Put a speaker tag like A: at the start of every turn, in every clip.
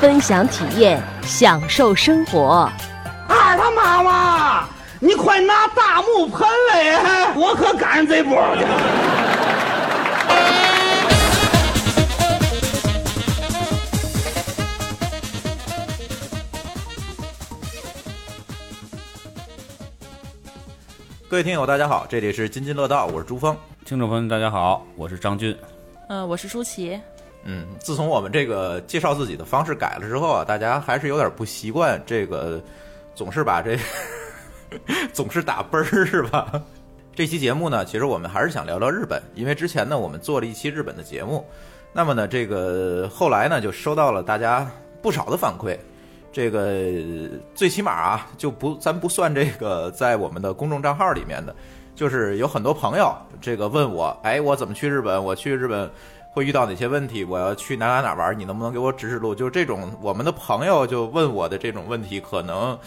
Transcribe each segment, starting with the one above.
A: 分享体验，享受生活。
B: 二他妈妈，你快拿大木盆来，我可赶上这波了。
C: 各位听友，大家好，这里是津津乐道，我是朱峰。
D: 听众朋友们，大家好，我是张军。
E: 嗯、我是舒淇。
C: 嗯，自从我们这个介绍自己的方式改了之后啊，大家还是有点不习惯这个，总是把这 总是打啵儿是吧？这期节目呢，其实我们还是想聊聊日本，因为之前呢我们做了一期日本的节目，那么呢这个后来呢就收到了大家不少的反馈，这个呃最起码啊就不咱不算这个在我们的公众账号里面的，就是有很多朋友这个问我，哎我怎么去日本？我去日本。会遇到哪些问题？我要去哪哪哪玩？你能不能给我指指路？就是这种我们的朋友就问我的这种问题，可能，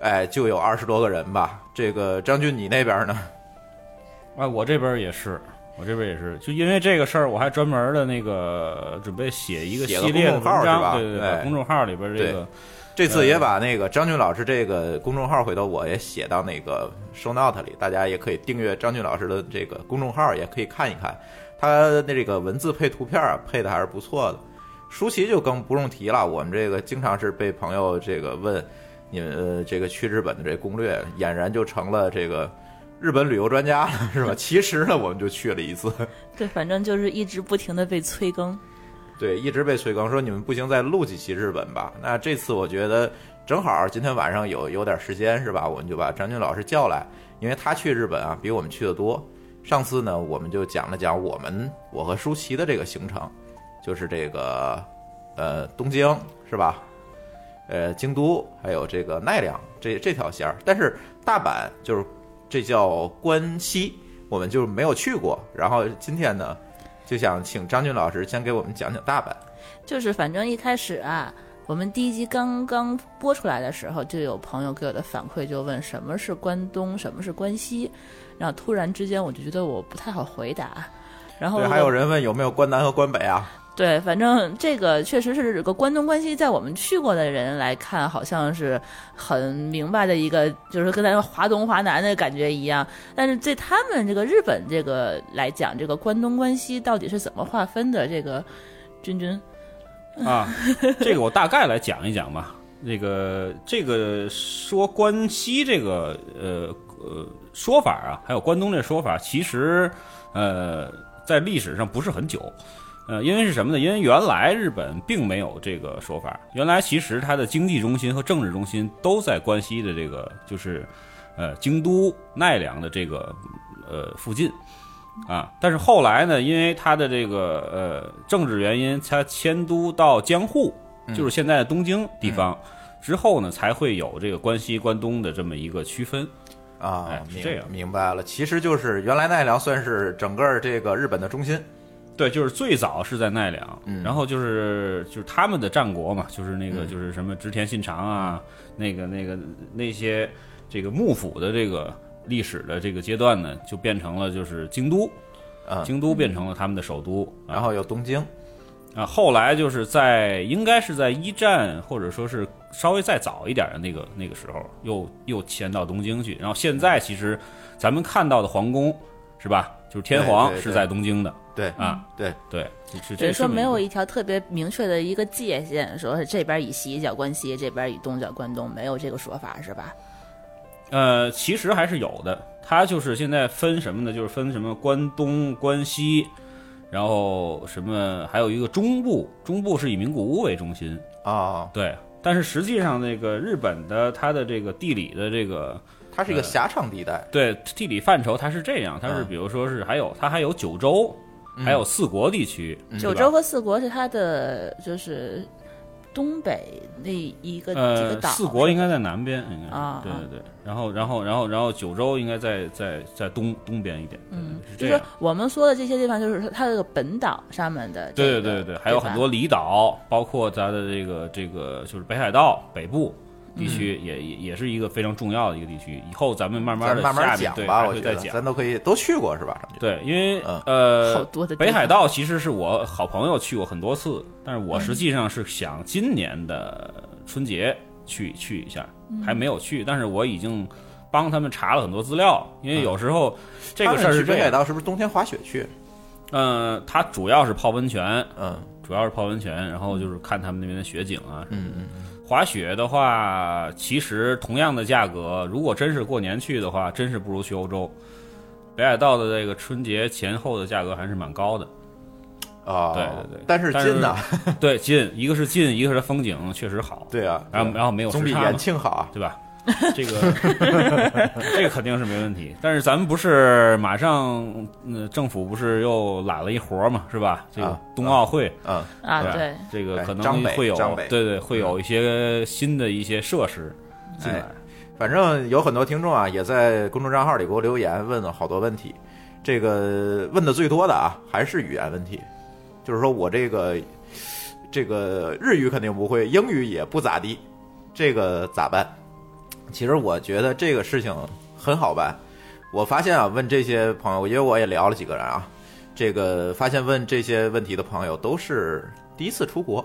C: 哎，就有二十多个人吧。这个张军，你那边呢？
D: 哎，我这边也是，我这边也是，就因为这个事儿，我还专门的那个准备写一个
C: 写
D: 系
C: 个
D: 列的
C: 公众号
D: 文
C: 是
D: 章，
C: 吧
D: 对对
C: 哎
D: 对，公众号里边这
C: 对
D: 个
C: 这次也把那个张军老师这个公众号，回头我也写到那个 show note 里，大家也可以订阅张军老师的这个公众号，也可以看一看他的这个文字配图片啊，配的还是不错的。舒淇就更不用提了，我们这个经常是被朋友这个问你们呃这个去日本的这攻略，俨然就成了这个日本旅游专家了，是吧？其实呢，我们就去了一次。
E: 对，反正就是一直不停的被催更。
C: 对，一直被催更，说你们不行，再录几期日本吧。那这次我觉得正好今天晚上有有点时间是吧？我们就把张军老师叫来，因为他去日本啊比我们去的多。上次呢，我们就讲了讲我们我和舒淇的这个行程，就是这个呃东京是吧？呃京都还有这个奈良这这条线儿，但是大阪就是这叫关西，我们就没有去过。然后今天呢，就想请张军老师先给我们讲讲大阪。
E: 就是反正一开始啊，我们第一集刚刚播出来的时候，就有朋友给我的反馈，就问什么是关东，什么是关西，然后突然之间我就觉得我不太好回答。啊然后
C: 对，还有人问有没有关南和关北啊？
E: 对，反正这个确实是个关东关西，在我们去过的人来看，好像是很明白的一个，就是跟咱们华东华南的感觉一样。但是对他们这个日本这个来讲，这个关东关西到底是怎么划分的？这个君君，
D: 啊， 这个我大概来讲一讲吧。这个这个说关西这个呃呃说法啊，还有关东这说法，其实呃在历史上不是很久。呃，因为是什么呢？因为原来日本并没有这个说法，原来其实它的经济中心和政治中心都在关西的这个就是呃京都、奈良的这个呃附近。啊，但是后来呢，因为他的这个呃政治原因，他迁都到江户，
C: 嗯
D: 就是现在的东京地方，之后呢才会有这个关西、关东的这么一个区分。
C: 啊
D: 哎，是
C: 明
D: 这样
C: 明白了，其实就是原来奈良算是整个这个日本的中心。
D: 对，就是最早是在奈良，
C: 嗯
D: 然后就是就是他们的战国嘛，就是那个、就是什么织田信长啊，那个那个那些这个幕府的这个历史的这个阶段呢，就变成了就是京都，
C: 嗯
D: 京都变成了他们的首都，啊
C: 然后有东京，
D: 啊，后来就是在应该是在一战，或者说是稍微再早一点的那个那个时候，又又迁到东京去。然后现在其实咱们看到的皇宫是吧，就是天皇
C: 对对对
D: 是在东京的
C: 对
D: 啊，
C: 对，
D: 对，是
E: 只
D: 这
E: 是
D: 这
E: 说
D: 么
E: 没
D: 一
E: 有
D: 个
E: 一条特别明确的一个界限，说是这边以西叫关西，这边以东叫关东，没有这个说法是吧？
D: 呃，其实还是有的。它就是现在分什么呢？就是分什么关东、关西，然后什么还有一个中部，中部是以名古屋为中心，
C: 啊，
D: 对。但是实际上，那个日本的它的这个地理的这个
C: 它是一个
D: 呃
C: 狭长地带。
D: 对地理范畴，它是这样，它是
C: 嗯
D: 比如说是还有它还有九州，还有四国地区，嗯
E: 九
D: 对吧
E: 州和四国是它的就是东北那一个几个
D: 呃，
E: 岛，
D: 四国应该在南边，应该是
E: 啊
D: 对
E: 啊
D: 对对。然后，然后，然后，然后九州应该在在在东东边一点，对
E: 嗯，
D: 对对是啊
E: 就
D: 这
E: 是
D: 样。
E: 我们说的这些地方，就是它这个本岛上面的这
D: 对
E: 个、
D: 对对对，还有
E: 吧
D: 很多离岛，包括咱的这个这个就是北海道北部地区也，也也是一个非常重要的一个地区。以后咱们慢慢
C: 咱
D: 的
C: 慢慢讲
D: 对，
C: 吧，
D: 还
C: 我
D: 会
C: 觉
D: 再
C: 得
D: 讲。
C: 咱都可以都去过是吧？
D: 对，因为、
C: 嗯
D: 呃，
E: 好多的地
D: 北海
E: 方
D: 道其实是我好朋友去过很多次，但是
E: 嗯
D: 我实际上是想今年的春节去去一下，
E: 嗯
D: 还没有去，但是我已经帮他们查了很多资料，因为有时候这
C: 嗯他
D: 个
C: 们
D: 事儿
C: 去
D: 是这
C: 北海
D: 样，
C: 道是不是冬天滑雪去？
D: 嗯，它主要是泡温泉，
C: 嗯
D: 主要是泡温泉，然后就是看他们那边的雪景啊什么的
C: 嗯嗯，
D: 滑雪的话，其实同样的价格，如果真是过年去的话，真是不如去欧洲。北海道的这个春节前后的价格还是蛮高的，
C: 哦，
D: 对对对
C: 但是近呐，
D: 对，近一个是近，一个是风景确实好，
C: 对啊，
D: 然后然后没有
C: 总
D: 时
C: 比
D: 差
C: 延
D: 嘛，
C: 庆好啊。
D: 对吧？这个 这个肯定是没问题，但是咱们不是马上，嗯、政府不是又揽了一活儿嘛，是吧？这个
C: 啊
D: 冬奥会，
C: 嗯，
E: 啊，
D: 吧
E: 对，
D: 这个
C: 哎
D: 可
C: 张
D: 能
C: 北
D: 会有，
C: 张北嗯
D: 对对，会有一些新的一些设施进来。
C: 哎反正有很多听众啊，也在公众账号里给我留言，问了好多问题。这个问的最多的啊，还是语言问题，就是说我这个这个日语肯定不会，英语也不咋地，这个咋办？其实我觉得这个事情很好办。我发现啊，问这些朋友，因为我也聊了几个人啊，这个发现问这些问题的朋友都是第一次出国，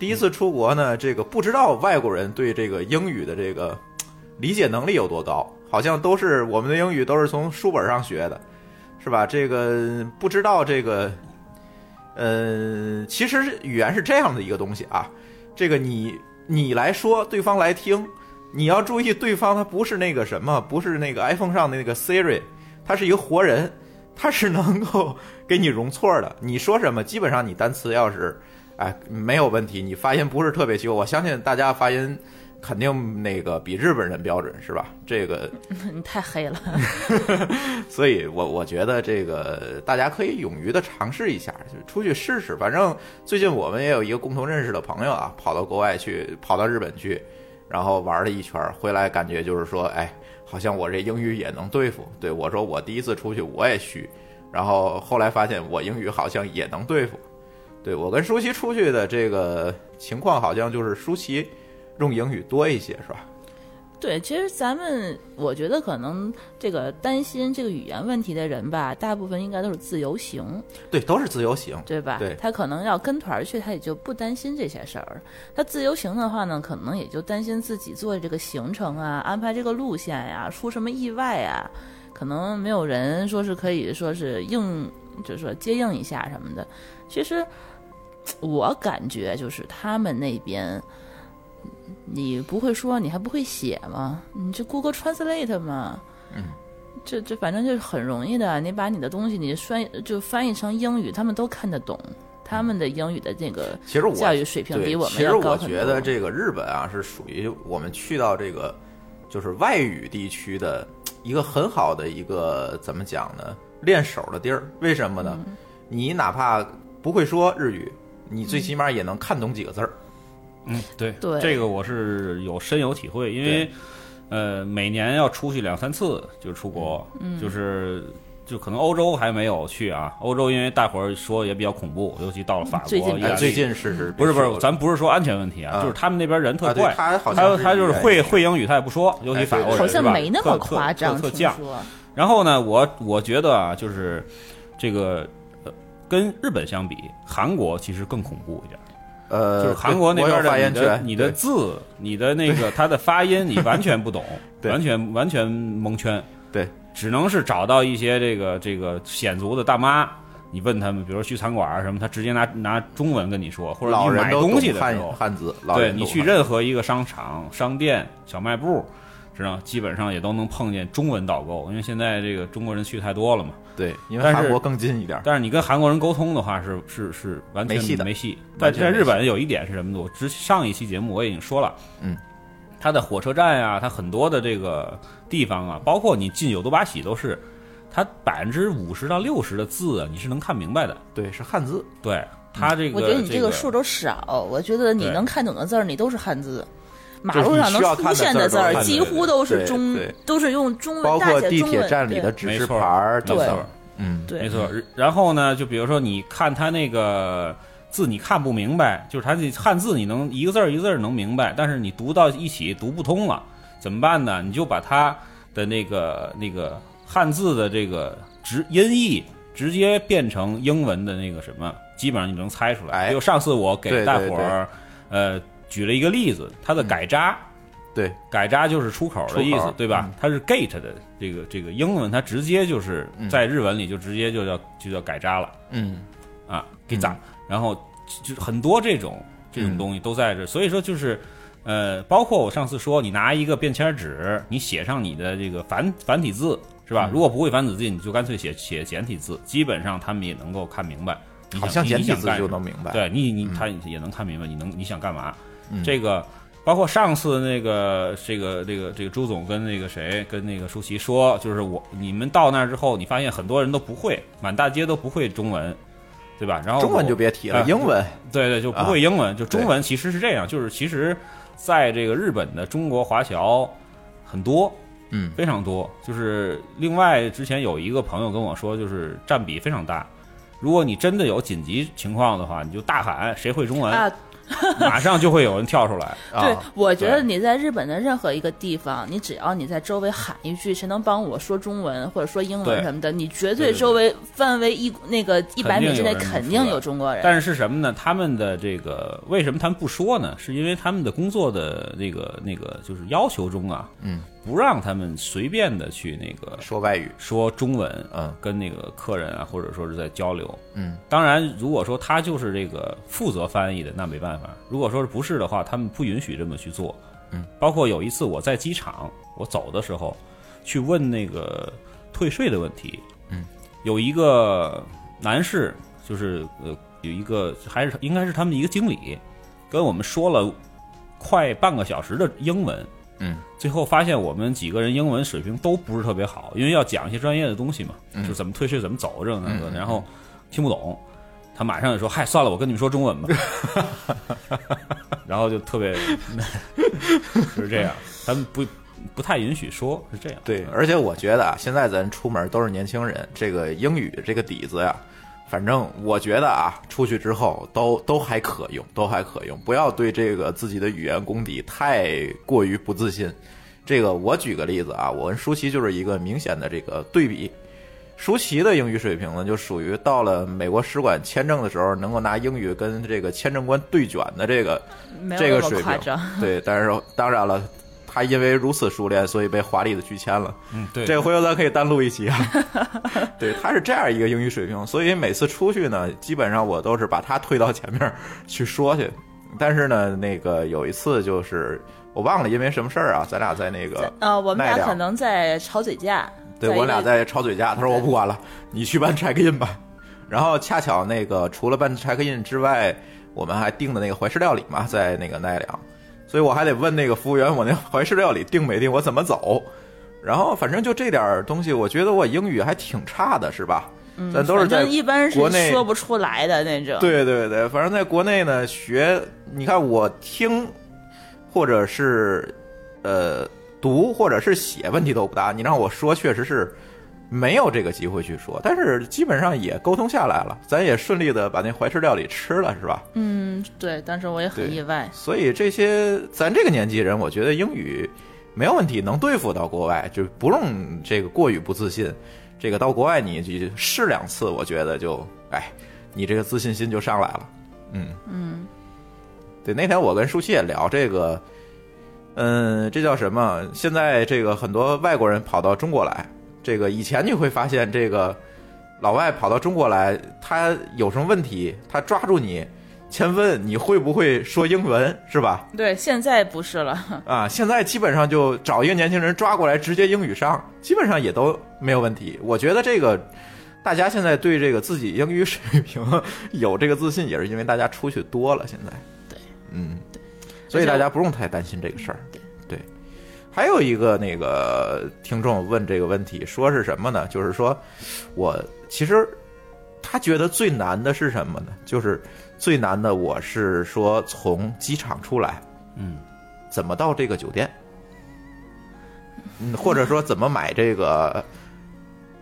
C: 第一次出国呢，这个不知道外国人对这个英语的这个理解能力有多高，好像都是我们的英语都是从书本上学的，是吧？这个不知道这个，呃，其实语言是这样的一个东西啊，这个你你来说，对方来听，你要注意对方他不是那个什么，不是那个 iPhone 上的那个 Siri，他是一个活人，他是能够给你容错的。你说什么，基本上你单词要是哎没有问题，你发音不是特别奇怪，我相信大家发音肯定那个比日本人标准是吧？这个，
E: 你太黑了，
C: 所以我我觉得这个大家可以勇于的尝试一下，就出去试试。反正最近我们也有一个共同认识的朋友啊，跑到国外去，跑到日本去，然后玩了一圈儿，回来感觉就是说，哎，好像我这英语也能对付。对我说，我第一次出去我也虚，然后后来发现我英语好像也能对付。对我跟舒淇出去的这个情况，好像就是舒淇用英语多一些，是吧？
E: 对，其实咱们我觉得可能这个担心这个语言问题的人吧，大部分应该都是自由行，
C: 对，都是自由行。
E: 对吧？
C: 对
E: 他可能要跟团儿去，他也就不担心这些事儿。他自由行的话呢，可能也就担心自己做这个行程啊，安排这个路线呀、出什么意外啊，可能没有人说是可以说是应，就是说接应一下什么的。其实我感觉就是他们那边。你不会说，你还不会写吗？你这 Google Translate 嘛，嗯，这这反正就是很容易的。你把你的东西你翻就翻译成英语，他们都看得懂。他们的英语的这个
C: 其实我
E: 教育水平
C: 对
E: 比我
C: 其
E: 们
C: 实
E: 要
C: 我
E: 高很多。
C: 觉得这个日本啊，是属于我们去到这个就是外语地区的一个很好的一个怎么讲呢？练手的地儿。为什么呢？
E: 嗯
C: 你哪怕不会说日语，你
E: 嗯
C: 最起码也能看懂几个字儿。
D: 嗯，对，
E: 对
D: 这个我是有深有体会，因为呃，每年要出去两三次，就是出国，
C: 嗯
E: 嗯
D: 就是就可能欧洲还没有去啊，欧洲因为大伙儿说也比较恐怖，尤其到了法国、
E: 嗯最近
D: 意
E: 比较
D: 大
C: 哎，
D: 利，
C: 最近是是
D: 啊不是不
C: 别
D: 是，
C: 说
D: 咱不是说安全问题啊，
C: 啊
D: 就是他们那边人特
C: 啊对
D: 怪，
C: 他好像
D: 他
C: 是
D: 他就是
C: 语言
D: 会会英语，他也不说，尤
C: 哎
D: 其
C: 对
D: 法国人
E: 好像
D: 是吧
E: 没那
D: 特
E: 么
D: 特
E: 夸张，
D: 特特
E: 听
D: 犟。
E: 说
D: 然后呢，我我觉得啊，就是这个呃，跟日本相比，韩国其实更恐怖一点。
C: 呃，
D: 就是韩国那边
C: 我有发
D: 的
C: 言
D: 你的
C: 权，
D: 你的
C: 对
D: 字、你的那个它的发音，你完全不懂，
C: 对
D: 完全完全蒙圈，
C: 对，
D: 只能是找到一些这个这个显族的大妈，你问他们，比如说去餐馆啊什么，他直接拿拿中文跟你说，或者
C: 老
D: 你
C: 人
D: 买
C: 都懂
D: 东西的时
C: 汉
D: 候，
C: 汉字，老
D: 对
C: 人
D: 你
C: 懂
D: 去
C: 汉字
D: 任何一个商场、商店、小卖部，知道基本上也都能碰见中文导购，因为现在这个中国人去太多了嘛。
C: 对，因为
D: 但
C: 韩
D: 是
C: 国更近一点儿。
D: 但是你跟韩国人沟通的话是是是完全
C: 没戏的
D: 没戏。
C: 完
D: 但
C: 全没
D: 在
C: 戏
D: 日本有一点是什么呢？我之上一期节目我已经说了，
C: 嗯，
D: 它的火车站啊，它很多的这个地方啊，包括你进有多巴喜都是，它百分之五十到六十的字啊你是能看明白的。
C: 对，是汉字，
D: 对，
C: 嗯
D: 他这个
E: 我觉得你
D: 这
E: 这
D: 个
E: 个数都少，我觉得你
D: 对
E: 能看懂的字儿，你都是汉字。马
C: 就是
E: 路
C: 你
E: 上
C: 需
E: 能
C: 要看
E: 出
C: 的
E: 现
C: 字儿
E: 字
C: 都是
E: 儿，
C: 汉字
E: 几乎都
C: 对
E: 是中
C: 对，
E: 都是用中文
C: 包
E: 大
C: 括
E: 写
C: 地
E: 中
C: 铁
E: 文
C: 站里的指
D: 没
C: 示
D: 错
C: 牌儿等
D: 没
E: 对
C: 等
D: 错，
C: 嗯，
E: 对
D: 没
E: 对
D: 错。然后呢，就比如说你看他那个字，你看不明白，就是他这汉字，你能一个字儿一个字儿能明白，但是你读到一起读不通了，怎么办呢？你就把它的那个那个汉字的这个直音译直接变成英文的那个什么，基本上你能猜出来。
C: 哎
D: 就上次我给
C: 对
D: 大
C: 对
D: 伙儿呃举了一个例子，它的改扎。
C: 嗯对，
D: 改扎就是出口的意
C: 出
D: 思
C: 口，
D: 对吧？它是 gate 的这个这个英文，它直接就是
C: 嗯
D: 在日文里就直接就叫就叫改扎了
C: 嗯，
D: 啊，gita、然后就就很多这种这种
C: 嗯
D: 东西都在这，所以说就是呃，包括我上次说，你拿一个便签纸，你写上你的这个繁繁体字
C: 嗯
D: 是吧？如果不会繁体字，你就干脆写写简体字，基本上他们也能够看明白。你
C: 好像
D: 想你
C: 简体
D: 想
C: 字
D: 干
C: 就
D: 什么
C: 能明白。
D: 对你，你
C: 嗯
D: 他也能看明白，你能你想干嘛？
C: 嗯
D: 这个包括上次那个这个这个这个朱总跟那个谁跟那个舒淇说，就是我你们到那儿之后，你发现很多人都不会，满大街都不会中文，对吧？然后
C: 中文
D: 我
C: 就别提了，
D: 啊
C: 英文
D: 对对，就不会英文，
C: 啊
D: 就中文其实是这样，就是其实在这个日本的中国华侨很多，
C: 嗯
D: 非常多。就是另外之前有一个朋友跟我说，就是占比非常大。如果你真的有紧急情况的话，你就大喊谁会中文，
E: 啊，
D: 马上就会有人跳出 来。
E: 对
C: 哎啊，，
E: 我觉得
D: 对
E: 你在日本的任何一个地方，你只要你在周围喊一句“谁能帮我说中文或者说英
D: 对
E: 文什么的”，你绝
D: 对对对
E: 周围范围一那个一百米之内
D: 肯定有人
E: 肯
D: 能
E: 定
D: 出来
E: 有中国人。
D: 但是是什么呢？他们的这个为什么他们不说呢？是因为他们的工作的那个那个就是要求中啊，
C: 嗯，
D: 不让他们随便的去那个
C: 说外语，
D: 说中文，啊
C: 嗯，
D: 跟那个客人啊，或者说是在交流。
C: 嗯，
D: 当然，如果说他就是这个负责翻译的，那没办法；如果说是不是的话，他们不允许这么去做。
C: 嗯，
D: 包括有一次我在机场，我走的时候去问那个退税的问题，
C: 嗯，
D: 有一个男士，就是呃，有一个还是应该是他们的一个经理，跟我们说了快半个小时的英文。
C: 嗯，
D: 最后发现我们几个人英文水平都不是特别好，因为要讲一些专业的东西嘛，
C: 嗯
D: 就是怎么退税、怎么走这种那个，
C: 嗯嗯
D: 然后听不懂，他马上就说：“嗨，算了，我跟你们说中文吧。”然后就特别 就是这样，他们不不太允许说，是这样。
C: 对，
D: 嗯
C: 而且我觉得啊，现在咱出门都是年轻人，这个英语这个底子呀，反正我觉得啊，出去之后都都还可用，都还可用，不要对这个自己的语言功底太过于不自信。这个我举个例子啊，我跟舒淇就是一个明显的这个对比。舒淇的英语水平呢，就属于到了美国使馆签证的时候，能够拿英语跟这个签证官对卷的这个
E: 没
C: 这
E: 有
C: 个
E: 那
C: 水
E: 么
C: 平
E: 夸张。
C: 对，但是当然了，他因为如此熟练，所以被华丽的拒签了。
D: 嗯，对，
C: 这个回头咱可以单录一期啊。 对，他是这样一个英语水平，所以每次出去呢，基本上我都是把他推到前面儿去说去。但是呢，那个有一次就是我忘了因为什么事儿啊，咱俩在那个
E: 呃，我们
C: 奈
E: 俩
C: 良
E: 可能在吵嘴架。
C: 对
E: 一
C: 我
E: 个
C: 俩在吵嘴架，他说我不管了，你去办 check in 吧。然后恰巧那个除了办 check in 之外，我们还订的那个怀石料理嘛，在那个奈良，所以我还得问那个服务员，我那怀石料理订没订，我怎么走？然后反正就这点儿东西，我觉得我英语还挺差的，是吧？嗯咱都是
E: 反
C: 在
E: 正一般是
C: 国内
E: 说不出来的那种。
C: 对对对，反正在国内呢，学你看我听，或者是呃读，或者是写，问题都不大。你让我说，确实是没有这个机会去说，但是基本上也沟通下来了，咱也顺利的把那怀石料理吃了，是吧？
E: 嗯，对，当时我也很
C: 对
E: 意外。
C: 所以这些咱这个年纪人，我觉得英语没有问题，能对付到国外，就不用这个过于不自信。这个到国外你就试两次，我觉得就哎，你这个自信心就上来了。嗯嗯，对，那天我跟舒淇也聊这个，嗯，这叫什么？现在这个很多外国人跑到中国来，这个以前你会发现这个。老外跑到中国来，他有什么问题，他抓住你，先问你会不会说英文，是吧？
E: 对，现在不是了，
C: 啊，现在基本上就找一个年轻人抓过来，直接英语上，基本上也都没有问题。我觉得这个大家现在对这个自己英语水平有这个自信，也是因为大家出去多了。现在，
E: 对，
C: 嗯，所以大家不用太担心这个事儿。对，还有一个那个听众问这个问题，说是什么呢？就是说我其实他觉得最难的是什么呢？就是最难的，我是说从机场出来，
D: 嗯，
C: 怎么到这个酒店，嗯，或者说怎么买这个，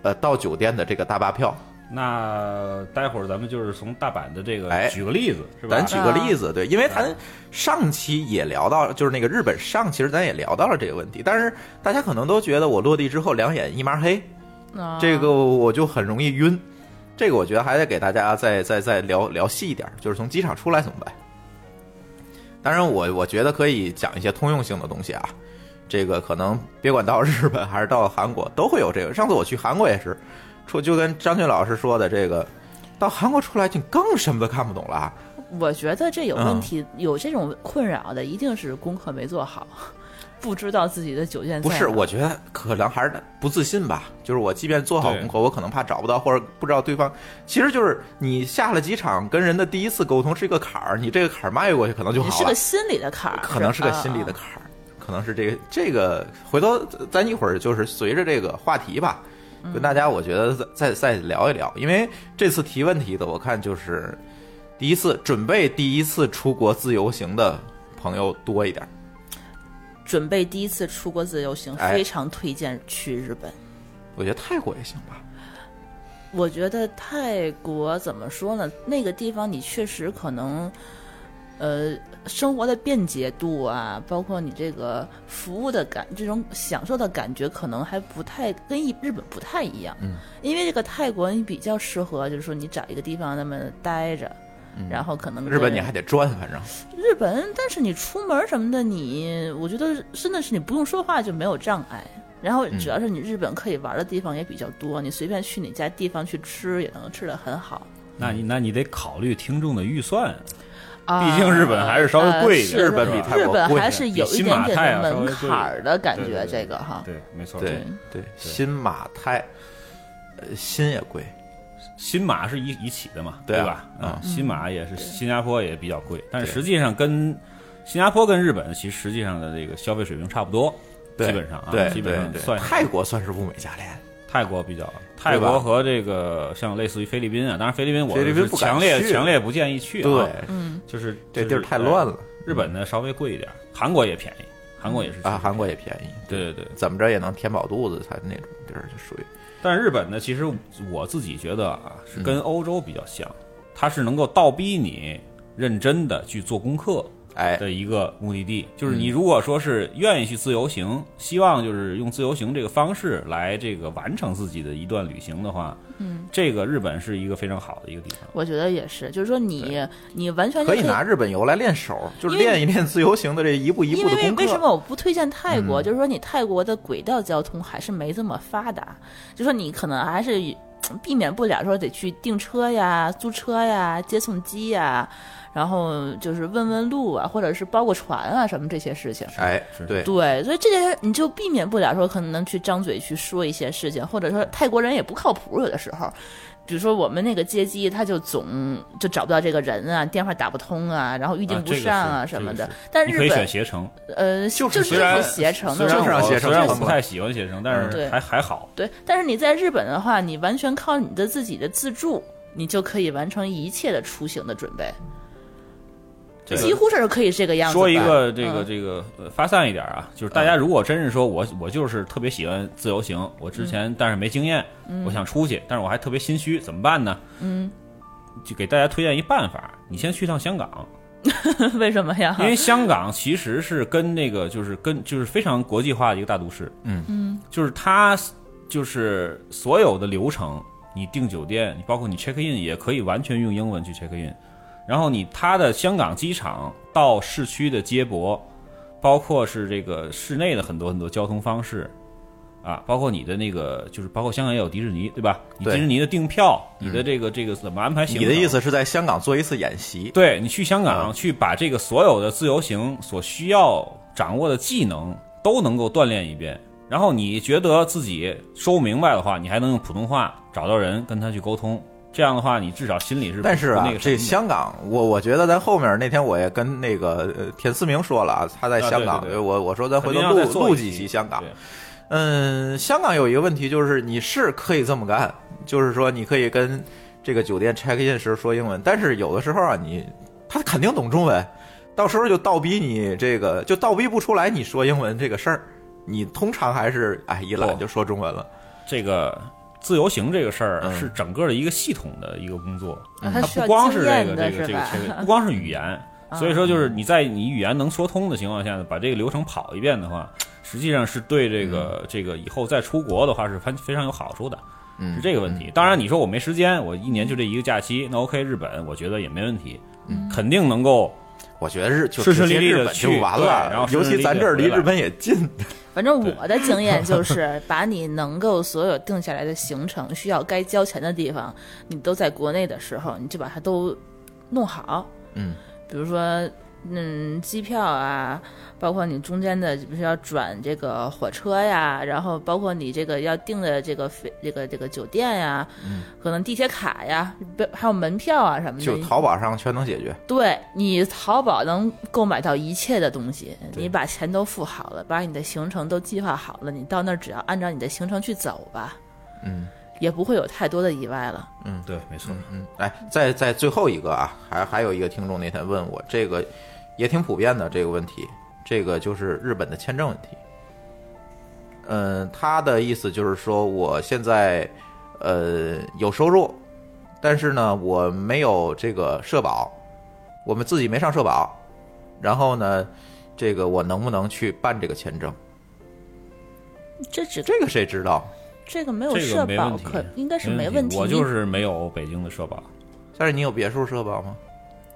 C: 呃，到酒店的这个大巴票。
D: 那待会儿咱们就是从大阪的这个
C: 哎
D: 举个例子，是吧？
C: 咱举个例子，对，因为咱上期也聊到，就是那个日本上，其实咱也聊到了这个问题，但是大家可能都觉得我落地之后两眼一抹黑，
E: 啊
C: 这个我就很容易晕。这个我觉得还得给大家再再再聊聊细一点，就是从机场出来怎么办。当然我，我觉得可以讲一些通用性的东西啊。这个可能别管到日本还是到韩国，都会有这个。上次我去韩国也是，出就跟张军老师说的，这个到韩国出来就更什么都看不懂了啊。
E: 我觉得这有
C: 嗯
E: 问题，有这种困扰的一定是功课没做好，不知道自己的酒店在
C: 不是，
E: 哪儿
C: 我觉得可能还是不自信吧。就是我即便做好功课，我可能怕找不到或者不知道对方。其实就是你下了机场跟人的第一次沟通是一个坎儿，你这个坎儿迈过去可能就
E: 也
C: 好
E: 是
C: 了
E: 个。心理的坎儿，
C: 可能是个心理的
E: 啊。
C: 坎儿，可能是这个这个。回头咱一会儿就是随着这个话题吧，
E: 嗯
C: 跟大家我觉得再再再聊一聊，因为这次提问题的我看就是第一次准备第一次出国自由行的朋友多一点儿。
E: 准备第一次出国自由行，
C: 哎
E: 非常推荐去日本。
C: 我觉得泰国也行吧，
E: 我觉得泰国怎么说呢？那个地方你确实可能，呃，生活的便捷度啊，包括你这个服务的感，这种享受的感觉，可能还不太跟一日本不太一样。嗯，因为这个泰国你比较适合，就是说你找一个地方那么待着，然后可能
C: 嗯日本
E: 跟
C: 你还得转，反正
E: 日本，但是你出门什么的你，我觉得真的是你不用说话就没有障碍。然后主要是你日本可以玩的地方也比较多，你随便去哪家地方去吃也能吃的很好。
D: 那你那你得考虑听众的预算，
E: 啊
D: 毕竟日本还是稍微贵一点
E: 呃
C: 日本
E: 是
C: 比
E: 的
C: 泰国
E: 日本
C: 贵
E: 还是有一点点的门槛儿的感
D: 比新马泰啊稍微贵一点
E: 觉，这个哈，
D: 对，没错。
C: 对对，新马泰，呃，新也贵，
D: 新马是一一起的嘛，
C: 对啊
D: 吧？
C: 嗯
D: 啊，新马也是新加坡也比较贵，但是实际上跟新加坡跟日本其实实际上的这个消费水平差不多，
C: 对
D: 基本上啊，
C: 对
D: 基本
C: 对
D: 上
C: 对，
D: 算哎
C: 泰国算是物美价廉，
D: 泰国比较，泰
C: 对吧
D: 国和这个像类似于菲律宾啊，当然菲律宾我
C: 菲律宾
D: 是
C: 不敢
D: 强烈
C: 去
D: 强烈不建议去啊，
C: 对，
D: 就是
C: 这地儿太乱。
D: 就
C: 了
D: 是日本呢稍微贵一点，韩国也便宜，韩国也是
C: 啊，韩国
D: 也
C: 也便宜，
D: 对对对。
C: 怎么着也能填饱肚子，它那种地儿就属于
D: 但是日本呢，其实我自己觉得啊，
C: 嗯
D: 是跟欧洲比较像，它是能够倒逼你认真的去做功课
C: 哎，
D: 的一个目的地。就是
E: 嗯
D: 你如果说是愿意去自由行，希望就是用自由行这个方式来这个完成自己的一段旅行的话，嗯，这个日本是一个非常好的一个地方。
E: 我觉得也是，就是说你你完全就
C: 可以拿日本游来练手，就是练一练自由行的这一步一
E: 因
C: 步的
E: 为为
C: 功
E: 为什
C: 课。
E: 么我不推荐泰
D: 嗯
E: 国？就是说，你泰国的轨道交通还是没这么发达，就说你可能还是嗯避免不了说得去订车呀、租车呀、接送机呀，然后就是问问路啊，或者是包个船啊什么这些事情。
C: 哎，对，
E: 对，所以这些你就避免不了说可能去张嘴去说一些事情，或者说泰国人也不靠谱，有的时候。比如说我们那个接机，他就总就找不到这个人啊，电话打不通啊，然后预定
D: 啊
E: 不上啊
D: 这个是
E: 什么
D: 这
E: 的
D: 个是。
E: 但
D: 你
E: 日
D: 可以选
E: 本
D: 携程，
E: 呃，
C: 就
E: 就是是
C: 虽然
E: 很携程
D: 虽
E: 的
D: 然
E: 嘛，
C: 正常
D: 我
C: 携程
D: 虽然
C: 就
D: 我
C: 行
D: 不
C: 了
D: 太喜欢携程，但
E: 嗯
D: 是
E: 对
D: 还还好。
E: 对。但是你在日本的话，你完全靠你的自己的自助，你就可以完成一切的出行的准备，
D: 这个
E: 几乎是可以这个样子吧。
D: 说一个这个
E: 嗯
D: 这个呃发散一点啊，就是大家如果真是说我我就是特别喜欢自由行，我之
E: 嗯
D: 前但是没经验，我想出去，但是我还特别心虚，怎么办呢？嗯，就给大家推荐一办法，你先去趟香港，
E: 为什么呀？
D: 因为香港其实是跟那个就是跟就是非常国际化的一个大都市，
C: 嗯
D: 嗯，就是它就是所有的流程，你订酒店，你包括你 check in 也可以完全用英文去 check in，然后你它的香港机场到市区的接驳，包括是这个市内的很多很多交通方式。啊，包括你的那个，就是包括香港也有迪士尼，对吧？你
C: 对
D: 迪士尼的订票，你的这个这个怎么安排行程？
C: 你的意思是在香港做一次演习？
D: 对你去香港、
C: 嗯
D: 去把这个所有的自由行所需要掌握的技能都能够锻炼一遍，然后你觉得自己说不明白的话，你还能用普通话找到人跟他去沟通，这样的话你至少心里是
C: 但是
D: 不
C: 啊
D: 那，个什
C: 这
D: 么的
C: 香港，我我觉得咱后面那天我也跟那个呃田思明说了啊，他在
D: 啊
C: 香港
D: 对对，对
C: 我我说咱
D: 肯
C: 回
D: 定
C: 头
D: 要再
C: 录
D: 做
C: 录
D: 一
C: 几
D: 期
C: 期香港
D: 对。
C: 嗯，香港有一个问题就是，你是可以这么干，就是说你可以跟这个酒店 check in 时说英文，但是有的时候啊，你他肯定懂中文，到时候就倒逼你这个就倒逼不出来你说英文这个事儿，你通常还是哎一懒就说中文了。
D: 这个自由行这个事儿
C: 嗯
D: 是整个的一个系统的一个工作，
C: 嗯
E: 它
D: 它
E: 需要
D: 不光是
E: 经
D: 这
E: 验
D: 个
E: 的
D: 这个这
E: 是
D: 个
E: 吧？啊
D: 这个，不光是语 言，所以说就是你在你语言能说通的情况下，把这个流程跑一遍的话，实际上是对这个这个以后再出国的话是非非常有好处的，
C: 嗯，
D: 是这个问题。当然你说我没时间，我一年就这一个假期，那 OK，日本我觉得也没问题，
C: 嗯
E: 嗯
D: 肯定能够
C: 我觉得是就
D: 顺顺
C: 直接
D: 利利地
C: 日本就
D: 去
C: 完
D: 对
C: 了，
D: 然后
C: 尤
D: 顺顺利
C: 其
D: 利
C: 咱
D: 地
C: 这儿离
D: 回来
C: 日本也近，
E: 反正我的经 验就是，把你能够所有定下来的行程，需要该交钱的地方，你都在国内的时候，你就把它都弄好。
C: 嗯，
E: 比如说，嗯，机票啊，包括你中间的，比如说要转这个火车呀，然后包括你这个要订的这个飞这个这个酒店呀，可能地铁卡呀，不还有门票啊什么
C: 嗯
E: 的，
C: 就淘宝上全能解决。
E: 对你淘宝能购买到一切的东西，你把钱都付好了，把你的行程都计划好了，你到那儿只要按照你的行程去走吧，
C: 嗯，
E: 也不会有太多的意外了。
C: 嗯
D: 对，没错。
C: 嗯，哎，在在最后一个啊，还还有一个听众那天问我这个也挺普遍的这个问题，这个就是日本的签证问题。嗯，他的意思就是说，我现在呃有收入，但是呢我没有这个社保，我们自己没上社保，然后呢，这个我能不能去办这个签证？
E: 这只
C: 这个谁知道？
E: 这个没有
D: 这
E: 社
D: 个没
E: 保
D: 问题
E: 可，应该是没
D: 问
E: 问题。
D: 我就是没有北京的社保，
C: 但是你有别墅社保吗？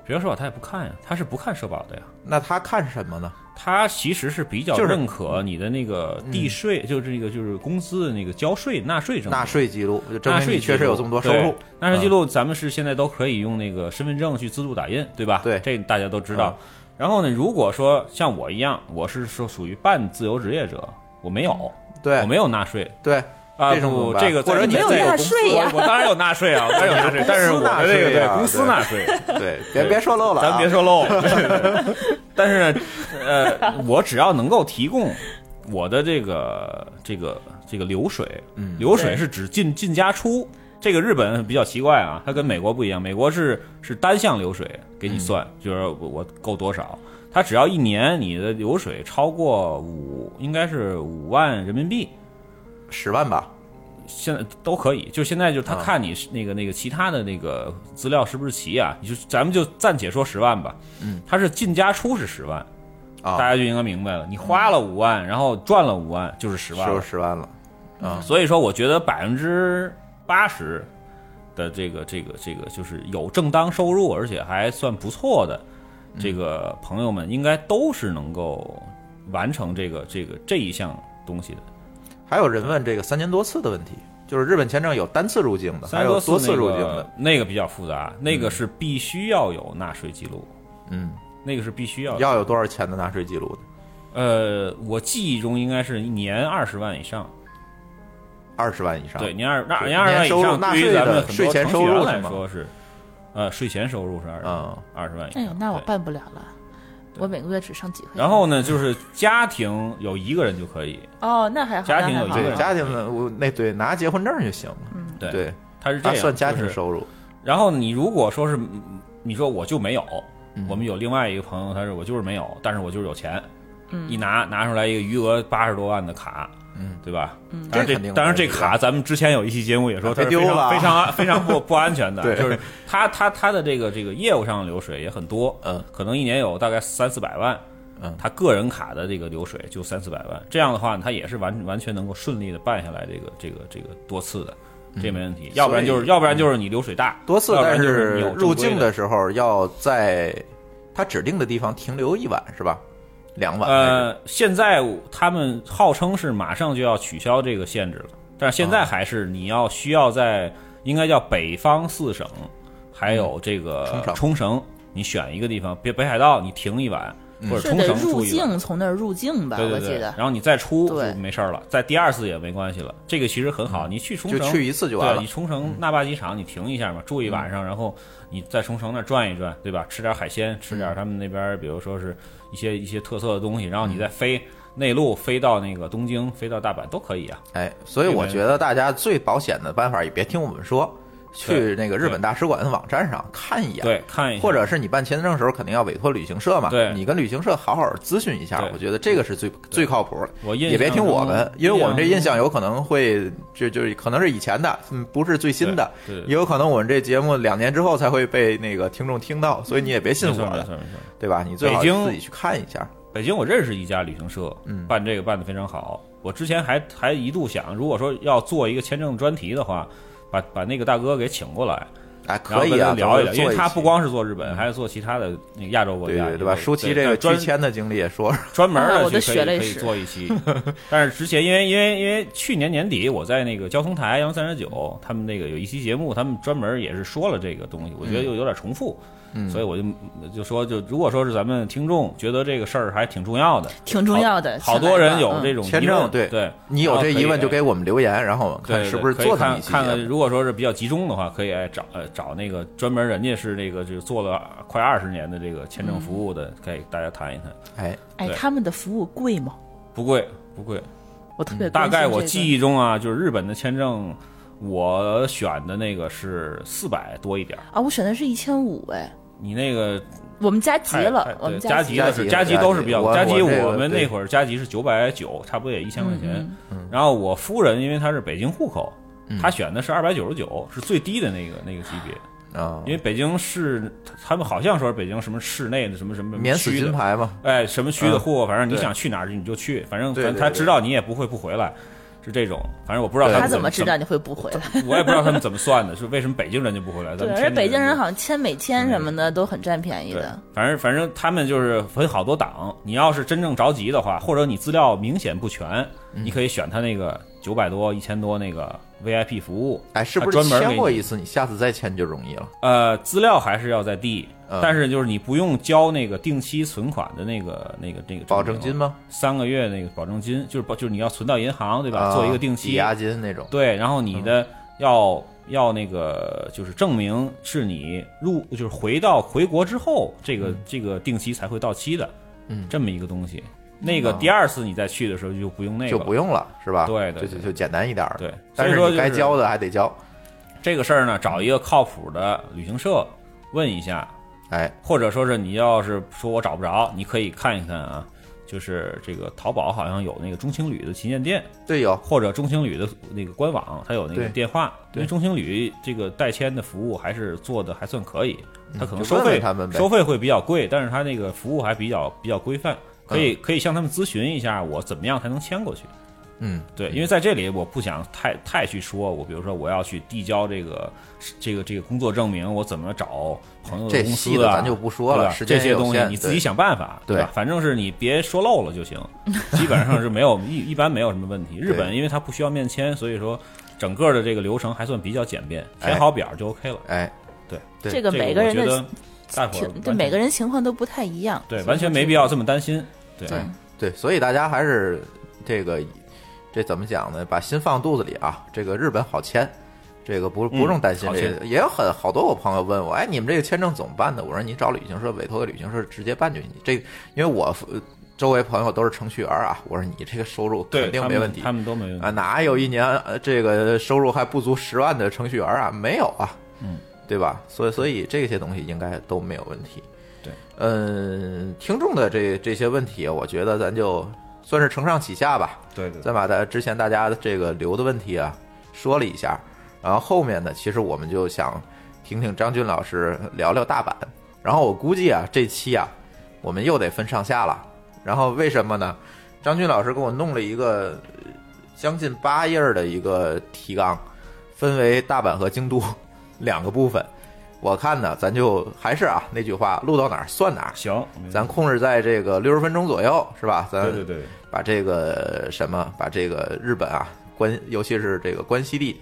D: 别人社保他也不看呀，他是不看社保的呀。
C: 那他看什么呢？
D: 他其实是比较
C: 就是嗯
D: 认可你的那个地税，就是这个就是公司的那个交税纳税证明
C: 纳税记录，就证
D: 纳
C: 明
D: 税
C: 你确实有这么多收
D: 记录
C: 入嗯
D: 对。纳税记录咱们是现在都可以用那个身份证去自助打印，对吧？
C: 对嗯
D: 这大家都知道。然后呢，如果说像我一样，我是说属于半自由职业者，我没有，
C: 对，
D: 我没有纳税。
C: 对
D: 啊，
C: 这种怎么
D: 不，
C: 办
D: 这个
C: 或者
D: 在
C: 你
D: 在
E: 没有
D: 在
E: 纳税呀
D: 我我当然有纳税啊，我当然有 纳税，但是我
C: 纳
D: 的这个
C: 税
D: 对
C: 啊
D: 公司
C: 对
D: 纳税，
C: 对， 别别说漏了、啊，
D: 咱别说漏了。 对对对但是呢，呃， 我只要能够提供我的这个这个这个流水，
C: 嗯
D: 流水是指进进加出。这个日本比较奇怪啊，它跟美国不一样，美国是是单向流水给你算，就是我我够多少，它只要一年你的流水超过五，应该是五万人民币，
C: 十万吧，
D: 现在都可以，就现在就是他
C: 啊
D: 看你是那个那个其他的那个资料是不是齐啊？你就咱们就暂且说十万吧，
C: 嗯，
D: 他是进加出是十万，大
C: 啊，
D: 家就应该明白了。你花了五万，然后赚了五万，就是十万
C: 收
D: 了。
C: 十万了，
D: 所以说，我觉得百分之八十的这个这个这个就是有正当收入，而且还算不错的
C: 嗯
D: 这个朋友们，应该都是能够完成这个这个这一项东西的。
C: 还有人问这个三年多次的问题，就是日本签证有单次入境的，还
D: 三
C: 有
D: 多
C: 多次入境
D: 那
C: 的
D: 个，那个比较复杂，那个是必须要有纳税记录，
C: 嗯，
D: 那个是必须要有。
C: 要有多少钱的纳税记录的？
D: 呃，我记忆中应该是一年二十万以上，
C: 二十万以上，
D: 对，年二那
C: 啊对
D: 年二十万以
C: 年收入
D: 上，
C: 纳
D: 对于
C: 税
D: 咱们
C: 的
D: 很
C: 税
D: 多
C: 前
D: 程
C: 收
D: 序员
C: 入
D: 来
C: 是吗
D: 说是，呃，税前收入是二
C: 嗯
D: 二十万以上。
E: 哎呦，那我
D: 对
E: 办不了了，我每个月只上几回。
D: 然后呢，就是家庭有一个人就可以，
E: 哦，那还好，
D: 家庭
E: 那还
D: 有
E: 好
D: 一个
C: 对，家庭的我那对拿结婚证就行了，
D: 嗯对，
C: 对，
D: 他是这
C: 他
D: 样
C: 算家庭
D: 就是
C: 收入，
D: 然后你如果说是嗯你说我就没有，
C: 嗯
D: 我们有另外一个朋友，他说我就是没有，但是我就是有钱，
E: 嗯
D: 一拿拿出来一个余额八十多万的卡，
C: 嗯，
D: 对吧？嗯，
C: 这
D: 当然
C: 肯定
D: 这当然这
C: 没问题
D: 卡咱们之前有一期节目也说它
C: 别
D: 是非
C: 丢了啊
D: 常非常非常 不不安全的，
C: 对
D: 就是他他他的这个这个业务上的流水也很多，
C: 嗯，
D: 可能一年有大概三四百万。
C: 嗯
D: 他个人卡的这个流水就三四百万，这样的话呢，他也是完完全能够顺利的办下来这个这个这个多次的，这
C: 嗯
D: 没问题。要不然就是要不然就是你流水大，
C: 多次，
D: 要不
C: 但
D: 然就是你有正
C: 入
D: 规
C: 境
D: 的
C: 的时候要在他指定的地方停留一晚是吧？两晚还是，
D: 呃，现在他们号称是马上就要取消这个限制了，但是现在还是你要需要在应该叫北方四省，还有这个
C: 嗯冲绳
D: 冲绳，你选一个地方，北北海道你停一晚，
C: 嗯
D: 或者
E: 是
D: 冲
E: 得
D: 绳
E: 入
D: 住一晚。
E: 境从那儿入境吧，
D: 对对
E: 我记
D: 对，
E: 得。
D: 然后你再出
E: 对
D: 就没事儿了，再第二次也没关系了。这个其实很好，你去冲绳
C: 就去一次就完
D: 对
C: 了嗯
D: 你。冲绳那霸机场你停一下嘛，住一晚上，然后你在冲绳那儿转一转，对吧？吃点海鲜，吃点他们那边儿，比如说是一些一些特色的东西，然后你再飞内陆，飞到那个东京，飞到大阪都可以啊。
C: 哎，所以我觉得大家最保险的办法也别听我们说，去那个日本大使馆的网站上看一眼，
D: 对，看一下，
C: 或者是你办签证的时候肯定要委托旅行社嘛，
D: 对
C: 你跟旅行社好好咨询一下
D: 对，
C: 我觉得这个是最最靠谱的。
D: 我印
C: 也别
D: 象
C: 听我
D: 中
C: 们，因为我们这
D: 印
C: 印
D: 象
C: 象有可能会，就就是可能是以前的，嗯，不是最新的，
D: 对对
C: 也有可能我们这节目两年之后才会被那个听众听到，所以你也别信
D: 没
C: 我
D: 错没错
C: 的，
D: 没错。
C: 对吧？你最好
D: 北京
C: 自己去看一下。
D: 北京我认识一家旅行社，
C: 嗯
D: 办这个办的非常好。我之前还还一度想，如果说要做一个签证专题的话，把把那个大哥给请过来，
C: 哎，
D: 然后
C: 可
D: 跟
C: 以
D: 他
C: 啊，
D: 聊一
C: 咱
D: 聊，
C: 们做
D: 因为他
C: 期嗯
D: 不光是做日本，还是做其他的那个亚洲啊国
C: 对
D: 家，
C: 对对吧？舒淇这个拒
D: 专
C: 签的经历也说，
D: 专门
E: 啊
D: 的
E: 我都
D: 去
E: 学
D: 可
E: 了
D: 以
E: 一
D: 可以
E: 时
D: 做 一期，但是之前因为因为因为去年年底我在那个交通台幺三十
C: 嗯
D: 九，他们那个有一期节目，他们专门也是说了这个东西，我觉得又有点重复，
C: 嗯
D: 所以我就就说就如果说是咱们听众觉得这个事儿还挺重要的，
E: 挺重要的。
D: 好好
E: 请
D: 多
E: 来
D: 人
E: 吧
D: 有
E: 嗯
D: 这种
C: 签
D: 疑问
C: 证对
D: 对，啊
C: 你有这疑问就
D: 给。
C: 给我们留言，然后我们
D: 哎对，
C: 看
D: 对
C: 是不是
D: 可以
C: 做这么
D: 看
C: 一期
D: 看看，
C: 节目
D: 如果说是比较集中的话，可以哎找呃找那个专门人家是这个就是做了快二十年的这个签证服务的，
E: 嗯
D: 可以大家谈一谈，
C: 哎，
E: 哎，
D: 对
E: 他们的服务贵吗？
D: 不贵不贵。
E: 我特别
D: 嗯大
E: 关心
D: 概
E: 这
D: 我
E: 个
D: 记忆中啊，就是日本的签证，我选的那个是四百多一点儿，
E: 啊，我选的是一千五哎，
D: 你那个
E: 我们加急
D: 太
E: 了
D: 太，
E: 我们
D: 哎对加
E: 急
D: 急
E: 了
D: 的
C: 了
D: 是
C: 加
D: 加
C: 急
D: 急都是比较
C: 我
D: 加急，
C: 我这个
D: 我们
C: 对
D: 那会儿加急是九百九，差不多也一千块钱
E: 嗯。
D: 然后我夫人因为她是北京户口
C: 嗯，
D: 她选的是二百九十九，是最低的那个那个级别。
C: 啊，
D: 因为北京市，他们好像说是北京什么市内的什么什么
C: 免死
D: 区
C: 金
D: 的，
C: 牌嘛，
D: 哎，什么区的
C: 嗯
D: 货，反正你
C: 对
D: 想去哪儿你就去，反正
C: 对
D: 反
C: 对
D: 正他
C: 对
D: 知道你也不会不回来，是这种。反正我不知道
C: 对
D: 们
E: 他
D: 怎
E: 怎么知
D: 怎
E: 道你会不回来？
D: 我也不知道他们怎么算的，是为什么北京人就不回来？咱
E: 对，
D: 们
E: 而且
D: 天津
E: 北京人
D: 就
E: 好像签美
D: 嗯
E: 签什么的都很占便宜
D: 对
E: 的。，
D: 反正反正他们就是分好多档，你要是真正着急的话，或者你资料明显不全，
C: 嗯
D: 你可以选他那个九百多、一千多那个 VIP 服务。
C: 哎，是
D: 他
C: 不是
D: 专门
C: 签
D: 给
C: 过
D: 你
C: 一次，你下次再签就容易了？
D: 呃，资料还是要在递，
C: 嗯
D: 但是就是你不用交那个定期存款的那个、那个、那个
C: 保证金？吗？
D: 三个月那个保证金，就是保就是你要存到银行对吧？
C: 啊
D: 做一个定期
C: 抵押金那种。
D: 对，然后你
C: 嗯
D: 的要、要那个就是证明是你入就是回到回国之后，这个、这个定期才会到期的，
C: 嗯
D: 这么一个东西。那个第二次你再去的时候就不用那个
C: 就
D: 了，
C: 不用了，是吧？
D: 对对
C: 就
D: 对
C: 就就简单一点儿。
D: 对
C: 但
D: 所以说
C: 是
D: 就
C: 你
D: 是
C: 该交的还得交。
D: 这个事儿呢，找一个靠谱的旅行社问一下，
C: 哎，
D: 或者说是你要是说我找不着，你可以看一看啊，就是这个淘宝好像有那个中青旅的旗舰店，
C: 对，有
D: 或者中青旅的那个官网，它有那个
C: 对
D: 电话。
C: 对
D: 因为中青旅这个代签的服务还是做的还算可以，它可
C: 嗯
D: 能
C: 就
D: 收
C: 问
D: 费
C: 问他们呗
D: 收费会比较贵，但是它那个服务还比较比较规范，可以可以向他们咨询一下我怎么样才能签过去。
C: 嗯，
D: 对，因为在这里我不想太太去说，我比如说我要去递交这个这个这个工作证明，我怎么找朋友
C: 这
D: 的公
C: 细
D: 司
C: 的
D: 啊，
C: 咱就不说了
D: 对吧
C: 时间
D: 这
C: 也
D: 些
C: 有
D: 东西
C: 限
D: 你自
C: 对
D: 己想办法，
C: 对
D: 吧？反正是你别说漏了就行，基本上是没有一一般没有什么问题。日本
C: 对
D: 因为它不需要面签，所以说整个的这个流程还算比较简便，填
C: 哎
D: 好表就 OK 了。
C: 哎，对
E: 这
D: 这
E: 个每个人
D: 我觉
E: 的
D: 得大伙儿
E: 情，对
D: 完全
E: 每个人情况都不太一样，
D: 对
E: 所以
D: 完全
E: 说
D: 没
E: 这
D: 必要这么担心。对
E: 对
C: 对，所以大家还是这个这怎么讲呢？把心放肚子里啊。这个日本好签，这个不不用担心
D: 嗯好
C: 这个。也有很好多我朋友问我，哎，你们这个签证怎么办呢？我说你找旅行社委托个旅行社直接办就行。这个因为我呃周围朋友都是程序员啊，我说你这个收入
D: 对，
C: 肯定
D: 他
C: 没
D: 们
C: 问题
D: 他们都没问题
C: 啊，。哪有一年呃这个收入还不足十万的程序员啊？没有啊，
D: 嗯，
C: 对吧？所以所以这些东西应该都没有问题。
D: 对，
C: 嗯，听众的这这些问题，我觉得咱就算是承上启下吧，
D: 对对对
C: 咱把大之前大家的这个留的问题啊说了一下，然后后面呢，其实我们就想听听张军老师聊聊大阪，然后我估计啊这期啊我们又得分上下了，然后为什么呢？张军老师给我弄了一个呃将近八页儿的一个提纲，分为大阪和京都 两个部分。我看呢，咱就还是啊那句话，录到哪儿算哪儿，
D: 行，没
C: 咱控制在这个六十分钟左右，是吧？咱
D: 嗯对对对，
C: 把这个什么，把这个日本啊，关尤其是这个关西地，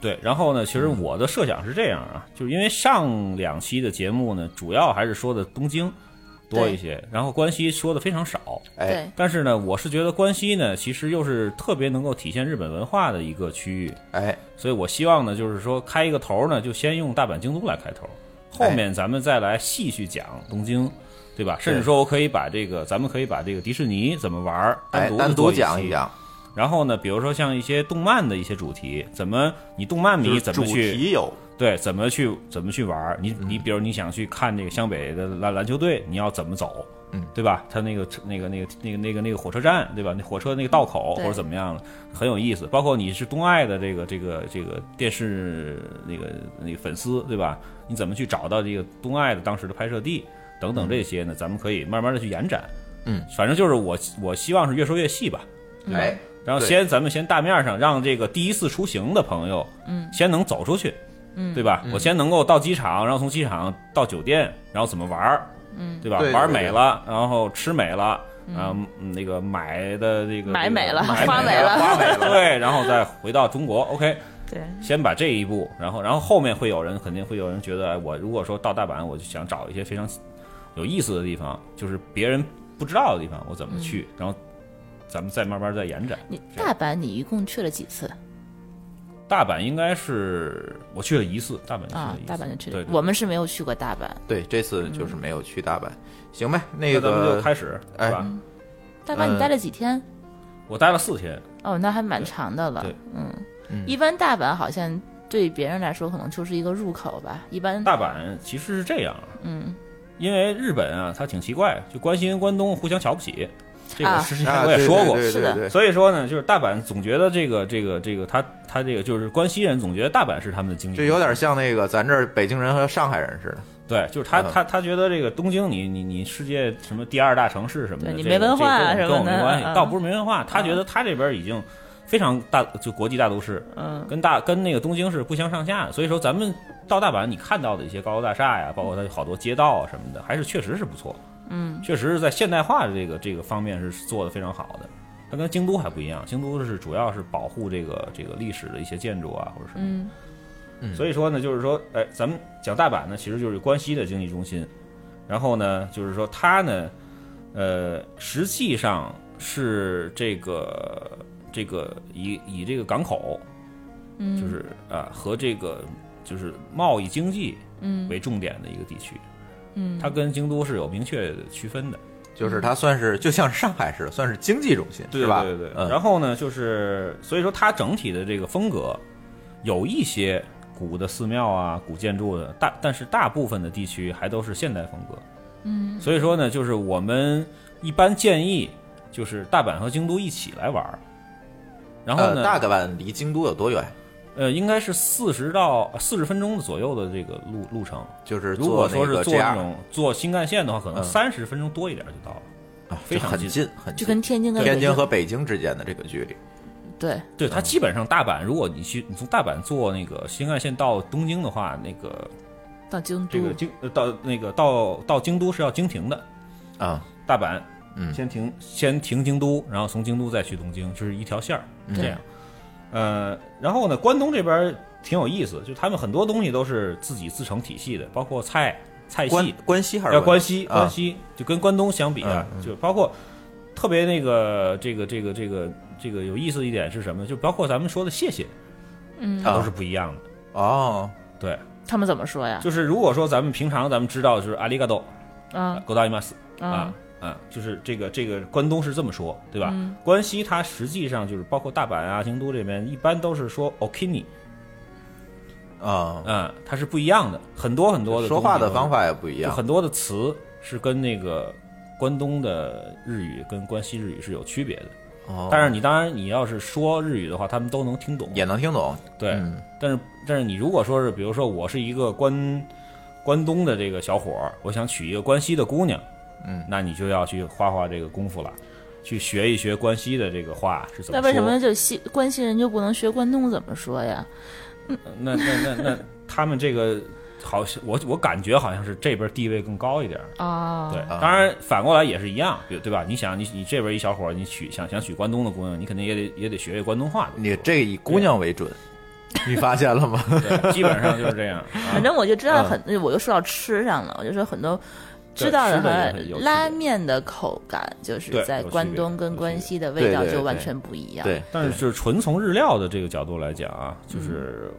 D: 对，然后呢，其实
C: 嗯
D: 我的设想是这样啊，就是因为上两期的节目呢，主要还是说的东京多一些，然后关西说的非常少。
C: 哎，
E: 对。
D: 但是呢，我是觉得关西呢，其实又是特别能够体现日本文化的一个区域，
C: 哎，
D: 所以我希望呢，就是说开一个头呢，就先用大阪、京都来开头，
C: 哎
D: 后面咱们再来细去讲东京，对吧？甚至说我可以把这个，咱们可以把这个迪士尼怎么玩儿，
C: 哎，
D: 独
C: 单
D: 独
C: 独讲一，讲，
D: 然后呢，比如说像一些动漫的一些主题，怎么你动漫
C: 就
D: 迷
C: 是
D: 怎
C: 主
D: 么去
C: 题有
D: 对怎么去怎么去玩儿？你
C: 嗯
D: 你比如你想去看这个湘北的篮篮球队，你要怎么走？
C: 嗯，
D: 对吧？他那个那个那个那个那个那个火车站，对吧？那火车那个道口或
E: 对
D: 者怎么样了，很有意思。包括你是东爱的这个这个这个电视那个那个粉丝，对吧？你怎么去找到这个东爱的当时的拍摄地等等这些呢？咱们可以慢慢的去延展。
C: 嗯，
D: 反正就是我我希望是越说越细吧。
E: 嗯
C: 哎，
D: 然后
C: 对
D: 先咱们先大面上让这个第一次出行的朋友，嗯，先能走出去，嗯，对吧？我先能够到机场，然后从机场到酒店，然后怎么玩儿，嗯，对吧？
C: 对对
D: 玩儿
C: 对
D: 美了，然后吃美了，啊，嗯那个买的这个
E: 买
D: 这个
E: 美了
D: 买
C: 哎
E: 花
D: 美
E: 美了
D: 花美了， 对，然后再回到中国，OK。
E: 对，
D: 先把这一步，然后然后后面会有人肯定会有人觉得，哎，我如果说到大阪，我就想找一些非常有意思的地方，就是别人不知道的地方，我
E: 嗯
D: 怎么去，然后咱们再慢慢再延展。
E: 你
D: 这
E: 大阪你一共去了几次
D: 大阪应该是我去了一次，大阪就去
E: 啊
D: 了一？次，
E: 大阪就去
D: 对
E: 了，
D: 对
E: 我们是没有去过大阪，
C: 对，这次就是没有去大阪，行呗，那
D: 那咱们就
C: 个
D: 开始，
C: 哎
D: 是吧？
E: 大阪你
C: 呃
E: 待了几天？
D: 我待了四天，
E: 哦，那还蛮长的了
D: 嗯对，
E: 嗯，一般大阪好像对别人来说可能就是一个入口吧，一般
D: 大阪其实是这样，嗯，因为日本啊，它挺奇怪，就关西跟关东互相瞧不起，这个
E: 啊
D: 之前
C: 啊，
D: 我也
C: 对
D: 说过，
C: 对
E: 是
C: 对
E: 的
C: 对对，
D: 所以说呢，就是大阪总觉得这个这个这个他他这个就是关西人总觉得大阪是他们的经济，
C: 就有点像那个咱这儿北京人和上海人似的，
D: 对，就是他
C: 嗯
D: 他他觉得这个东京你你你世界什么第二大城市什么的，
E: 对你
D: 这个
E: 没文化啊
D: 这个跟我
E: 什么的
D: 跟我没关系，
E: 嗯
D: 倒不是没文化，他觉得他这边已经非常大，就国际大都市，
E: 嗯，
D: 跟大跟那个东京是不相上下的。所以说咱们到大阪，你看到的一些高楼大厦呀，包括它有好多街道啊什么的，还是确实是不错，嗯，确实是在现代化的这个这个方面是做的非常好的。它跟京都还不一样，京都是主要是保护这个这个历史的一些建筑啊，或者什么的。
E: 嗯
D: 所以说呢，就是说，哎，咱们讲大阪呢，其实就是关西的经济中心。然后呢，就是说它呢，呃，实际上是这个这个以以这个港口，嗯，就是啊和这个就是贸易经济
E: 嗯
D: 为重点的一个地区，
E: 嗯，
D: 它跟京都是有明确的区分的，
C: 就是它算是就像上海似的，算是经济中心，
D: 对
C: 是吧？
D: 对对对。
C: 嗯
D: 然后呢，就是所以说它整体的这个风格有一些古的寺庙啊、古建筑的，大但是大部分的地区还都是现代风格。嗯，所以说呢，就是我们一般建议就是大阪和京都一起来玩儿。然后
C: 呃，
D: 呢，
C: 大阪离京都有多远？
D: 呃，应该是四十到四十分钟的左右的这个路路程。
C: 就是
D: 如果
C: 坐那
D: 说是
C: 个
D: 坐那
C: JR，
D: 种坐新干线的话，可能
C: 嗯
D: 三十分钟多一点就到了。
C: 啊
D: 非
C: 就
D: 常
C: 很
D: 近
C: 近很
E: 就跟
C: 近，
E: 天津跟
C: 天津
E: 北京
C: 和北京之间的这个距离，
E: 对
D: 对，
C: 嗯
D: 它基本上大阪，如果你去你从大阪坐那个新干线到东京的话，那个
E: 到京都
D: 这个京呃到那个到到京都是要经停的，
C: 啊，
D: 大阪
C: 嗯
D: 先停先停京都，然后从京都再去东京，就是一条线儿
C: 嗯
D: 这样。呃，然后呢，关东这边儿挺有意思，就他们很多东西都是自己自成体系的，包括菜菜
C: 关
D: 系，
C: 关西还
D: 要
C: 是
D: 关西
C: 啊嗯
D: 关西就跟关东相比啊，就包括特别那个这个这个这个这个有意思一点是什么？就包括咱们说的谢谢。
E: 嗯
D: 它都
C: 啊
D: 是不一样的。
C: 哦，
D: 对，
E: 他们怎么说呀？
D: 就是如果说咱们平常咱们知道就是阿里嘎多、
E: 啊
D: 勾搭伊玛斯啊
E: 啊
D: 啊，就是这个这个关东是这么说，对吧？关西它实际上就是包括大阪啊、京都这边，一般都是说 okini
C: 啊，
D: 啊，它是不一样的，很多很多的
C: 说话
D: 东
C: 的
D: 西都
C: 方法也不一
D: 就
C: 样，
D: 很多的词是跟那个关东的日语跟关西日语是有区别的。
C: 哦
D: 但是你当然你要是说日语的话，他们都能听懂。
C: 也能听懂，
D: 对，
C: 嗯
D: 但是但是你如果说是，比如说我是一个关关东的这个小伙儿，我想娶一个关西的姑娘，
C: 嗯，
D: 那你就要去花花这个功夫了，去学一学关西的这个话是怎么说。
E: 那
D: 嗯
E: 为什么就西关西人就不能学关东怎么说呀？
D: 那？那那那那他们这个好像我我感觉好像是这边地位更高一点儿。
E: 啊，
D: 对，
C: 啊
D: 当然反过来也是一样，比如对吧？你想，你你这边一小伙儿，你娶想想娶关东的姑娘，你肯定也得也得学学关东话。
C: 你这以姑娘为 准，你发现了吗？
D: 对，基本上就是这样。
E: 反正我就知道
D: 嗯
E: 很，我又说到吃上了，我就说很多
D: 对
E: 知道
D: 吃
E: 的
D: 的
E: 和
D: 也很有区别
E: 拉面的口感，就
D: 对
E: 是在
D: 有区
E: 关
D: 别
E: 东
D: 有
E: 跟
D: 区
E: 关
D: 别
E: 西的味道
C: 对对
E: 就完
C: 对
E: 全不一样。
C: 对，
D: 但是就是纯从日料的这个角度来讲啊，就是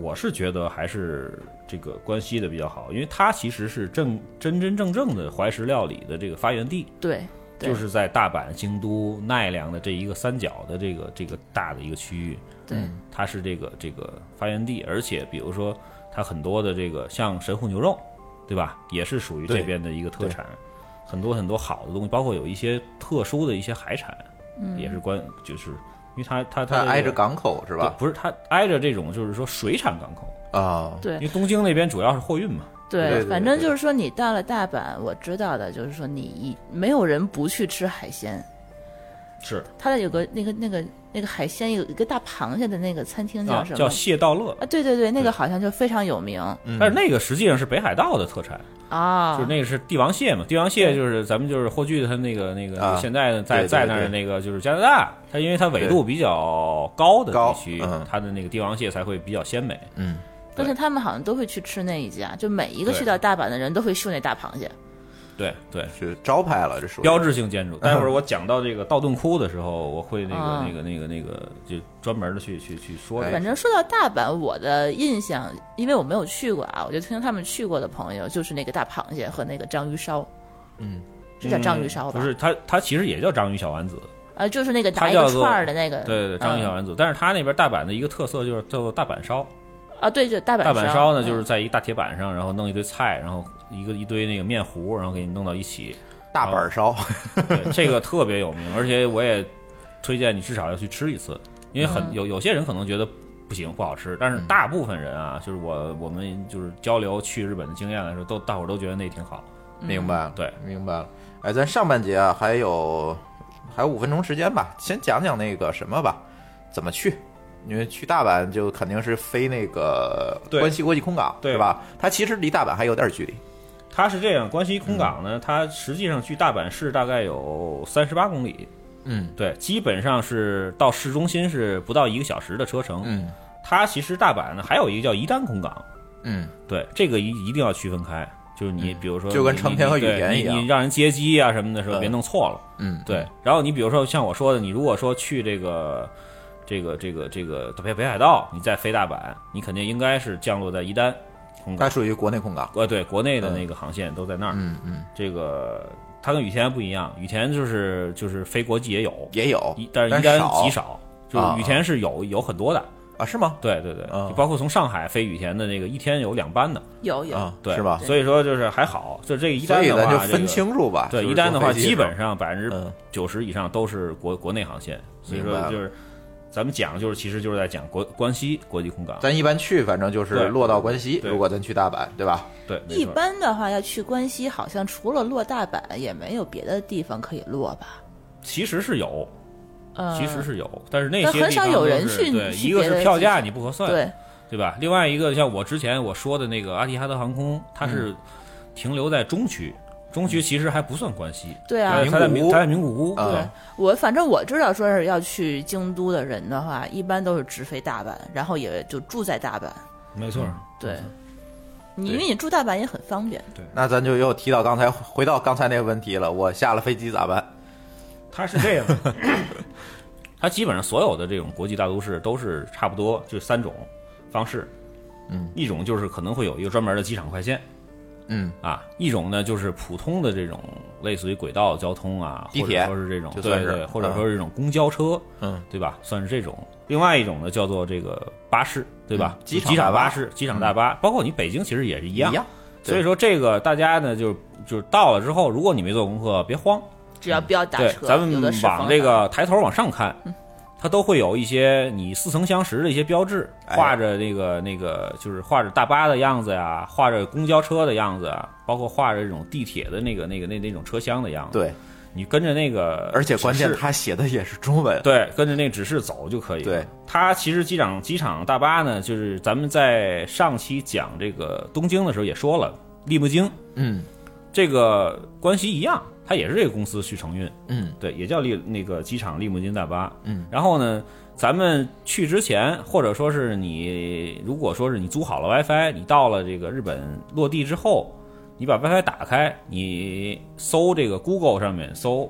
D: 我是觉得还是这个关西的比较好，因为它其实是正真真正正的怀石料理的这个发源地。
E: 对对
D: 就是在大阪、京都、奈良的这一个三角的这个这个大的一个区域，嗯
E: 对，
D: 它是这个这个发源地，而且比如说它很多的这个像神户牛肉，对吧？也是属于这
C: 对
D: 边的一个特产，很多很多好的东西，包括有一些特殊的一些海产，
E: 嗯
D: 也是关就是因为它它
C: 它
D: 这个
C: 挨着港口是
D: 对
C: 吧？
D: 不是它挨着这种就是说水产港口，
C: 啊，
E: 对
D: 因为东京那边主要是货运嘛，
C: 对对对
E: 反正
C: 对
E: 就是说，你到了大阪，我知道的就是说，你一没有人不去吃海鲜。
D: 是
E: 它的有个那个那个那个海鲜有一个大螃蟹的那个餐厅
D: 啊
E: 叫什么？
D: 叫蟹道乐，
E: 啊，对对对，那个好像就非常有名
C: 嗯
D: 但是那个实际上是北海道的特产。
E: 啊。
D: 嗯就是那个是帝王蟹嘛，帝王蟹就是咱们就是霍炬他那个那
C: 啊
D: 个现在在
C: 对对
D: 在那儿的
C: 对
D: 那个就是加拿大，它因为它纬度比较高的
C: 高
D: 地区
C: 嗯，
D: 它的那个帝王蟹才会比较鲜美。
C: 嗯，
E: 但是他们好像都会去吃那一家，就每一个
D: 对
E: 去到大阪的人都会秀那大螃蟹。
D: 对对，
C: 是招牌了，这属于
D: 标志性建筑。待会 儿我讲到这个道顿窟的时候，我会那个
E: 啊
D: 那个那个那个就专门的去去去说
C: 哎
D: 这
E: 反
D: 个。
E: 正说到大阪，我的印象，因为我没有去过啊，我就听他们去过的朋友，就是那个大螃蟹和那个章鱼烧，
C: 嗯，
E: 是叫章鱼烧吧？
D: 不是，它它其实也叫章鱼小丸子，
E: 啊，就是那个
D: 它
E: 拿一个
D: 叫做
E: 串儿的那个，
D: 对对对，章鱼小
E: 嗯
D: 丸子。但是它那边大阪的一个特色就是叫做大阪烧，
E: 啊，对，就大阪
D: 大阪烧呢，就是
E: 嗯
D: 在一大铁板上，然后弄一堆菜，然后一个一堆那个面糊，然后给你弄到一起。
C: 大板
D: 嗯
C: 烧，
D: 对，这个特别有名，而且我也推荐你至少要去吃一次，因为很有有些人可能觉得不行不好吃，但是大部分人啊，就是我我们就是交流去日本的经验来说，都大伙儿都觉得那挺好。
C: 明白了，
D: 嗯对，
C: 明白了。哎，咱上半节啊，还有还有五分钟时间吧，先讲讲那个什么吧，怎么去？因为去大阪就肯定是飞那个
D: 对
C: 关西国际空港，
D: 对
C: 是吧？它其实离大阪还有点距离，
D: 它是这样，关西空港呢，它实际上距大阪市大概有三十八公里，
C: 嗯
D: 对，基本上是到市中心是不到一个小时的车程。
C: 嗯
D: 它其实大阪呢还有一个叫一丹空港，
C: 嗯，
D: 对，这个一一定要区分开。就是你，比如说你，
C: 就跟成片和
D: 你
C: 语言
D: 你
C: 一样
D: 你让人接机啊什么的时候，
C: 嗯
D: 别弄错了。
C: 嗯，
D: 对，然后你比如说像我说的，你如果说去这个这个这个这个北北海道，你再飞大阪，你肯定应该是降落在伊丹空
C: 它
D: 港。
C: 属于国内空港，
D: 呃，对，国内的那个航线都在那儿。
C: 嗯嗯，
D: 这个它跟羽田不一样，羽田就是就是飞国际也有，
C: 也有
D: 一，但是伊
C: 但是
D: 丹
C: 少
D: 极少，就是羽田是有有很多的。
C: 啊，是吗？
D: 对对对，
C: 啊
D: 就包括从上海飞羽田的那个一天有两班的，
E: 有有
C: 啊，
D: 对，
C: 是吧？
D: 所以说就是还好，就这一
C: 所
D: 单
C: 以
D: 的
C: 咱
D: 话，
C: 就
D: 这
C: 分
D: 个
C: 清楚吧。
D: 对
C: 就是
D: 一单的话，
C: 坐飞机
D: 基
C: 时候
D: 本上百分之
C: 嗯
D: 九十以上都是国国内航线，所以
C: 明
D: 说
C: 白
D: 就是咱们讲就是其实就是在讲国关西国际空港，
C: 咱一般去，反正就是
D: 啊对
C: 落到关西。
D: 对
C: 如果咱去大阪，对吧？
D: 对，没
E: 一
D: 错
E: 般的话要去关西，好像除了落大阪，也没有别的地方可以落吧？
D: 其实是有，
E: 呃，
D: 其实是有，但是那
E: 但
D: 些
E: 很
D: 地
E: 少
D: 方
E: 有
D: 都
E: 人
D: 是
E: 去
D: 对，
E: 去
D: 一个
E: 别
D: 是
E: 的
D: 票
E: 地
D: 价
E: 方
D: 你不合算，
E: 对，
D: 对吧？另外一个像我之前我说的那个阿提哈德航空，
C: 嗯
D: 它是停留在中区，中区其实还不算关西，
E: 对啊
D: 它它在
C: 名古
D: 名
C: 屋
D: 它在名古屋，
C: 啊，
E: 我反正我知道，说是要去京都的人的话，一般都是直飞大阪，然后也就住在大阪。
D: 没错，
C: 嗯
E: 对，
D: 嗯
E: 你因为你住大阪也很方便。
C: 那咱就又提到刚才，回到刚才那个问题了。我下了飞机咋办？
D: 它是 这样的，它基本上所有的这种国际大都市都是差不多，就三种方式。
C: 嗯，
D: 一种就是可能会有一个专门的机场快线
C: 嗯，
D: 啊，一种呢就是普通的这种类似于轨道交通啊，
C: 地
D: 或
C: 铁
D: 者说是这种
C: 就算
D: 对
C: 是
D: 对，
C: 嗯
D: 或者说是这种公交车，
C: 嗯，
D: 对吧？算是这种。另外一种呢叫做这个巴士，对吧？
C: 嗯机场
D: 机
C: 大巴嗯
D: 巴士、机场大巴，包括你北京其实也是一
C: 一
D: 样。
C: 对
D: 所以说这个大家呢就就是到了之后，如果你没做功课，别慌，
E: 只要不要打
D: 嗯对，
E: 车，
D: 咱
E: 有
D: 们
E: 的是
D: 往
E: 方
D: 这
E: 法
D: 个抬头往上看，它都会有一些你似曾相识的一些标志，
C: 哎
D: 画着那个那个就是画着大巴的样子呀，画着公交车的样子啊，包括画着这种地铁的那个那个那那种车厢的样子。，
C: 对，
D: 你跟着那个，
C: 而且关键
D: 指示
C: 他写的也是中文。
D: 对，跟着那指示走就可以。
C: 对，
D: 它其实机场机场大巴呢，就是咱们在上期讲这个东京的时候也说了，利木京
C: 嗯
D: 这个关系一样，它也是这个公司去承运。
C: 嗯
D: 对，也叫利那个机场利木津大巴。
C: 嗯，
D: 然后呢，咱们去之前，或者说是你如果说是你租好了 WiFi，你到了这个日本落地之后，你把 WiFi 打开，你搜这个 Google 上面搜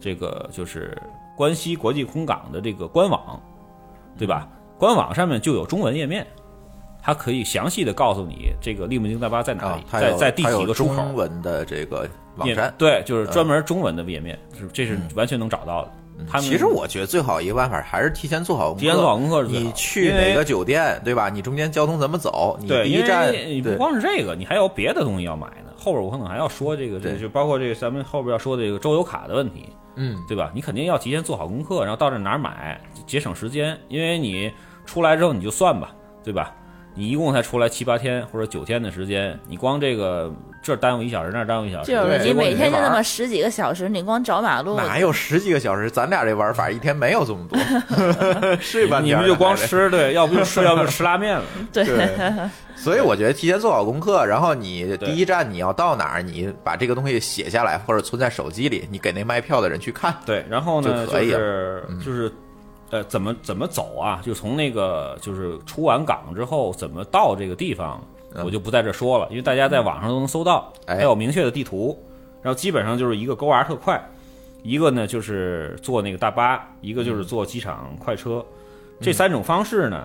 D: 这个就是关西国际空港的这个官网，对
C: 嗯
D: 吧？官网上面就有中文页面。它可以详细的告诉你这个利木津大巴在哪
C: 啊
D: 里，，
C: 它
D: 在
C: 有
D: 在第
C: 它
D: 几
C: 有
D: 个出口，
C: 中文的这个网站。嗯
D: 对，就是专门中文的页面，是这是完全能找到的。他们
C: 其实我觉得最好一个办法还是提前做好功课。
D: 提前做好功课是最好
C: 你去哪个酒店，对吧？你中间交通怎么走？你
D: 对，
C: 第
D: 因
C: 一站
D: 为你不
C: 对
D: 光是这个，你还有别的东西要买呢。后边我可能还要说这个，这
C: 对
D: 就包括这个咱们后边要说的这个周游卡的问题，
C: 嗯，
D: 对吧？你肯定要提前做好功课，然后到这哪儿买，节省时间，因为你出来之后你就算吧，对吧？你一共才出来七八天或者九天的时间，你光这个这儿耽误一小时，那儿耽误一小时，
E: 就是
C: 对
E: 你每天就那
C: 我没法
E: 么
C: 儿
E: 十几个小时，你光找马路，
C: 哪有十几个小时？咱俩这玩法一天没有这么多， 睡吧
D: 你们就光吃，对，要不就吃，要不就吃拉面了。
E: 对
C: 对， 所以我觉得提前做好功课，然后你第一站你要到哪儿，你把这个东西写下来或者存在手机里，你给那卖票的人去看。
D: 对，然后呢，
C: 就
D: 就
C: 可以了嗯
D: 是就是，呃，怎么怎么走啊？就从那个就是出完港之后，怎么到这个地方，
C: 嗯
D: 我就不在这说了，因为大家在网上都能搜到，
C: 哎
D: 还有明确的地图。然后基本上就是一个勾 R 特快，一个呢就是坐那个大巴，一个
C: 嗯
D: 就是坐机场快车，这三种方式呢，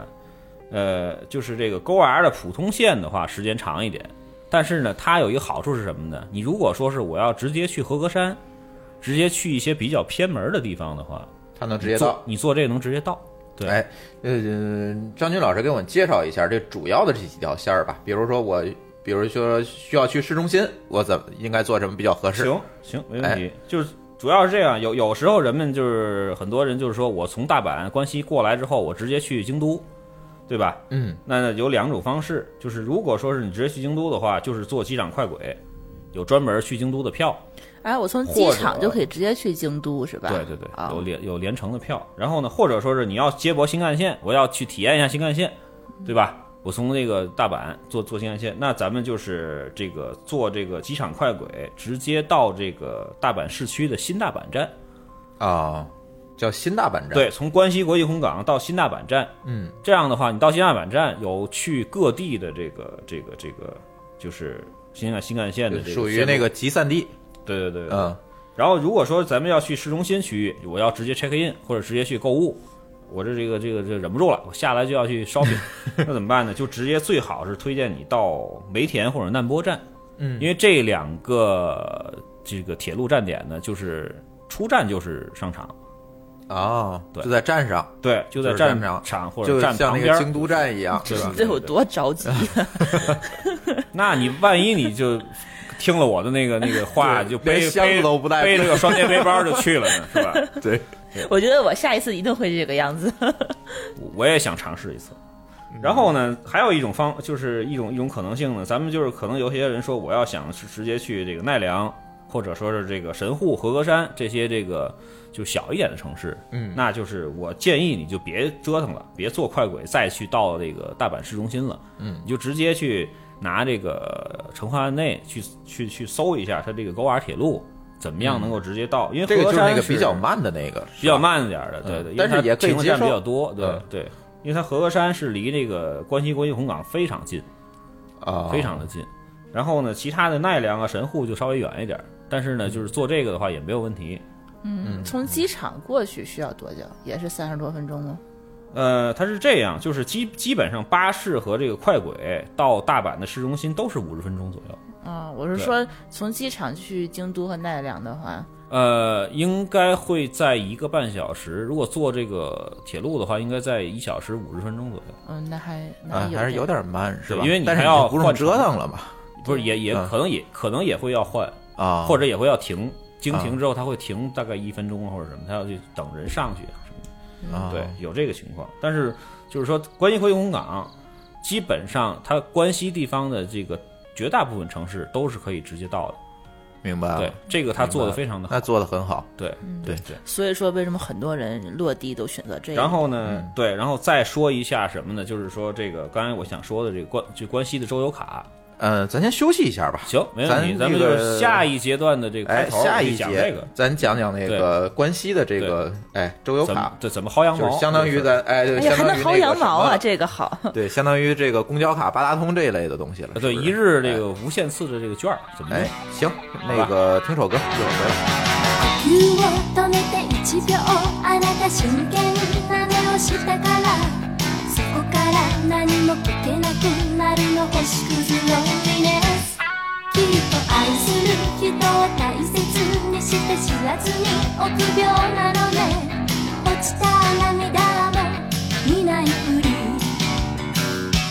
D: 呃，就是这个勾 R 的普通线的话，时间长一点。但是呢，它有一个好处是什么呢？你如果说是我要直接去合格山，直接去一些比较偏门的地方的话，
C: 他能直接
D: 坐
C: 到。
D: 你坐这个能直接到。对，
C: 哎，呃，张军老师给我们介绍一下这主要的这几条线儿吧。比如说我，比如说需要去市中心，我怎么应该做什么比较合适？
D: 行行，没问题。就是主要是这样，有有时候人们就是很多人就是说我从大阪关西过来之后，我直接去京都，对吧？
C: 嗯，
D: 那有两种方式，就是如果说是你直接去京都的话，就是坐机场快轨，有专门去京都的票。
E: 哎，我从
D: 或
E: 机
D: 者
E: 场就可以直接去京都，是吧？
D: 对对对，
E: 啊
D: 有连有连程的票。然后呢，或者说是你要接驳新干线，我要去体验一下新干线，对吧？我从那个大阪坐坐新干线，那咱们就是这个坐这个机场快轨，直接到这个大阪市区的新大阪站。
C: 啊、叫新大阪站。
D: 对，从关西国际空港到新大阪站，
C: 嗯，
D: 这样的话，你到新大阪站有去各地的这个这个这个，就是新干新干线的
C: 就
D: 这个
C: 属于
D: 线路
C: 那个集散地。
D: 对对对，对
C: 嗯，
D: 然后如果说咱们要去市中心区域，我要直接 check in 或者直接去购物，我这这个这个这忍不住了，我下来就要去 shopping，那怎么办呢？就直接最好是推荐你到梅田或者难波站，
C: 嗯
D: 因为这两个这个铁路站点呢，就是出站就是商场，
C: 哦，
D: 对
C: 就在站上，
D: 对，就在
C: 就是
D: 站
C: 站场
D: 场或
C: 就
D: 者站
C: 像
D: 旁
C: 那
D: 边
C: 个
D: 儿。
C: 京都站一样，
D: 对吧？
E: 这有多着急？
D: 那你万一你就听了我的那个那个话，
C: 对
D: 就背
C: 连箱子
D: 背
C: 都不带
D: 背着个双肩背包就去了呢，是吧？
C: 对，
E: 我觉得我下一次一定会这个样子。
D: 我也想尝试一次。然后呢，还有一种方，就是一种一种可能性呢，咱们就是可能有些人说，我要想是直接去这个奈良，或者说是这个神户、和歌山这些这个就小一点的城市，嗯，那就是我建议你就别折腾了，别坐快轨再去到这个大阪市中心了，嗯，你就直接去拿这个城环内去去去搜一下它这个高瓦铁路怎么样能够直接到，因为
C: 嗯这个
D: 和
C: 就
D: 歌
C: 是
D: 山
C: 那个比
D: 是
C: 较慢的那个，
D: 比较慢一点儿的，对对，
C: 嗯
D: 因为
C: 但是
D: 它
C: 也可以
D: 停车站
C: 接受
D: 比较多，对
C: 嗯
D: 对，因为它和歌山是离这个关西国际红港非常近，
C: 啊，
D: 非常的近。然后呢，其他的奈良啊、神户就稍微远一点儿，但是呢，就是做这个的话也没有问题。嗯
E: 从机场过去需要多久？也是三十多分钟吗？
D: 呃，它是这样，就是基基本上巴士和这个快轨到大阪的市中心都是五十分钟左右。
E: 啊、我是
D: 对
E: 说从机场去京都和奈良的话，
D: 呃，应该会在一个半小时，如果坐这个铁路的话，应该在一小时五十分钟左右。
E: 嗯，那还那
C: 啊，还是有
E: 点
C: 点慢，是吧？
D: 对因为你
C: 但是
D: 还要
C: 就不用
D: 换
C: 折腾了嘛，
D: 不是，也也
C: 嗯
D: 可能也、可能也会要换，
C: 啊，
D: 或者也会要停，经停
C: 啊
D: 之后它会停大概一分钟或者什么，它要去等人上去什么的。
C: 啊
D: 对，有这个情况。但是就是说，关西回空港，基本上它关西地方的这个绝大部分城市都是可以直接到的。
C: 啊明白了，
D: 对，这个它做的非常的好
C: 那。做的很好，
D: 对
C: 对
D: 对。
E: 所以说为什么很多人落地都选择这个？
D: 然后呢，
C: 嗯
D: 对，然后再说一下什么呢？就是说这个刚才我想说的这个关就关西的周游卡，
C: 嗯，咱先休息一下吧。
D: 行，没问题，
C: 咱
D: 咱们
C: 这
D: 就
C: 个
D: 是下一阶段的这个开
C: 哎，
D: 头，
C: 下
D: 我
C: 一
D: 就
C: 节
D: 讲这个
C: 咱讲讲那个关西的这个哎周游
D: 怎么
C: 卡，
D: 对怎么薅羊
C: 就
D: 毛，
C: 是相当于
D: 在。
C: 咱哎，就
E: 哎
C: 是
E: 呀，
C: 相
E: 还
C: 当
E: 能
C: 于
E: 薅羊毛啊，
C: 那个什么
E: 这 个好。
C: 对，相当于这个公交卡、八达通这一类的东西了。
D: 啊，对，
C: 是不
D: 一
C: 是
D: 日这个无限次的这个券儿怎么
C: 哎行，
D: 用？，
C: 那个听首歌，一会儿回来。
F: 理由を止めて1秒あなた真剣な目をしたからそこから何も解けなくなるの星屑のビネスきっと愛する人を大切にして知らずに臆病なのね落ちた涙も見ないふり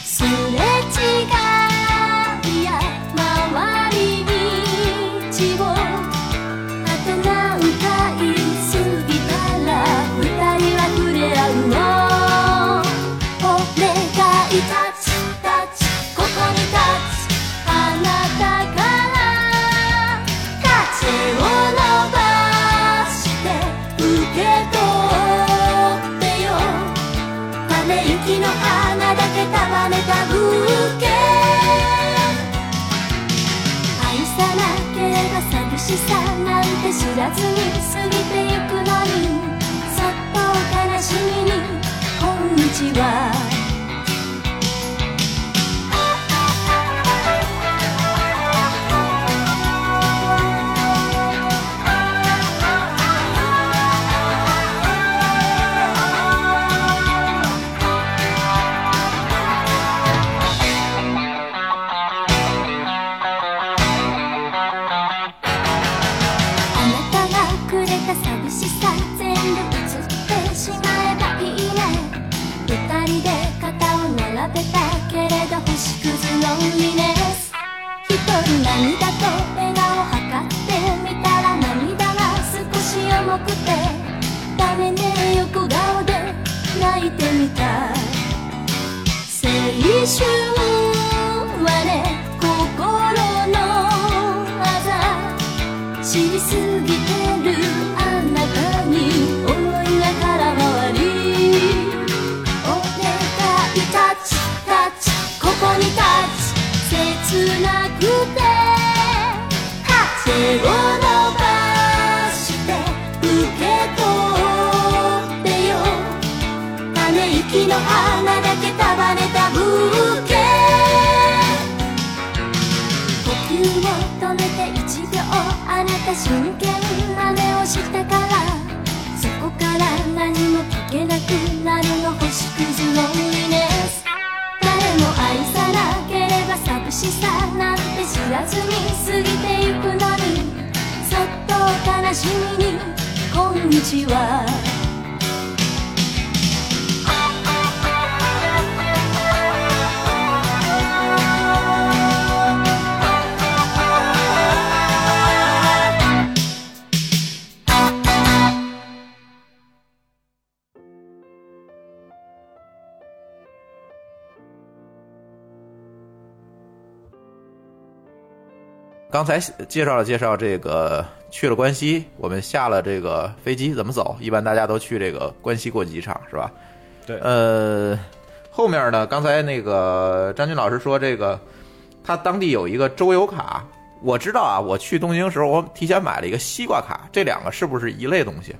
F: すれ違いや周り道をあと何回過ぎたら二人は触れ合うのお願いタッチタッチここにタッチあなたから風を伸ばして受け取ってよため息の花だけ束ねたブーケ愛さなければ寂しさなんて知らずに過ぎてゆくのにそっと悲しみに「こんにちは」あなたがくれた寂しさ全部映ってしまえばいいね二人で肩を並べたけれど星屑の海です一人涙と笑顔を測ってみたら涙が少し重くてダメね横顔で泣いてみた青春はね心のあざ知りすぎてるあなたに思いが空回りお願いタッチタッチここにタッチ切なくて風を伸ばして受け取ってよため息の花だけ束ねたブーケ呼吸を止めて1秒あなた真剣な目をしたからそこから何も聞けなくなるの星屑の海です誰も愛さなければ寂しさなんて知らずに過ぎてゆくのにそっと悲しみに「こんにちは」
C: 刚才介绍了介绍这个去了关西，我们下了这个飞机怎么走？一般大家都去这个关西国际机场是吧？
D: 对
C: 呃，后面呢，刚才那个张军老师说这个他当地有一个周游卡，我知道啊，我去东京时候我提前买了一个西瓜卡，这两个是不是一类东西？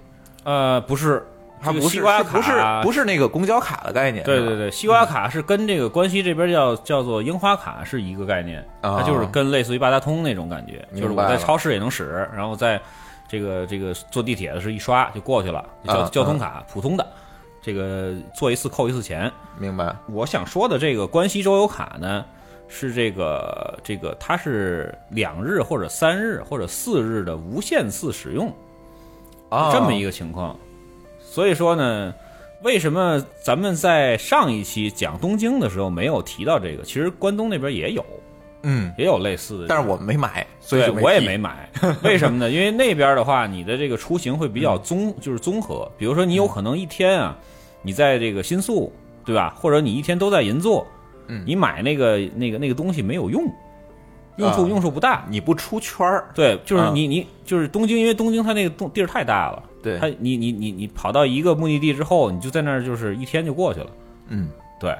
D: 呃，不是，
C: 它
D: 这
C: 不
D: 个
C: 是
D: 西瓜
C: 是
D: 卡，
C: 不是不
D: 是。
C: 是那个公交卡的概念，啊
D: 对
C: 是吧
D: 对对，
C: 嗯
D: 西瓜卡是跟这个关西这边叫叫做樱花卡是一个概念，
C: 啊
D: 它就是跟类似于八达通那种感觉，
C: 明白
D: 就是我在超市也能使，然后在这个这个坐地铁的时候一刷就过去了，
C: 啊
D: 交交通卡普通的，这个做一次扣一次钱。
C: 明白。
D: 我想说的这个关西周游卡呢，是这个这个它是两日或者三日或者四日的无限次使用，
C: 啊，
D: 这么一个情况。所以说呢，为什么咱们在上一期讲东京的时候没有提到这个？其实关东那边也有，
C: 嗯，
D: 也有类似的，
C: 但是我没买，所以
D: 对
C: 就
D: 我也
C: 提
D: 没买，为什 么呢？因为那边的话，你的这个出行会比较综，就是综合。比如说，你有可能一天啊，你在这个新宿，对吧？或者你一天都在银座，
C: 嗯
D: 你买那个那个那个东西没有用，用处、
C: 啊
D: 用处不大。
C: 你不出圈儿，
D: 对，就是
C: 啊
D: 你、你就是东京，因为东京它那个东地儿太大了，
C: 对
D: 它你你你你跑到一个目的地之后，你就在那儿就是一天就过去了。
C: 嗯，
D: 对，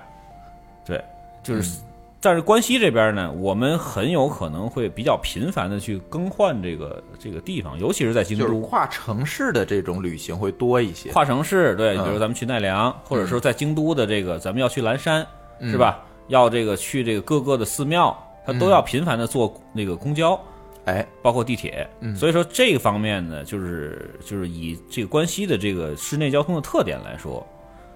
D: 对，就是。但是关西这边呢，我们很有可能会比较频繁的去更换这个这个地方，尤其是在京
C: 就是
D: 都
C: 跨城市的这种旅行会多一些。
D: 跨城市。对，
C: 嗯
D: 比如咱们去奈良，或者说在京都的这个，咱们要去岚山，
C: 嗯
D: 是吧？要这个去这个各个的寺庙，它都要频繁的坐那个公交，
C: 哎，
D: 包括地铁。
C: 嗯
D: 所以说这个方面呢，就是就是以这个关西的这个市内交通的特点来说，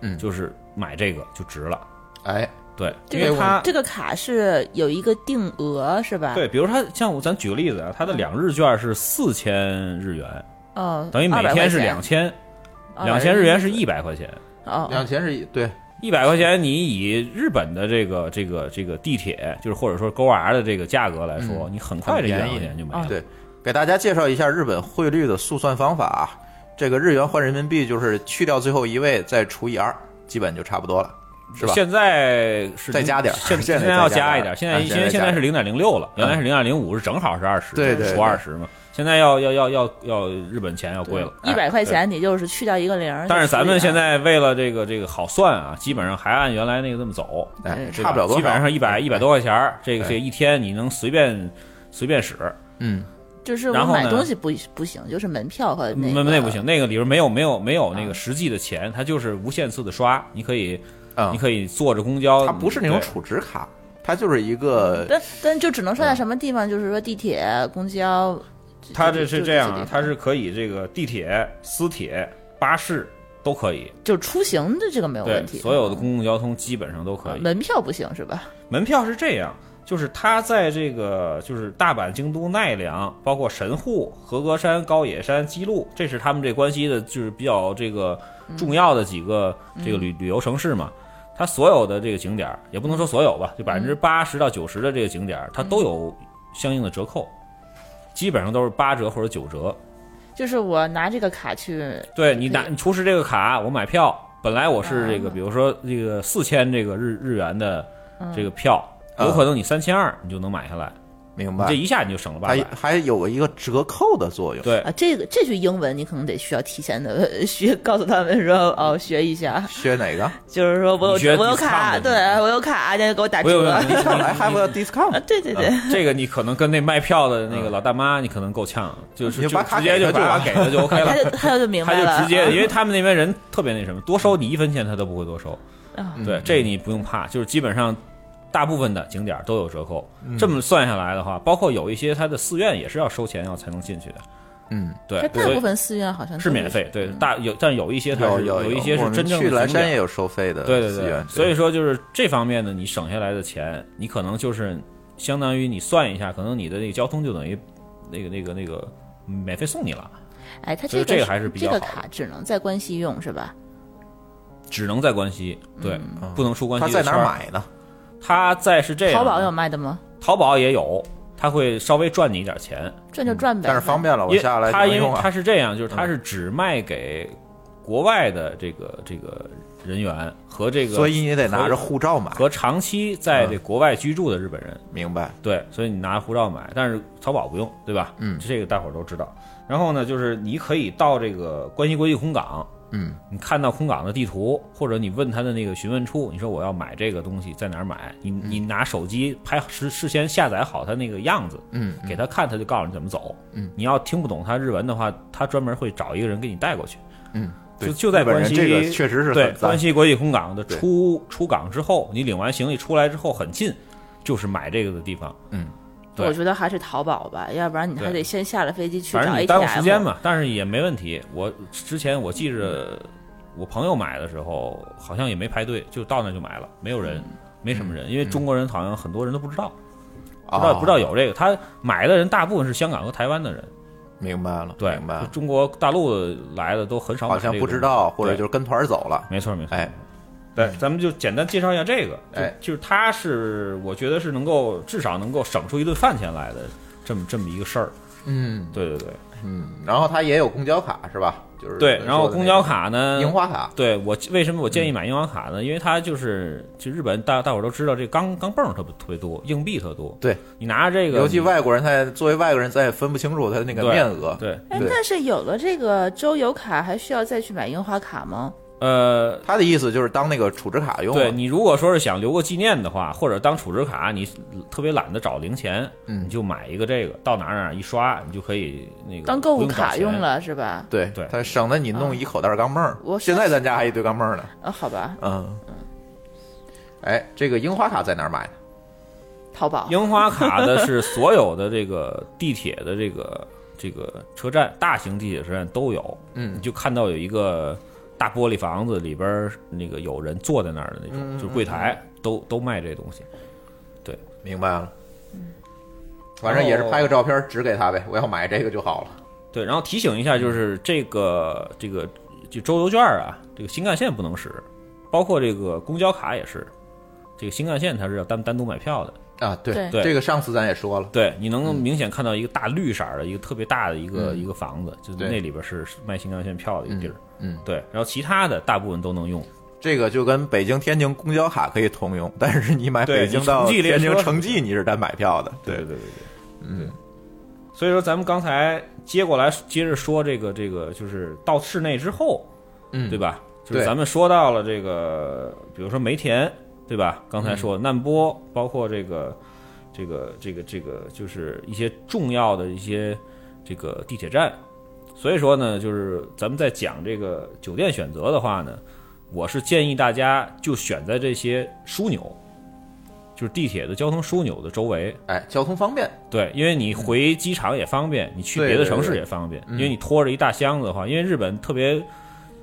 C: 嗯
D: 就是买这个就值了。
C: 哎，
D: 对，
E: 这
D: 因为
E: 个
D: 它
E: 卡这个卡是有一个定额是吧？，
D: 对，比如它像我咱举个例子啊，它的两日券是四千日元，
E: 哦，
D: 等于每
E: 200
D: 天是
E: 块钱
D: 两千，
E: 200
D: 两千日元是一百块钱，
E: 哦，
C: 两千是一对
D: 一百块钱，你以日本的这个这个这个地铁，就是或者说 GoR 的这个价格来说，
C: 嗯
D: 你很快这一
C: 很
D: 百
C: 便宜
D: 块钱就没
E: 啊
D: 了。
C: 对，给大家介绍一下日本汇率的速算方法啊。这个日元换人民币就是去掉最后一位，再除以二，基本就差不多了，是吧？
D: 现在是
C: 再
D: 零
C: 加点儿
D: 现
C: 现在
D: 在要
C: 再加点
D: 加
C: 儿
D: 一点儿，现在
C: 啊
D: 因
C: 现在
D: 为现
C: 加
D: 在是
C: 点
D: 零点零六了，原来是零点零五，是正好是二十，
C: 对对
D: 除
C: 对
D: 二十嘛。现在要要要要要日本钱要贵了。哎
E: 一百块钱你就是去掉一个零儿。
D: 啊但是咱们现
E: 在
D: 在为了这个这个好算啊，基本上还按原来那个这么走，
C: 哎，
D: 对
C: 差
D: 吧
C: 不了多少，
D: 基本上一百一百多块钱儿，这个
C: 对
D: 这一天你能随便随便使，
C: 嗯，
E: 就是我
D: 然后呢
E: 买东西不不行，就是门票和那
D: 那
E: 个啊
D: 那不行，那个里边没有没有没有那个实际的钱，它就是无限次的刷，你可以
C: 嗯
D: 你可以坐着公交，
C: 它不是那种
D: 对
C: 储值卡，它就是一个
E: 但但就只能
D: 嗯
E: 刷在什么地方，就是说地铁、公交。
D: 它
E: 就
D: 这
E: 就是
D: 这样啊，
E: 地方
D: 它是可以这个地铁、私铁、巴士都可以，
E: 就出行的这个没有
D: 对
E: 问，题。嗯
D: 所有的公共交通基本上都可以。
E: 门票不行是吧？
D: 门票是这样，就是它在这个就是大阪、京都、奈良，包括神户、和歌山、高野山、姬路，这是他们这关西的，就是比较这个重要的几个
E: 嗯
D: 这个旅旅游城市嘛。它所有的这个景点儿，也不能说所有吧，就百分之八十到九十的这个景点儿，它都有相应的折扣，基本上都是八折或者九折。
E: 就是我拿这个卡去，
D: 对你拿
E: 可以
D: 你出示这个卡，我买票，本来我是这个，比如说这个四千这个日日元的这个票，
C: 啊
D: 有可能你三千二你就能买下来，
C: 明
D: 你
C: 白
D: 这，一下你就省了八
C: 还
D: 百。
C: 还有一个折扣的作用。
D: 对
E: 啊，这个这句英文你可能得需要提前的学，告诉他们说哦，学一下，
C: 学哪个？
E: 就是说我
D: 你学
E: 有我有
D: discount
E: 卡，
D: 的
E: 对我有卡，现在给我打
D: 我有
E: 折。
D: 问题
E: 啊，
C: 上来还不要 discount？
E: 对对对，
D: 这个你可能跟那卖票的那个老大妈，你可能够呛，就是
C: 你
D: 就
C: 就把卡
D: 直接就
C: 给她就
D: 把
C: 完
D: 卡给他就 OK
E: 他就
D: 了，
E: 他就明
D: 嗯他
E: 白了，
D: 就直接，因
E: 啊
D: 为他们那边人特别那什么，多收你一分钱他都不会多收。
E: 啊
C: 嗯
D: 对，这你不用怕，就是基本上大部分的景点都有折扣。
C: 嗯
D: 这么算下来的话，包括有一些它的寺院也是要收钱要才能进去的。
C: 嗯，
D: 对
E: 这，大
D: 所以
E: 部分寺院好像都
D: 是免费，对，大有，但有一些它
C: 有
D: 是
C: 有
D: 一些
C: 我
D: 是
C: 们
D: 真正
C: 去
D: 的
C: 岚
D: 景
C: 山
D: 点
C: 也有收费的
D: 对对
C: 资源
D: 对，，所以说就是这方面呢，你省下来的钱，你可能就是相当于你算一下，可能你的那个交通就等于那个那个那个免费送你了，
E: 哎，他
D: 所以
E: 这
D: 这
E: 个
D: 个还是比较
E: 这
D: 好
E: 个卡只能在关西用是吧？
D: 只能在关西，对，不能出关
C: 嗯他
D: 西。
C: 在哪儿？买呢？
D: 它在是这样，
E: 淘宝有，卖的吗？
D: 淘宝也有，它会稍微赚你一点钱，
E: 赚就赚呗，
C: 嗯但是方便了，我
D: 因为
C: 下来
D: 它
C: 就能
D: 因为
C: 用
D: 它
C: 啊。
D: 是这样，就是它是只卖给国外的这个这个人员和这个，
C: 所以你得拿着嗯
D: 和
C: 护照买，
D: 和长期在这国外居住的日本人。
C: 明白？
D: 对，所以你拿护照买，但是淘宝不用，对吧？
C: 嗯
D: 这个大伙儿都知道。然后呢，就是你可以到这个关西国际空港，
C: 嗯，
D: 你看到空港的地图，或者你问他的那个询问处，你说我要买这个东西在哪儿买，你
C: 嗯
D: 你拿手机拍事事先下载好他那个样子，
C: 嗯，
D: 给他看，他就告诉你怎么走。
C: 嗯，
D: 你要听不懂他日文的话，他专门会找一个人给你带过去。
C: 嗯，对
D: 就就在
C: 日本
D: 关
C: 人
D: 西，
C: 这个确实是
D: 对
C: 很赞
D: 关西国际空港的
C: 对
D: 出出港之后，你领完行李出来之后很近，就是买这个的地方。
C: 嗯，
D: 对
E: 我觉得还是淘宝吧，要不然你还
D: 对
E: 得先下了飞机去找
D: 反
E: ATM。
D: 正你耽误时间嘛，但是也没问题。我之前我记着我朋友买的时候，好像也没排队，就到那就买了，没有
C: 嗯
D: 人，没什么人，因为中国人好像很多人都不知道，不知道
C: 哦
D: 不知道有这个。他买的人大部分是香港和台湾的人，
C: 明白了，
D: 对
C: 哦明白，了
D: 就，中国大陆来的都很少买
C: 好
D: 这个东
C: 像
D: 西，
C: 不知道，或者
D: 对嗯
C: 就是跟团儿走了。
D: 没错没错。
C: 哎，
D: 对，咱们就简单介绍一下这个，就
C: 哎
D: 就是它是我觉得是能够至少能够省出一顿饭钱来的这么这么一个事儿。
C: 嗯
D: 对对对
C: 嗯，然后他也有公交卡是吧？就是
D: 对，然后公交卡呢，
C: 樱花卡，
D: 对我为什么我
C: 嗯
D: 建议买银行卡呢？因为它就是就日本大大伙儿都知道，这钢钢镚儿特别特别多，硬币特多。
C: 对，
D: 你拿着这个，
C: 尤其外国人，他作为外国人，咱也分不清楚他那个
D: 对
C: 面额。
D: 对，
E: 哎，
C: 对
E: 但是有了这个周游卡，还需要再去买樱花卡吗？
D: 呃，
C: 他的意思就是当那个储值卡用。
D: 对，你如果说是想留个纪念的话，或者当储值卡，你特别懒得找零钱，
C: 嗯
D: 你就买一个这个，到哪儿哪儿一刷，你就可以那个
E: 当购
D: 不
E: 物
D: 用找
E: 卡
D: 钱
E: 用。了是吧？
C: 对
D: 对
C: 他省得你弄一口袋钢镚儿。
E: 我
C: 现在咱家还一堆钢镚儿呢。
E: 啊，好吧，
C: 嗯，哎，这个樱花卡在哪儿买的？
E: 淘宝。
D: 樱花卡的是所有的这个地铁的这个这个车站，大型地铁车站都有。
C: 嗯
D: 你就看到有一个大玻璃房子里边儿那个有人坐在那儿的那种，
C: 嗯
D: 就是柜台都都卖这东西。
C: 明白了。反正也是拍个照片指给他呗，我要买这个就好了。
D: 对，然后提醒一下，就是这个这个就周游券啊，这个新干线不能使，包括这个公交卡也是，这个新干线它是要单单独买票的。
C: 啊，对，
D: 对
C: 这个上次咱也说了，
D: 对，你能明显看到一个大绿色儿的一个特别大的一个、
C: 嗯
D: 一个房子，就是
C: 对
D: 那里边是是卖新干线票的一个地儿。
C: 嗯嗯
D: 对，然后其他的大部分都能用。
C: 这个就跟北京、天津公交卡可以通用，但是你买
D: 对
C: 北京到
D: 你城际列
C: 天
D: 车
C: 津城际你是单买票的。
D: 对对对对，嗯。所以说，咱们刚才接过来接着说这个这个，就是到市内之后，
C: 嗯
D: 对吧？就是
C: 对
D: 咱们说到了这个，比如说梅田，对吧？刚才说的难波，包括这个这个这个这个，就是一些重要的一些这个地铁站。所以说呢，就是咱们在讲这个酒店选择的话呢，我是建议大家就选在这些枢纽，就是地铁的交通枢纽的周围，
C: 哎，交通方便，
D: 对，因为你回机场也方便，你去
C: 嗯对
D: 别的
C: 对
D: 城市
C: 对嗯
D: 也方便，因为你拖着一大箱子的话，因为日本特别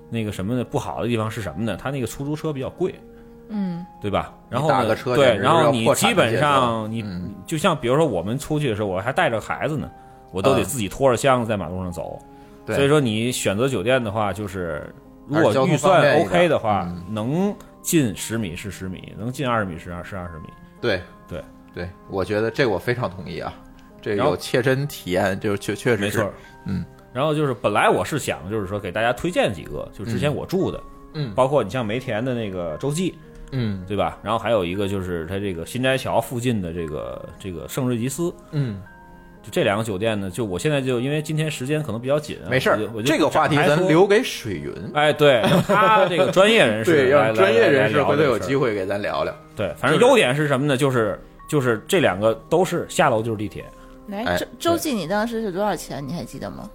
D: 那个什么的不好的地方是什么呢？它那个出租车比较贵，嗯，对吧？然后
C: 打
D: 呢
C: 个车
D: 对，
C: 简直
D: 然
C: 是
D: 后
C: 要
D: 你
C: 破产
D: 基
C: 的
D: 本
C: 节奏
D: 上你
C: 嗯
D: 就像比如说我们出去的时候，我还带着孩子呢，我都得
C: 嗯
D: 自己拖着箱子在马路上走。
C: 对
D: 所以说你选择酒店的话，就是如
C: 还是交
D: 果
C: 通
D: 预
C: 方便
D: 算
C: 一点嗯
D: OK 的话，能近十米是十米，能近二十米是二是二十米。
C: 对
D: 对
C: 对，我觉得这我非常同意啊，这
D: 然后
C: 有切身体验，就是确确实
D: 没
C: 是
D: 错，
C: 嗯。
D: 然后就是本来我是想就是说给大家推荐几个，就之前我住的，
C: 嗯
D: 包括你像梅田的那个洲际，
C: 嗯
D: 对吧？然后还有一个就是它这个新斋桥附近的这个这个圣瑞吉斯，
C: 嗯，
D: 就这两个酒店呢，就我现在就因为今天时间可能比较紧啊、
C: 没事
D: 我就我
C: 儿，
D: 就
C: 这个话题咱
D: 展开说。
C: 留给水云。
D: 哎，对，让他这个专业人 士
C: 对，
D: 来
C: 让专业人
D: 来
C: 士
D: 来聊
C: 回头
D: 这
C: 有
D: 事儿
C: 机会给咱聊聊。
D: 对，反正
C: 就是
D: 优点是什么呢？就是就是这两个都是下楼就是地铁，
C: 哎
E: 来，周周记，你当时是多少钱？你还记得吗？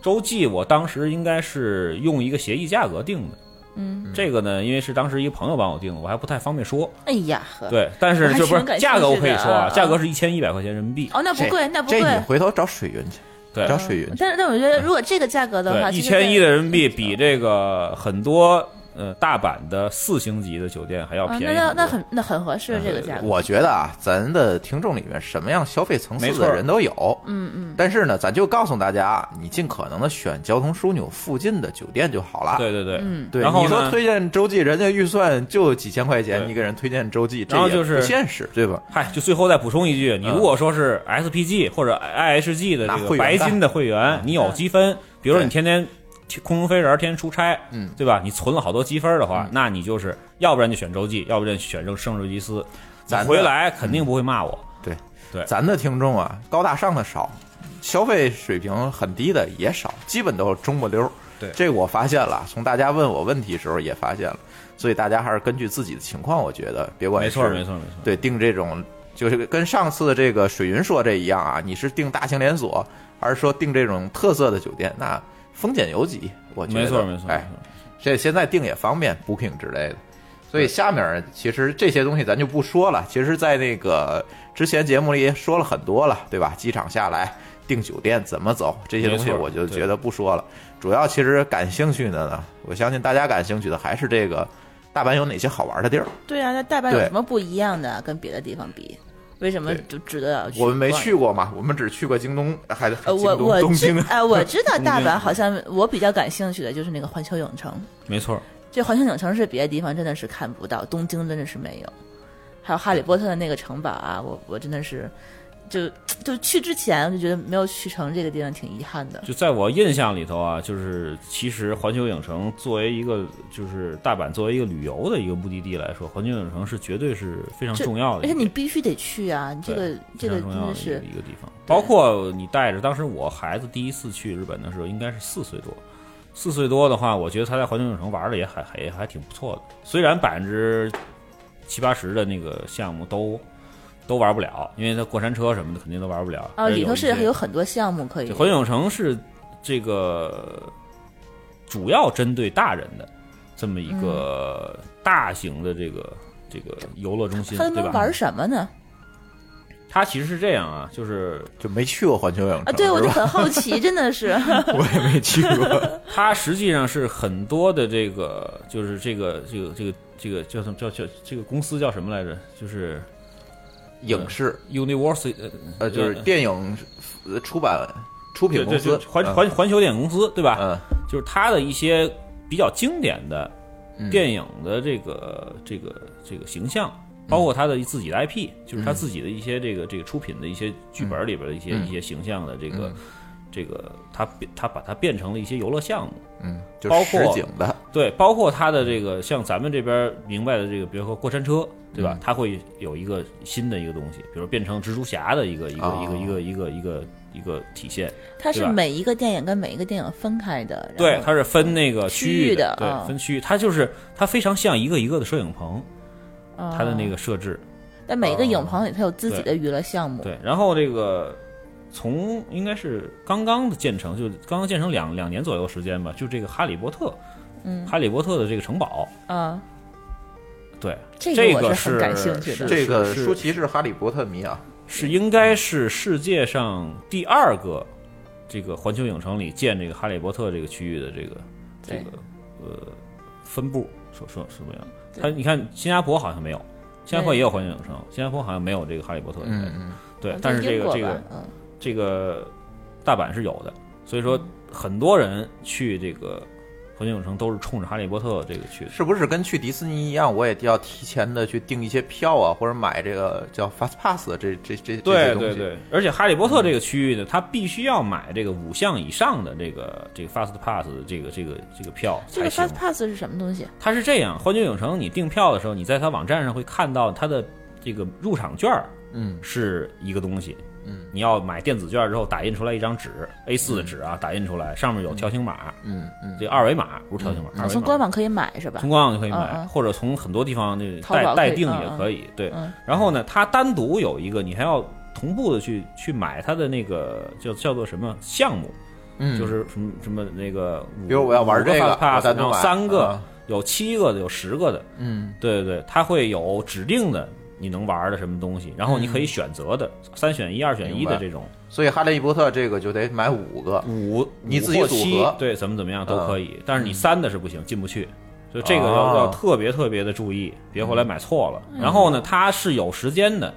D: 洲际我当时应该是用一个协议价格定的。嗯，这个呢，因为是当时一个朋友帮我定的，我还不太方便说。
E: 哎呀呵，，
D: 对，但
E: 我
D: 是
E: 还
D: 就不是
E: 挺感
D: 价格，我
E: 兴
D: 可
E: 趣
D: 以
E: 的
D: 说啊，
E: 啊
D: 价格是一千一百块钱人民币。
E: 哦，那不
C: 这
E: 贵，那不
C: 这
E: 贵
C: 你。回头找水云去，
D: 对
C: 找水云去。
E: 但是，但我觉得，如果这个价格嗯的话，
D: 对，一
E: 其实嗯
D: 千一
E: 在
D: 的人民币比这个很多呃大阪的四星级的酒店还要
E: 啊，
D: 便宜
E: 那
D: 很多。
E: 那那很那很合适这个价格。
C: 嗯我觉得啊，咱的听众里面什么样消费层
D: 没
C: 次
D: 错
C: 的人都有，嗯嗯。但是呢，咱就告诉大家，你尽可能的选交通枢纽附近的酒店就好了。
D: 对对对，嗯
C: 对，
D: 然后
C: 你说
D: 呢
C: 推荐洲际，人家预算就几千块钱，
D: 对
C: 你给人推荐洲际，这
D: 然后
C: 也
D: 就是
C: 不现实，对吧？
D: 嗨，就最后再补充一句，你
C: 嗯
D: 如果说是 SPG 或者 IHG 的
C: 拿
D: 这
C: 会
D: 个
C: 员
D: 白
C: 干嗯
D: 金的会员，你有积分，比如说
C: 对
D: 你天天去空中飞人，天天出差，
C: 嗯
D: 对吧？你存了好多积分的话，那你就是要不然就选洲际，要不然就选圣圣瑞吉斯，你
C: 咱的嗯
D: 回来肯定不会骂我。
C: 对
D: 对
C: 咱的听众啊，高大上的少，消费水平很低的也少，基本都是中不溜儿。
D: 对
C: 这个我发现了，从大家问我问题时候也发现了，所以大家还是根据自己的情况，我觉得别管
D: 没错，
C: 是
D: 没错，没错。
C: 对，定这种就是跟上次的这个水云说这一样啊，你是定大型连锁，还是说定这种特色的酒店？那风险有几？我觉得
D: 没错，没错，没
C: 哎，
D: 错。
C: 这现在定也方便，Booking 之类的。所以下面其实这些东西咱就不说了，其实，在那个之前节目里也说了很多了，对吧？机场下来订酒店怎么走这些东西，
D: 没错
C: 我就
D: 对
C: 觉得不说了。主要其实感兴趣的呢，我相信大家感兴趣的还是这个大阪有哪些好玩的地儿。
E: 对啊，那大阪有
C: 对
E: 什么不一样的？跟别的地方比，为什么
C: 对
E: 就值得要去？
C: 我们没去。过嘛，我们只去过京东，还是
E: 呃，
C: 京
E: 我
C: 东
E: 我
C: 东
E: 知
C: 京。
E: 哎、我知道大阪好像我比较感兴趣的就是那个环球影城，
D: 没错，
E: 这环球影城是别的地方真的是看不到，东京真的是没有。还有哈利波特的那个城堡啊，我我真的是，就就去之前我就觉得没有去成这个地方挺遗憾的。
D: 就在我印象里头啊，就是其实环球影城作为一个就是大阪作为一个旅游的一个目的地来说，环球影城是绝对是非常
E: 这
D: 重要的
E: 而
D: 一个。
E: 且你必须得去啊，你这个
D: 非
E: 这
D: 常
E: 个真
D: 重要
E: 的
D: 的一个
E: 是
D: 一个地方。包括你带着，当时我孩子第一次去日本的时候，应该是四岁多。四岁多的话，我觉得他在环球影城玩的也还还也还挺不错的。虽然百分之七八十的那个项目都都玩不了，因为他过山车什么的肯定都玩不了。
E: 啊，里头
D: 而且
E: 是
D: 有一些
E: 有很多项目可以
D: 这。环球影城是这个主要针对大人的这么一
E: 嗯
D: 个大型的这个、这个游乐中心，
E: 他
D: 对吧
E: 们？玩什么呢？
D: 它其实是这样啊，就是
C: 就没去过环球影城
E: 啊，对我
C: 是
E: 就
C: 吧？
E: 很好奇，真 的是
C: 我也没去过。
D: 它实际上是很多的这个，就是这个这个这个这个叫什么叫叫这个公司叫什么来着？就是
C: 影视
D: Universal 呃
C: 呃，就是电影呃出版出
D: 对
C: 品公
D: 对
C: 司
D: 对，环环环球电影公司对吧？
C: 嗯
D: 就是它的一些比较经典的
C: 嗯
D: 电影的这个、这个这个形象，包括他的自己的 IP，、就是他自己的一些这个这个出品的一些剧本里边的一些、
C: 嗯嗯
D: 一些形象的这个、
C: 嗯
D: 这个，他他把它变成了一些游乐项目。
C: 嗯，就
D: 包
C: 是
D: 括
C: 实景的，
D: 对，包括他的这个像咱们这边明白的这个，比如说过山车，对吧？它会有一个新的一个东西，比如变成蜘蛛侠的一个一个、
C: 哦
D: 一个一个一个一个一个体现。
E: 它是
D: 对吧
E: 每一个电影跟每一个电影分开的，然
D: 对，
E: 后
D: 它是分那个
E: 区
D: 域啊
E: 域的
D: 对，
E: 嗯
D: 分区域，它就是它非常像一个一个的摄影棚，
E: 啊
D: 它的那个设置。
E: 但每一个影棚里它有自己
D: 对
E: 的娱乐项目，
D: 对，然后这个从应该是刚刚的建成，就刚刚建成两两年左右时间吧，就这个《哈利波特》，
E: 嗯
D: 哈利波特》的这个城堡，
E: 啊，
D: 对，
E: 这
D: 这
E: 个我
D: 个
E: 是很感兴趣的
D: 是
C: 这个
D: 是
C: 舒淇是哈利波特迷啊，
D: 是应该是世界上第二个这个环球影城里建这个《哈利波特》这个区域的这个这
E: 对
D: 个呃分布，说说什么样？
E: 对
D: 它你看新加坡好像没有，新加坡
E: 对
D: 也有环球影城，新加坡好像没有这个《哈利波特》应该是
C: 嗯
D: 对
E: 啊，
D: 但是
E: 在
D: 这
E: 英
D: 个
E: 国
D: 这个
E: 吧嗯
D: 这个大阪是有的，所以说很多人去这个环球影城都是冲着《哈利波特》这个去的
C: 是不是跟去迪士尼一样，我也要提前的去订一些票啊，或者买这个叫 Fast Pass 的这这这这些
D: 对
C: 东
D: 对
C: 西，嗯
D: 对，而且《哈利波特》这个区域呢，它必须要买这个五项以上的这个这个 Fast Pass 的这个这个这个票
E: 这
D: 才
E: 个
D: 行
E: Fast。Pass 是什么东西？
D: 它是这样，环球影城你订票的时候，你在它网站上会看到它的这个入场券儿
C: 嗯
D: 是一个东西，
C: 嗯
D: 你要买电子券儿之后打印出来一张纸 A4 的纸啊，打印出来上面有条形码，
C: 嗯嗯，
D: 这二维码不是条形码，二维
E: 从
D: 码
E: 官网可以买是吧
D: 从？官网就可以买，
E: 嗯嗯
D: 或者从很多地方这
E: 淘宝
D: 代
E: 可
D: 代
E: 以
D: 订也
E: 嗯嗯
D: 可以。对，
E: 嗯
D: 然后呢，它单独有一个，你还要同步的去去买它的那个叫叫做什么项目，
C: 嗯
D: 就是什么什么那个五，
C: 比如我要玩
D: 五个
C: 这个
D: fast
C: 我
D: pass，
C: 单
D: 然
C: 独
D: 后
C: 买
D: 三个、
C: 嗯
D: 有七个的，有十个的，
C: 嗯
D: 对对对，它会有指定的你能玩的什么东西，然后你可以选择的、三选一、二选一
C: 明
D: 的
C: 白
D: 这种
C: 所以哈利波特这个就得买五个，
D: 五，
C: 你
D: 五
C: 自己
D: 或
C: 组
D: 七
C: 合
D: 对，怎么怎么样都可以，但是你三的是不行，进不去。所以这个要、
C: 哦
D: 要特别特别的注意，别后来买错了。然后呢，它是有时间的，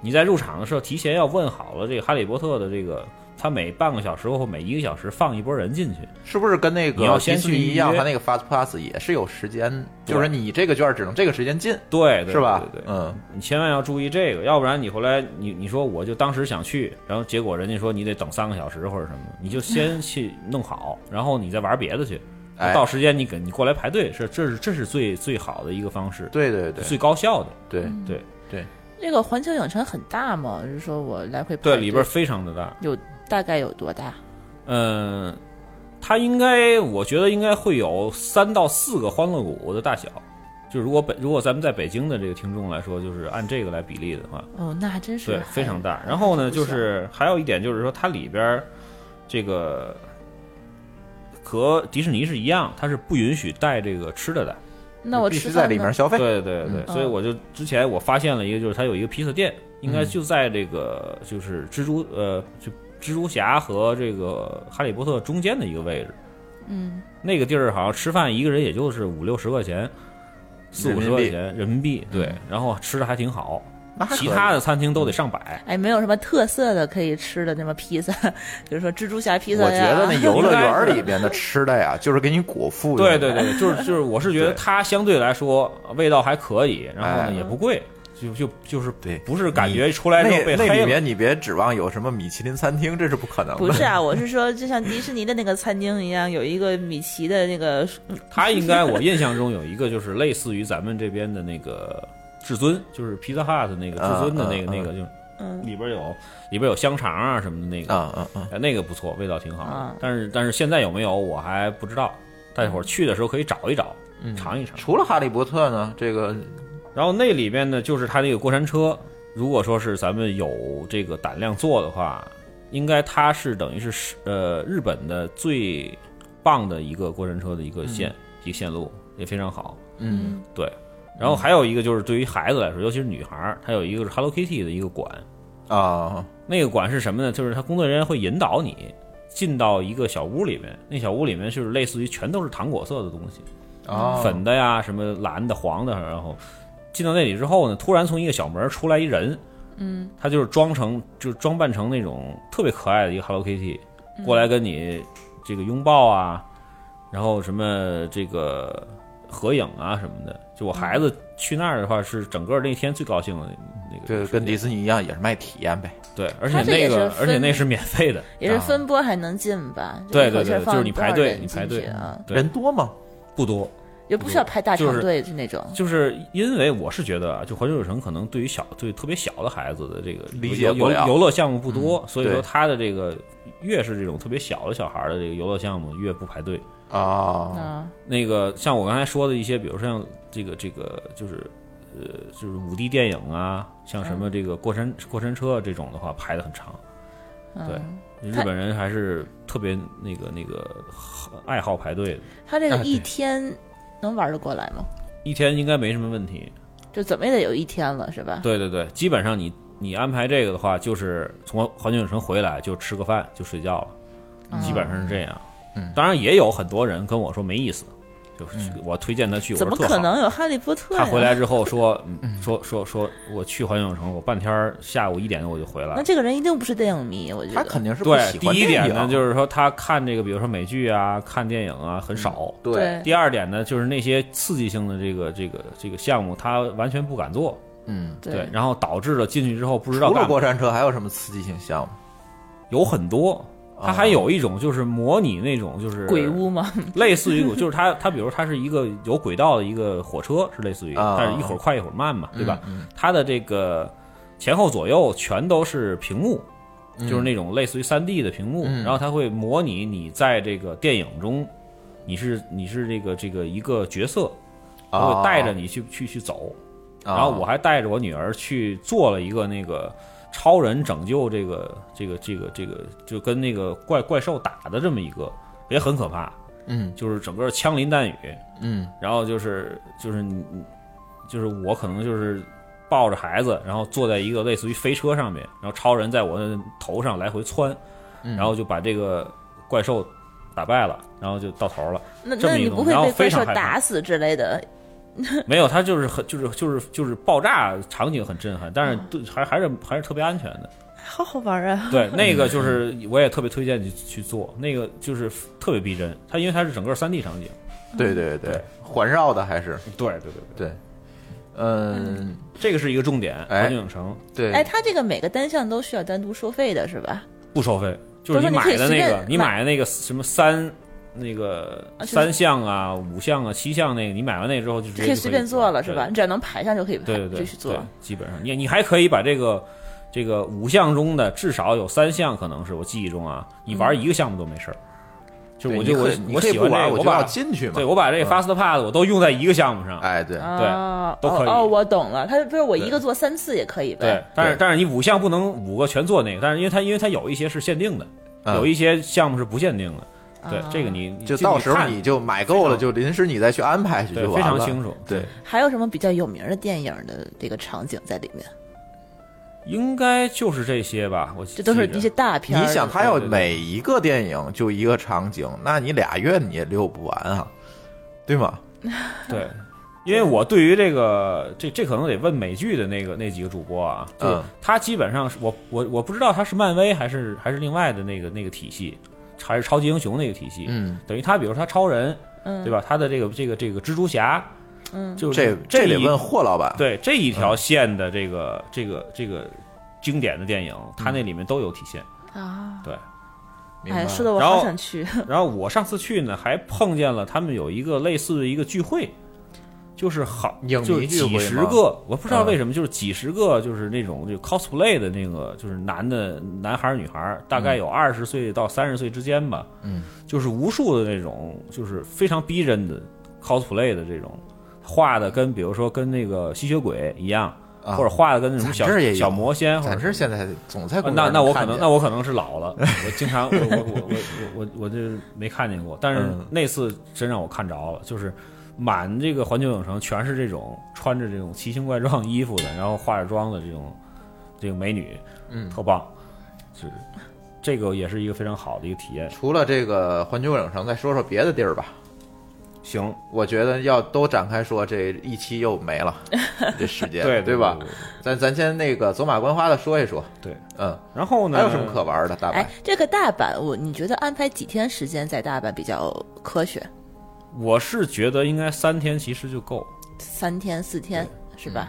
D: 你在入场的时候提前要问好了这个《哈利波特》的这个，它每半个小时或每一个小时放一波人进去。
C: 是不是跟那
D: 你要
C: 个
D: 先
C: 迪士尼
D: 去预约
C: 一样？它那个 Fast Pass 也是有时间，
D: 对
C: 就是你这个券只能这个时间进，
D: 对，对
C: 是吧？
D: 对对对，
C: 嗯，
D: 你千万要注意这个，要不然你回来你你说我就当时想去，然后结果人家说你得等三个小时或者什么，你就 先去弄好，然后你再玩别的去。
C: 哎
D: 到时间你给你过来排队，是这是这是最最好的一个方式，
C: 对对嗯对
D: 最高效的。
C: 对
D: 对
C: 对，
E: 这个环球影城很大吗？就是说我来回
D: 对，
E: 排
D: 里边非常的大。
E: 有大概有多大？
D: 嗯，它应该我觉得应该会有三到四个欢乐谷的大小。就如果北如果咱们在北京的这个听众来说，就是按这个来比例的话，
E: 哦，那还真是
D: 对，
E: 还
D: 非常大。然后呢，
E: 不小
D: 就是还有一点就是说，它里边儿这个和迪士尼是一样，它是不允许带这个吃的的。
E: 那我
C: 必
E: 吃
C: 须
E: 饭
C: 在里面
E: 呢
C: 消费。
D: 对对对，
E: 嗯
D: 所以我就之前我发现了一个，就是它有一个披萨店，应
E: 嗯
D: 该就在这个就是蜘蛛呃，就蜘蛛侠和这个哈利波特中间的一个位置。
E: 嗯，
D: 那个地儿好像吃饭一个人也就是五六十块钱，四五十块钱人民币。对
C: 嗯，
D: 然后吃的还挺好，
C: 那还可以
D: 其他
E: 啊
D: 的餐厅都得上百。
E: 哎，没有什么特色的可以吃的那么披萨， 比如说蜘蛛侠披萨
C: 我觉
E: 呀
C: 得那游乐园里边的吃的呀，就是给你果腹。
D: 对对， 对，就是就是，我是觉得
C: 对
D: 它相对来说味道还可以，然后
C: 哎
D: 呢也不贵，就就就是
C: 对
D: 不是感
C: 你
D: 觉出来之后
C: 那
D: 被
C: 那里
D: 黑了。
C: 面你别指望有什么米其林餐厅，这是不可能的。
E: 不是 啊，我是说，就像迪士尼的那个餐厅一样，有一个米奇的那个，
D: 它应该我印象中有一个就是类似于咱们这边的那个至尊，就是 Pizza Hut 那个至尊的那个
C: 嗯嗯
D: 那个，就是里边有里边有香肠啊什么的那个，
C: 啊啊啊！
D: 哎那个不错，味道挺好的
E: 啊。
D: 但是但是现在有没有我还不知道，大家伙儿去的时候可以找一找，
C: 嗯
D: 尝一尝。
C: 除了哈利波特呢，这个
D: 然后那里边呢，就是它那个过山车，如果说是咱们有这个胆量做的话，应该它是等于是是呃日本的最棒的一个过山车的一个线、一个线路，也非常好。
C: 嗯，
D: 对。然后还有一个就是对于孩子来说，尤其是女孩儿，它有一个是 Hello Kitty 的一个馆，
E: 嗯
C: 啊，
D: 那个馆是什么呢？就是他工作人员会引导你进到一个小屋里面，那小屋里面就是类似于全都是糖果色的东西，
C: 哦
D: 粉的呀，什么蓝的、黄的，然后进到那里之后呢，突然从一个小门出来一人，嗯，他就是装成，就是装扮成那种特别可爱的一个 Hello Kitty，过
E: 嗯
D: 来跟你这个拥抱啊，然后什么这个合影啊什么的。就我孩子去那儿的话，是整个那天最高兴的那个时间。
C: 这跟迪士尼一样，也是卖体验呗。
D: 对，而且
E: 它这
D: 那
E: 也
D: 个
E: 是，
D: 而且
E: 分
D: 那是免费的，
E: 也是分波还能进吧？
D: 啊对
E: 一口
D: 对
E: 气儿
D: 对，就
E: 放
D: 是你
E: 多少
D: 排队，
E: 人
D: 你
E: 进
D: 排队
E: 去啊，，
D: 对
C: 人多吗？
D: 不多，
E: 也不需要排大
D: 就
E: 长
D: 是
E: 队的那种。
D: 就是因为我是觉得啊，就环球影城可能对于小对特别小的孩子的这个
C: 理
D: 游
C: 解不
D: 游
C: 了嗯
D: 游乐项目不多，所以
C: 对
D: 说它的这个越是这种特别小的小孩的这个游乐项目越不排队。哦
C: 啊，
E: 啊，
D: 那个像我刚才说的一些，比如说像这个这个就是呃就是五 D 电影啊，像什么这个过山
C: 嗯
D: 过山车这种的话排的很长。对，日本人还是特别那个那个爱好排队的，
E: 他这
C: 啊
E: 个
C: 对
E: 一天能玩得过来吗？
D: 一天应该没什么问题。
E: 就怎么也得有一天了，是 吧？
D: 对对对，基本上你你安排这个的话，就是从环球影城回来就吃个饭就睡觉了，基本上是这样。
C: 嗯
D: 当然也有很多人跟我说没意思，就是去我推荐他去，我
E: 怎
D: 说
E: 么
D: 特
E: 可
D: 好。
E: 能啊有哈利波特呀？
D: 他回来之 后说嗯说说说我去环球影城，我半天儿下午一点我就回来
E: 那
D: 了。
E: 这个人一定不是电影迷，我觉
C: 他
E: 得。
C: 肯定是不
D: 对，
C: 喜
D: 第
C: 欢
D: 一点
C: 电
D: 呢
C: 影
D: 就是说他看这个，比如说美剧啊，看电影啊很少。
C: 嗯对，
E: 对
D: 第二点呢，就是那些刺激性的这个这个这个项目，他完全不敢做，
C: 嗯，
D: 对
E: 对，，
D: 然后导致了进去之后不知道
C: 除
D: 干
C: 了
D: 嘛。嗯
C: 过山车，还有什么刺激性项目？
D: 有很多，
C: 啊
D: 它还有一种就是模拟那种就是
E: 鬼，屋嘛，
D: 类似于就是它它比如它是一个有轨道的一个火车，是类似于，
C: 啊
D: 但是一会儿快一会儿慢嘛，对吧？
C: 嗯
D: 它的这个前后左右全都是屏幕，就是那种类似于三 D 的屏幕，
C: 嗯
D: 然后它会模拟你在这个电影中，你是你是这个这个一个角色，它
C: 啊
D: 会带着你去去去走，
C: 啊
D: 然后我还带着我女儿去做了一个那个超人拯救这个这个这个这个就跟那个怪怪兽打的这么一个，也很可怕，
C: 嗯
D: 就是整个枪林弹雨，
C: 嗯
D: 然后就是就是你你就是我可能就是抱着孩子，然后坐在一个类似于飞车上面，然后超人在我的头上来回窜，
C: 嗯
D: 然后就把这个怪兽打败了，然后就到头了。
E: 那
D: 这么
E: 那
D: 一
E: 你
D: 种
E: 不会
D: 然后
E: 被
D: 非
E: 怪
D: 常
E: 兽
D: 害怕
E: 打死之类的？
D: 没有，它就是很就是就是就是爆炸场景很震撼，但
E: 嗯
D: 是对还还是还是特别安全 的。
E: 好好玩啊！
D: 对，那个就是我也特别推荐你去做，那个就是特别逼真，它因为它是整个三 D 场景。
C: 对对对
D: 对，
C: 环绕的还是
D: 对对对对，
C: 对，嗯
D: 这个是一个重点，
C: 哎
D: 环球影城
E: 哎，
C: 对，
E: 它这个每个单项都需要单独收费的是吧？
D: 不收费，就是
E: 不是
D: 你买的
E: 你可以
D: 那
E: 随
D: 个，
E: 便
D: 你买的那个什么三。那个
E: 啊就是
D: 三项啊、五项啊、七项那个，你买完那之后就直接就
E: 就可
D: 可
E: 以随便做了是吧？
D: 对
E: 你只要能排 上就可以排
D: 对对对，
E: 就去做
D: 对。基本上你你还可以把这个这个五项中的至少有三项，可能是我记忆中啊，你玩一个项目都没事儿。
C: 嗯
D: 就
C: 对
D: 我
C: 你
D: 就我
C: 可以你
D: 我
C: 可以
D: 喜
C: 不
D: 欢这
C: 玩，
D: 个，
C: 我
D: 我
C: 就要
D: 把
C: 进去嘛嗯
D: 对。我把啊这个 fast pass 我都用在一个项目上。
C: 哎，对，
E: 哦
D: 都可以
E: 哦哦，我懂了，它不是我一个做三次也可以
D: 对
E: 呗？，
D: 但是
C: 对
D: 但是你五项不能五个全做那个，但是因为它因为它有一些是限定的，
C: 嗯
D: 有一些项目是不限定的。对，
E: 啊
D: 这个你你
C: 就
D: 你
C: 到时候
D: 看
C: 你就买够了，
D: 非常
C: 就临时你再去安排去
D: 对
C: 就
D: 非
C: 完了。
D: 常清楚。
C: 对，
E: 还有什么比较有名的电影的这个场景在里面？
D: 应该就是这些吧。我
E: 这都是
D: 记着
E: 一些大片儿。
C: 你想，他要
D: 对对对
C: 每一个电影就一个场景，那你俩月你也溜不完啊，对吗？
D: 对，因为我对于这个这这可能得问美剧的那个那几个主播啊，就是
C: 嗯
D: 他基本上是我我我不知道他是漫威还是还是另外的那个那个体系，还是超级英雄那个体系。
C: 嗯，
D: 等于他比如他超人，
E: 嗯
D: 对吧？他的这个这个这个蜘蛛侠，嗯，就
C: 这
D: 是
C: 这得
D: 一
C: 问嗯霍老板。
D: 对这一条线的这个、这个这个经典的电影，它
C: 嗯
D: 那里面都有体现。
E: 啊，
D: 对，
C: 明白
E: 哎，
C: 了
E: 说的我
D: 然后
E: 好想去。
D: 然后我上次去呢，还碰见了他们有一个类似的一个聚会，就是好
C: 影迷
D: 就是
C: 聚会
D: 几
C: 吗
D: 十个，我不知道为什么，就是几十个就是那种就 cosplay 的那个就是男的男孩儿女孩儿，大概有二十岁到三十岁之间吧，
C: 嗯，
D: 就是无数的那种就是非常逼真的 cosplay 的这种。画的跟比如说跟那个吸血鬼一样，
C: 啊
D: 或者画的跟那什么
C: 咱
D: 小
C: 这儿也有
D: 小魔仙，或者
C: 咱
D: 什
C: 这
D: 么
C: 现在总在
D: 啊
C: 公园
D: 那那我可能
C: 看见
D: 那我可能是老了，我经常我我我我我我我这没看见过，但是
C: 嗯
D: 那次真让我看着了，就是满这个环球影城全是这种穿着这种奇形怪状衣服的，然后化着妆的这种这个美女
C: 嗯，
D: 特棒，是这个也是一个非常好的一个体验。
C: 除了这个环球影城，再说说别的地儿吧。
D: 行，
C: 我觉得要都展开说，这一期又没 了，这时间
D: 对
C: 对吧？？咱咱先那个走马观花的说一说，
D: 对，
C: 嗯，
D: 然后呢？
C: 还有什么可玩的？大
E: 哎
C: 白，，
E: 这个大阪，我你觉得安排几天时间在大阪比较科学？
D: 我是觉得应该三天其实就够，
E: 三天四天是吧？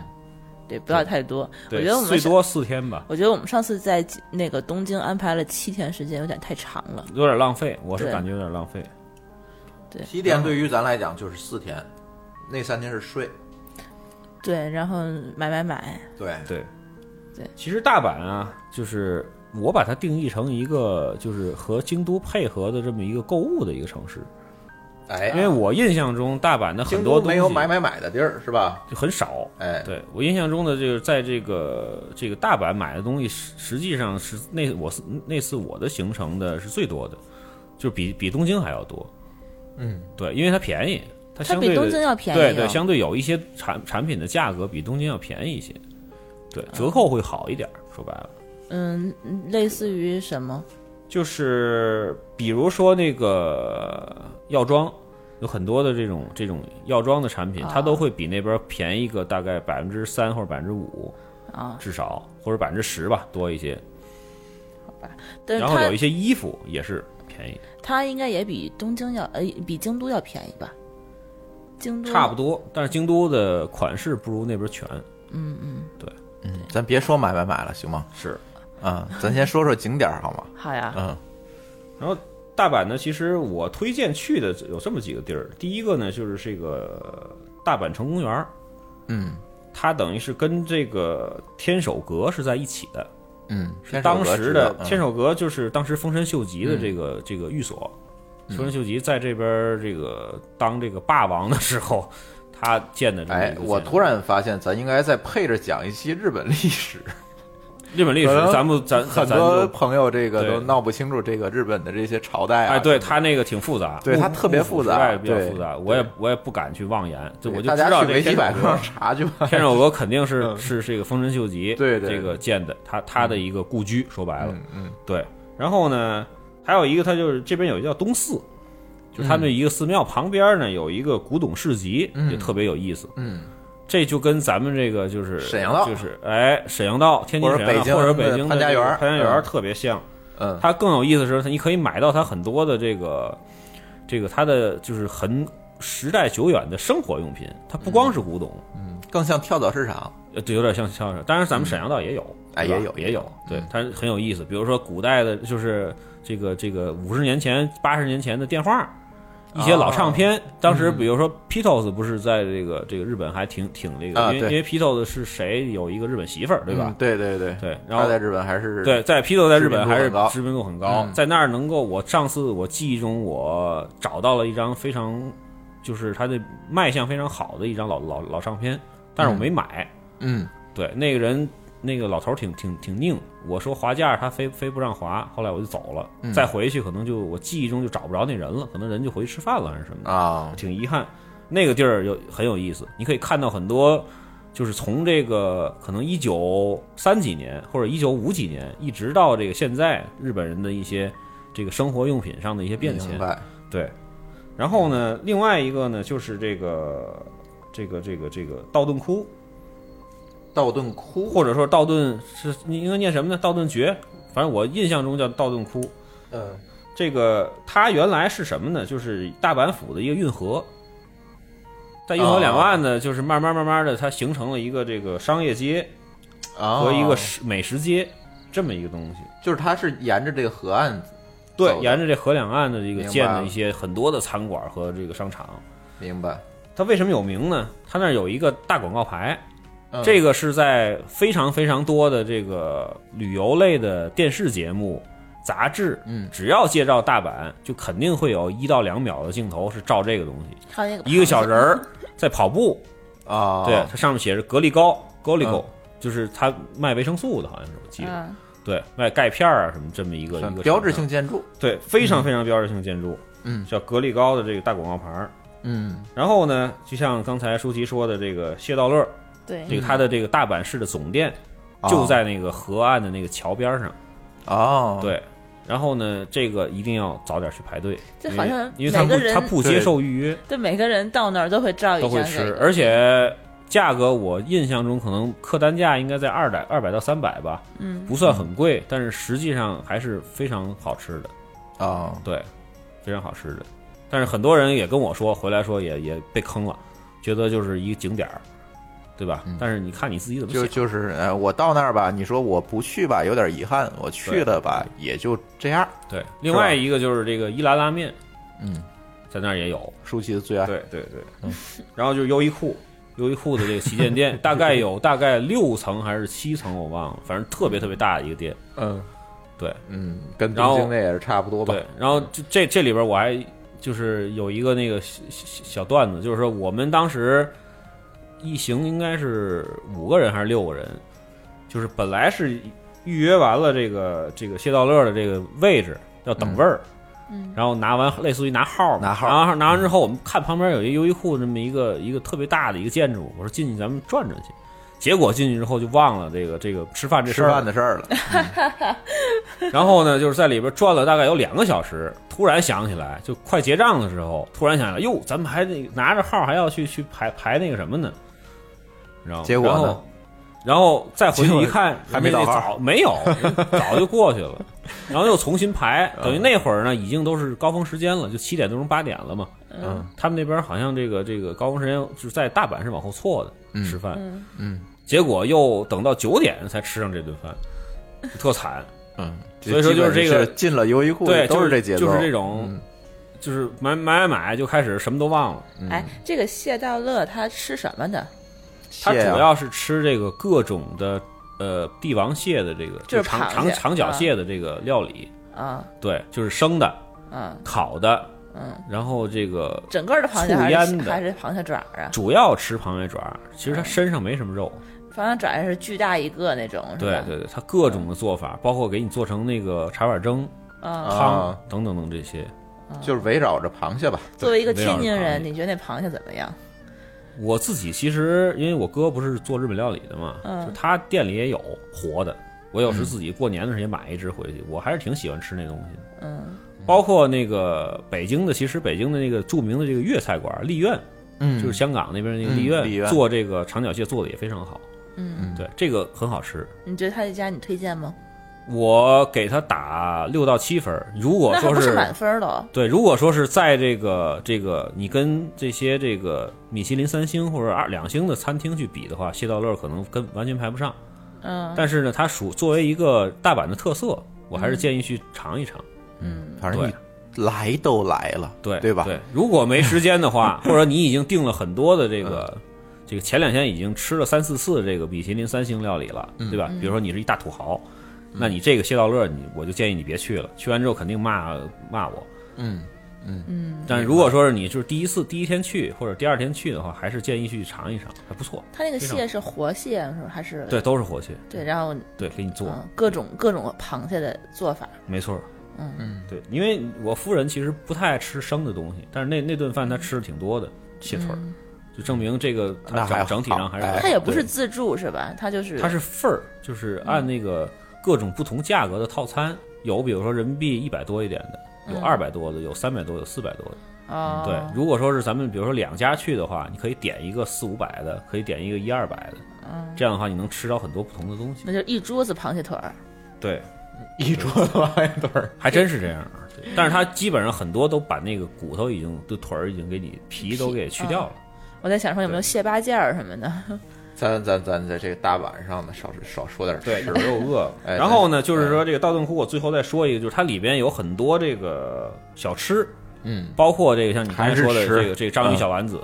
E: 对，不要太多。我
D: 嗯对，
E: 觉得我们
D: 最
E: 上
D: 多四天吧，
E: 我觉得我们上次在那个东京安排了七天时间，有点太长了。
D: 有点浪费，我是
E: 对
D: 感觉有点浪费。
C: 西点对于咱来讲就是四天，那三天是睡，
E: 对，然后买买买，
C: 对，
D: 对，
E: 对，
D: 其实大阪啊，就是我把它定义成一个就是和京都配合的这么一个购物的一个城市，因为
C: 哎，
D: 我印象中大阪的
C: 京
D: 很多
C: 都
D: 东
C: 没
D: 西
C: 有买买买的地儿是吧？
D: 就很少。
C: 哎，
D: 对我印象中的就是在这个这个大阪买的东西，实实际上是那我是那次我的行程的是最多的，就比比东京还要多。
C: 嗯，
D: 对，因为它便宜，它
E: 它
D: 相
E: 比
D: 对
E: 东
D: 的
E: 京要便宜、啊
D: 对对，相对有一些产产品的价格比东京要便宜一些，对，折扣会好一点儿。说白了，
E: 嗯，类似于什么？
D: 就是比如说那个药妆，有很多的这种这种药妆的产品，它都会比那边便宜个大概百分之三或者百分之五
E: 啊，
D: 至少，或者百分之十吧，多一些。
E: 但是
D: 然后有一
E: 它
D: 些衣服也是便宜，
E: 它应该也比东京要呃比京都要便宜吧？京都
D: 差不多，但是京都的款式不如那边全。
C: 咱别说买买买了行吗？
D: 是，
C: 啊，咱先说说景点儿好吗？
E: 好
D: 啊
E: 呀，
C: 嗯，
D: 然后大阪呢，其实我推荐去的有这么几个地儿，第一个呢就是这个大阪城公园儿，
C: 嗯
D: 它等于是跟这个天守阁是在一起的。
C: 嗯，
D: 是
C: 天
D: 当
C: 守阁
D: 时
C: 知
D: 的
C: 道嗯
D: 天守阁就是当时丰臣秀吉的这个、这个寓所，
C: 嗯
D: 丰臣秀吉在这边儿这个当这个霸王的时候，他建的这么一
C: 哎
D: 个，建
C: 我
D: 筑
C: 突然发现，咱应该再配着讲一期日本历史。
D: 日本历史
C: 可能，
D: 咱们咱
C: 很
D: 咱
C: 多
D: 就
C: 朋友这个
D: 对
C: 都闹不清楚这个日本的这些朝代啊。
D: 哎，对他那个挺复杂，
C: 对它
D: 幕
C: 特别
D: 幕府
C: 复杂
D: 时代比较
C: 对
D: 复杂，我也
C: 对
D: 我也不敢去妄言，就
C: 对，
D: 我就
C: 大
D: 知
C: 家
D: 道
C: 去
D: 这
C: 维
D: 个
C: 基
D: 天
C: 百
D: 守
C: 科
D: 阁
C: 上查去吧。
D: 天守阁肯定是
C: 嗯
D: 是这个丰臣秀吉
C: 对对
D: 这个建的，他他的一个故居，说白 了，
C: 嗯嗯，
D: 对，然后呢，还有一个，它就是这边有一个叫东寺，就是他们一个寺庙旁边呢有一个古董市集，
C: 嗯
D: 也特别有意思。
C: 嗯，
D: 这就跟咱们这个就是
C: 沈阳道
D: 就是哎沈阳道、天津
C: 或者
D: 沈阳
C: 北京
D: 道或者
C: 的
D: 北京
C: 潘家园
D: 潘家园
C: 嗯
D: 特别像。
C: 嗯，
D: 它更有意思的是，它你可以买到它很多的这个这个它的就是很时代久远的生活用品，它不
C: 嗯
D: 光是古董，
C: 更像跳蚤市场。
D: 呃，对，有点像相声。当然，咱们沈阳道也有，
C: 哎
D: 对吧
C: 也有
D: 也有，对
C: 嗯，
D: 它很有意思。比如说古代的，就是这个这个五十年前、八十年前的电话，一些老唱
C: 哦
D: 片。当
C: 嗯
D: 时，比如说 Pitos 不是在这个这个日本还挺挺这
C: 啊
D: 个，因为
C: 对
D: 因为 Pitos 是谁有一个日本媳妇儿，对
C: 嗯
D: 吧？
C: 对对对，
D: 对，然
C: 他
D: 后
C: 在日本还是
D: 对，在 Pito 在日本还
C: 知
D: 是
C: 名度很高
D: 知名度很高，
C: 嗯
D: 在那儿能够，我上次我记忆中我找到了一张非常，就是它的卖相非常好的一张老老老唱片，但是我没买。
C: 嗯
D: 对，那个人那个老头儿挺挺挺拧，我说划价，他非非不让划，后来我就走了。
C: 嗯
D: 再回去可能就我记忆中就找不着那人了，可能人就回去吃饭了还是什么的，
C: 啊，
D: 挺遗憾。那个地儿有很有意思，你可以看到很多，就是从这个可能一九三几年或者一九五几年，一直到这个现在日本人的一些这个生活用品上的一些变
C: 明
D: 迁。
C: 白。
D: 对，然后呢，另外一个呢就是这个这个这个这个道顿窟，
C: 道顿窟
D: 或者说道顿是你应该念什么呢？道顿崛，反正我印象中叫道顿窟。
C: 嗯
D: 这个它原来是什么呢？就是大阪府的一个运河，在运河两岸
C: 哦
D: 呢，就是慢慢慢慢的，它形成了一个这个商业街
C: 啊，
D: 和一个食美食街这么一个东西。
C: 就是它是沿着这个河岸走
D: 对，
C: 的
D: 沿着这河两岸的这个
C: 明白
D: 建
C: 了
D: 的一些很多的餐馆和这个商场。
C: 明白。
D: 它为什么有名呢？它那儿有一个大广告牌，
C: 嗯
D: 这个是在非常非常多的这个旅游类的电视节目、杂志，
C: 嗯
D: 只要介绍大阪，就肯定会有一到两秒的镜头是照这个东西，
E: 还有那个
D: 一个小 人儿在跑步，
C: 啊，
D: 对，它上面写着格力高 g o l i g o
C: 嗯
D: 就是它卖维生素的，好像是我记得，
E: 嗯，
D: 对，卖钙片儿啊什么这么一个
C: 算
D: 一个
C: 标志
D: 厂
C: 性建筑。
D: 商，对，非常非常标志性建筑，
C: 嗯
D: 叫格力高的这个大广告牌儿。
C: 嗯
D: 然后呢，就像刚才舒淇说的，这个谢道乐，
E: 对
D: 这个他的这个大阪市的总店，就在那个河岸的那个桥边上。
C: 嗯哦，，
D: 对，然后呢，这好一定要早点去排队，
E: 这好像
D: 因为他
E: 每个
D: 不
E: 人
D: 他不接受预约，
E: 对每个人到那儿都会照一下
D: 都会
E: 这
D: 吃
E: 个，
D: 而且价格我印象中可能客单价应该在二百二百到三百吧，
E: 嗯，
D: 不算很贵，但是实际上还是非常好吃的，
C: 哦，
D: 对，非常好吃的。但是很多人也跟我说，回来说也也被坑了，觉得就是一个景点儿，对吧？但是你看你自己怎
C: 嗯
D: 么
C: 就
D: 想。
C: 就是呃，我到那儿吧，你说我不去吧，有点遗憾；我去了吧，也就这样。
D: 对，另外一个就是这个伊兰拉面，
C: 嗯，哎
D: 在那儿也有，
C: 舒淇的最爱，
D: 对对对，然后就是优衣库，优衣库的这个旗 舰店，大概有大概六层还是七层，我忘了，反正特别特别大的一个店。
C: 嗯，
D: 对
C: 嗯，跟
D: 然后
C: 东京那也是差不多吧
D: 对。，然后这这这里边我还就是有一个那个小小小段子，就是说我们当时一行应该是五个人还是六个人，就是本来是预约完了这个这个谢道乐的这个位置要等位儿。
E: 嗯
D: 然后拿完类似于拿号嘛
C: 拿号
D: 然后拿完之后，我们看旁边有一优衣库这么一个一个特别大的一个建筑，我说进去咱们转转去，结果进去之后就忘了这个这个吃饭这事
C: 吃
D: 儿了，
C: 饭的事儿了，
D: 然后呢，就是在里边转了大概有两个小时，突然想起来，就快结账的时候，突然想起来，哟，咱们还得拿着号还要去去排排那个什么呢？然后
C: 结果呢
D: 然后然后再回去一看，
C: 还没
D: 人
C: 到
D: 家那
C: 号
D: 早没有，早就过 去了。然后又重新排，等于那会儿呢，已经都是高峰时间了，就七点多钟八点了嘛。
C: 嗯，
D: 他们那边好像这个这个高峰时间就是在大阪是往后错的、
C: 嗯
D: 吃饭，
E: 嗯
C: 嗯
D: 结果又等到九点才吃上这顿饭，特惨。
C: 嗯，
D: 所以说就是这
C: 基
D: 个
C: 本进了优衣库，
D: 对，
C: 都
D: 就是
C: 这节奏，
D: 就是这种
C: 嗯，
D: 就是买买买买就开始什么都忘了。
E: 哎，这个谢道乐他吃什么的？
D: 它主
C: 蟹啊
D: 要是吃这个各种的呃帝王蟹的这个，
E: 就是
D: 长
E: 螃
D: 长
E: 蟹
D: 长脚蟹的这个料理，
E: 啊
D: 对，就是生的、
E: 啊
D: 烤的，
E: 嗯，
D: 然后这个
E: 整个的螃蟹
D: 醋
E: 还是
D: 腌的
E: 还是螃蟹爪儿啊？
D: 主要吃螃蟹爪，其
E: 嗯
D: 实它身上没什么肉。
E: 螃蟹爪儿是巨大一个那种，是
D: 对
E: 吧
D: 对对，它各种的做法，包括给你做成那个茶碗蒸、
E: 啊。
D: 汤嗯等等等这些。
C: 就是围绕着螃蟹吧。
E: 作为一个
D: 围绕
E: 天津
D: 着螃
E: 人，
D: 蟹
E: 你觉得那螃蟹怎么样？
D: 我自己其实因为我哥不是做日本料理的嘛，
E: 嗯
D: 就他店里也有活的。我有时
C: 嗯
D: 自己过年的时候也买一只回去，我还是挺喜欢吃那东西的。
E: 嗯，
D: 包括那个北京的，其实北京的那个著名的这个粤菜馆丽苑，
C: 嗯
D: 就是香港那边那个
C: 嗯
D: 丽苑，
C: 丽苑
D: 做这个长脚蟹做的也非常好。
E: 嗯，
D: 对，这个很好吃。
E: 你觉得他这家你推荐吗？
D: 我给他打六到七分儿，如果
E: 那还
D: 说
E: 不
D: 是
E: 满分儿哦了。
D: 对，如果说是在这个这个你跟这些这个米其林三星或者二两星的餐厅去比的话，谢道乐可能跟完全排不上。
E: 嗯
D: 但是呢，它属作为一个大阪的特色，我还是建议去尝一尝。
E: 嗯
C: 反正你来都来了，
D: 对
C: 对吧？
D: 对，如果没时间的话，或者你已经订了很多的这个。这个前两天已经吃了三四次这个米其林三星料理了，对
E: 嗯
D: 吧？比如说你是一大土豪，那你这个谢道乐，你我就建议你别去了，去完之后肯定骂骂我。
C: 嗯，
E: 嗯，
D: 但是如果说是你就是第一次第一天去或者第二天去的话，还是建议去尝一尝，还不错。
E: 他那个
D: 非常
E: 蟹是活蟹是吧？还是
D: 对，都是活蟹，
E: 对，然后
D: 对，给你做，
E: 嗯各种各种螃蟹的做法。
D: 没错。
E: 嗯
D: 嗯，对，因为我夫人其实不太爱吃生的东西，但是那那顿饭
E: 嗯
D: 她吃的挺多的蟹腿儿，就证明这个
C: 那
D: 它
C: 还
D: 整整体上还是
C: 好哎
E: 他也不是嗯
D: 对
E: 自助是吧？他就是
D: 它是份儿，就是按那个各种不同价格的套餐，有比如说人民币一百多一点的，有二百多的，有三百多，有四百多的。
E: 嗯哦，
D: 嗯对，如果说是咱们比如说两家去的话，你可以点一个四五百的，可以点一个一二百的，这样的话你能吃到很多不同的东西。
E: 嗯那就一桌子螃蟹腿儿。
D: 对，
C: 一桌子螃蟹腿儿，
D: 还真是这样啊。对但是它基本上很多都把那个骨头已经、的腿儿已经给你皮都给去掉了。
E: 我在想说有没有蟹八件儿什么的。
C: 咱咱咱在这个大晚上的少少说点
D: 对，
C: 吃
D: 一会
C: 的
D: 儿又饿了。
C: 哎
D: 然后呢，就是说这个道顿窟，我最后再说一个，就是它里边有很多这个小吃，
C: 嗯
D: 包括这个像你刚才说的
C: 韩式吃
D: 这个这个章鱼小丸子，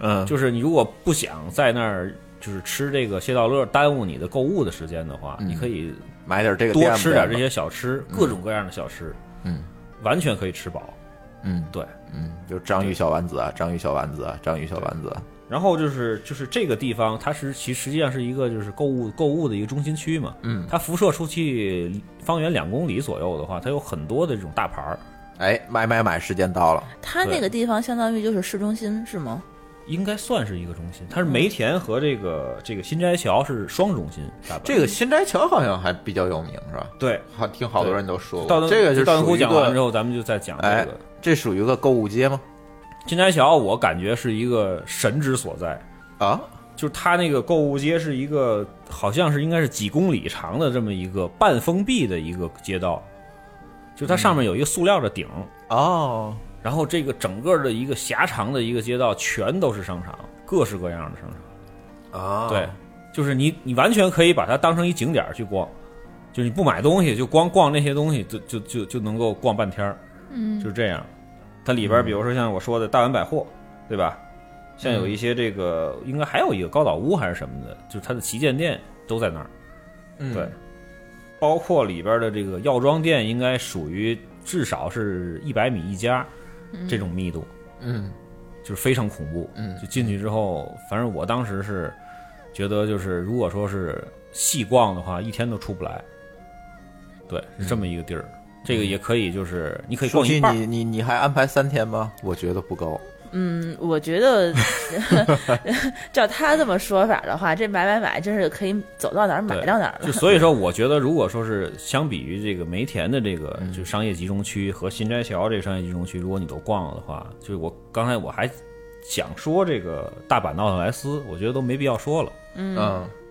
C: 嗯，
D: 就是你如果不想在那儿就是吃这个蟹道乐耽误你的购物的时间的话，你可以
C: 买嗯点这个
D: 多
C: 垫吧
D: 吃点这，些小吃，各种各样的小吃，
C: 嗯
D: 完全可以吃饱。
C: 嗯
D: 对，
C: 嗯，就章鱼小丸子啊，章鱼小丸子啊，章鱼小丸子啊，
D: 然后就是就是这个地方，它是其实际上是一个就是购物购物的一个中心区嘛，
C: 嗯
D: 它辐射出去方圆两公里左右的话，它有很多的这种大牌儿，嗯
C: 哎，买买买，时间到了，
E: 他那
D: 对
E: 个地方相当于就是市中心是吗？
D: 应该算是一个中心，它是梅田和这个这个新斋桥是双中心。大阪
C: 这个新斋桥好像还比较有名，是吧？
D: 对，
C: 好，听好多人都说
D: 道
C: 过，
D: 灯
C: 这个就是
D: 道灯
C: 属
D: 湖
C: 于一
D: 讲完之
C: 个，
D: 后，咱们就再讲这
C: 哎
D: 个，
C: 这属于一个购物街吗？
D: 新斋桥，我感觉是一个神之所在。
C: 啊，
D: 就是它那个购物街是一个，好像是应该是几公里长的这么一个半封闭的一个街道，就它上面有一个塑料的顶，
C: 哦，
D: 然后这个整个的一个狭长的一个街道全都是商场，各式各样的商场。
C: 啊，
D: 对，，就是你你完全可以把它当成一景点儿去逛，就是你不买东西，就光逛那些东西，就就就就能够逛半天儿，
E: 嗯
D: 就是这样。它里
C: 嗯
D: 边儿比如说像我说的大丸百货，对吧？像
C: 嗯
D: 有一些这个应该还有一个高岛屋还是什么的，就是它的旗舰店都在那儿。
C: 嗯
D: 对，包括里边的这个药妆店，应该属于至少是一百米一家这种密度，
C: 嗯，
D: 就是非常恐怖。
C: 嗯
D: 就进去之后，反正我当时是觉得，就是如果说是细逛的话，一天都出不来。对，是这么一个地儿。
C: 嗯
D: 这个也可以，就是你可以
C: 舒
D: 逛一
C: 淇，
D: 半儿。
C: 你你你还安排三天吗？我觉得不够，
E: 嗯，我 觉得照他这么说法的话，这买买买真是可以走到哪儿买
D: 对
E: 到哪儿
D: 就
E: 了。
D: 所以说，我觉得如果说是相比于这个梅田的这个
C: 嗯
D: 就商业集中区和新斋桥这个商业集中区，如果你都逛了的话，就是我刚才我还想说这个大阪的奥特莱斯，我觉得都没必要说了。
C: 嗯，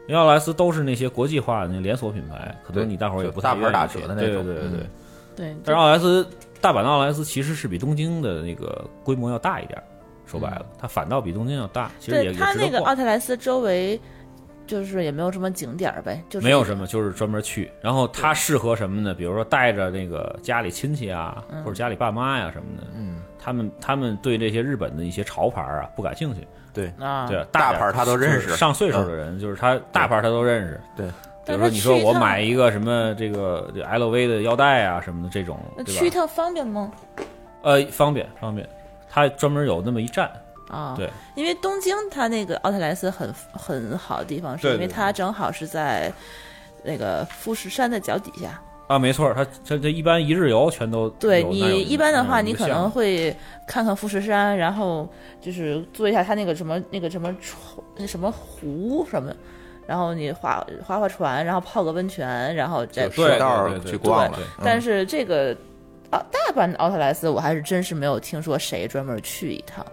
D: 因为奥特莱斯都是那些国际化的那连锁品牌，可能你大伙儿也不太
C: 就大牌打
D: 愿意去
C: 折的那种
D: 对对对对。
C: 嗯
E: 对，
D: 但是奥特莱斯，大阪的奥特莱斯其实是比东京的那个规模要大一点儿，说白了，
C: 嗯
D: 它反倒比东京要大，其实也
E: 对
D: 也
E: 他
D: 值
E: 那
D: 得
E: 个奥
D: 逛。
E: 特莱斯周围，就是也没有什么景点儿呗，就是
D: 没有什么，就是专门去。然后它适合什么呢？比如说带着那个家里亲戚啊，
E: 嗯
D: 或者家里爸妈呀、什么的，
C: 嗯，
D: 他们他们对这些日本的一些潮牌儿啊不感兴趣，
C: 对，
E: 啊。
D: 对，
C: 大
D: 点
C: 牌儿他都认识嗯
D: 就是上岁数的人就是他大牌儿他都认识，
C: 对。
D: 比
E: 但
D: 如
E: 是
D: 说，你说
E: 他去一
D: 我
E: 趟
D: 买一个什么这个这 LV 的腰带啊什么的这种，
E: 那去
D: 对
E: 一
D: 吧？
E: 趟方便吗？
D: 呃，方便方便，它专门有那么一站，
E: 啊，
D: 对，
E: 因为东京它那个奥特莱斯很很好的地方，是
D: 对
E: 因为
D: 对
E: 它正好是在那个富士山的脚底下。
D: 啊，没错，它它它一般一日游全都
E: 对
D: 有那有
E: 你一般的话，
D: 嗯
E: 你
D: 有
E: 可
D: 项
E: 能
D: 目
E: 会看看富士山，然后就是做一下它那个什么那个什么船那什么湖什么，然后你划划划船，然后泡个温泉，然后再
C: 就
D: 对
C: 顺道
D: 对
C: 儿
D: 对对
C: 去逛了
D: 对，
C: 嗯
E: 但是这个啊，大阪的奥特莱斯，我还是真是没有听说谁专门去一趟。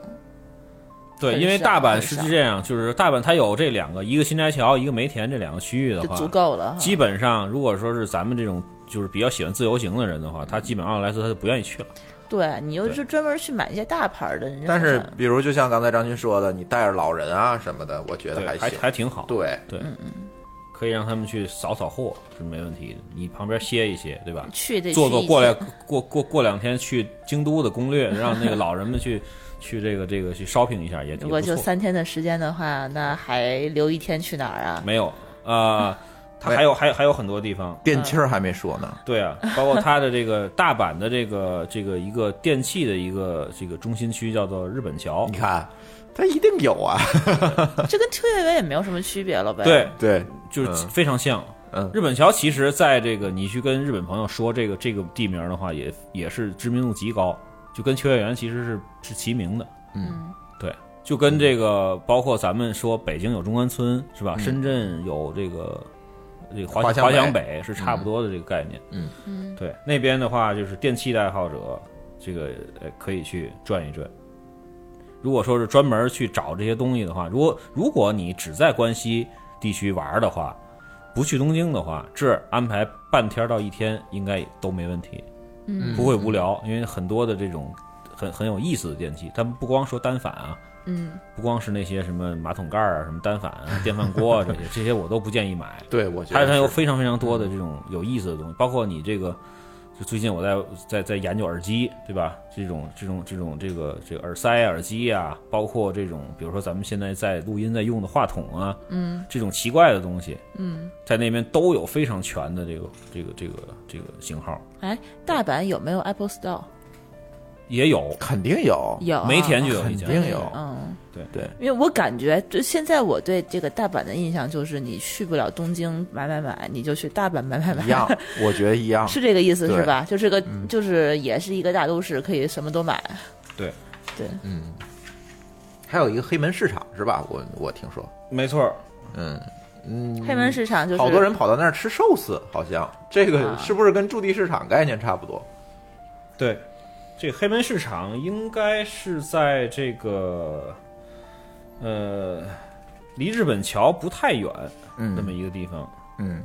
D: 对，
E: 很
D: 因为
E: 少
D: 大阪
E: 很
D: 是
E: 少
D: 这样，就是大阪它有这两个，一个新斋桥，一个梅田这两个区域的
E: 就
D: 话，
E: 足够了哈。
D: 基本上如果说是咱们这种就是比较喜欢自由行的人的话，他基本上来说他就不愿意去了。
E: 对你又
D: 对
E: 是专门去买一些大牌儿的，你
C: 但是
E: 想想
C: 比如就像刚才张军说的，你带着老人啊什么的，我觉得
D: 对，还
C: 行，
D: 还挺好。
C: 对，
D: 对，
E: 嗯
D: 可以让他们去扫扫货是没问题的，你旁边歇一歇，对吧？
E: 去得
D: 做
E: 去
D: 做
E: 一
D: 过
E: 些
D: 来过过过两天去京都的攻略，让那个老人们去去这个这个去 shopping 一下也也
E: 如
D: 不
E: 果就
D: 错。
E: 三天的时间的话，那还留一天去哪儿 啊？
D: 没有啊，它还有还有还有很多地方。
C: 电器儿还没说呢，
D: 对啊，包括它的这个大阪的这个这个一个电器的一个这个中心区叫做日本桥
C: 你，看，它一定有啊，
E: 这跟秋叶原也没有什么区别了呗。
D: 对，
C: 对，
D: 就是
C: 嗯
D: 非常像。
C: 嗯
D: 日本桥其实在这个你去跟日本朋友说这个这个地名的话，也也是知名度极高，就跟秋叶原其实是是齐名的。
C: 嗯，
D: 对，就跟这个包括咱们说北京有中关村是吧？深圳有这个这个华
C: 嗯华强
D: 华强
C: 北
D: 北是差不多的这个概念。
C: 嗯
E: 嗯
D: 对，那边的话就是电器的爱好者，这个呃可以去转一转。如果说是专门去找这些东西的话，如果如果你只在关西地区玩的话，不去东京的话，这儿安排半天到一天应该都没问题，
E: 嗯
D: 不会无聊，因为很多的这种很很有意思的电器，他们不光说单反啊，
E: 嗯，
D: 不光是那些什么马桶盖儿啊、什么单反啊、电饭锅啊这些，这些我都不建议买。
C: 对，我觉
D: 它
C: 得
D: 它有
C: 是
D: 非常非常多的这种有意思的东西，包括你这个，就最近我在在在研究耳机，对吧？这种这种这种这个这个耳塞、耳机啊，包括这种比如说咱们现在在录音在用的话筒啊，嗯，这种奇怪的东西，嗯，在那边都有非常全的这个这个这个这个型号，
E: 哎，大阪有没有 Apple Store？
D: 也有
C: 肯定有，
E: 有啊
D: 梅田就有
C: 肯
D: 一家，
C: 定有，
E: 嗯，
D: 对
C: 对，
E: 因为我感觉，就现在我对这个大阪的印象就是，你去不了东京买买买，你就去大阪买买买，
C: 一样，我觉得一样，
E: 是这个意思
C: 对
E: 是吧？就是个，就是也是一个大都市，可以什么都买。
D: 对
E: 对，
C: 嗯，还有一个黑门市场是吧？我我听说，
D: 没错儿，
C: 嗯嗯，
E: 黑门市场就是
C: 好多人跑到那儿吃寿司，好像这个
E: 啊
C: 是不是跟驻地市场概念差不多？
D: 对，这黑门市场应该是在这个呃离日本桥不太远那么
C: 嗯
D: 一个地方，
C: 嗯，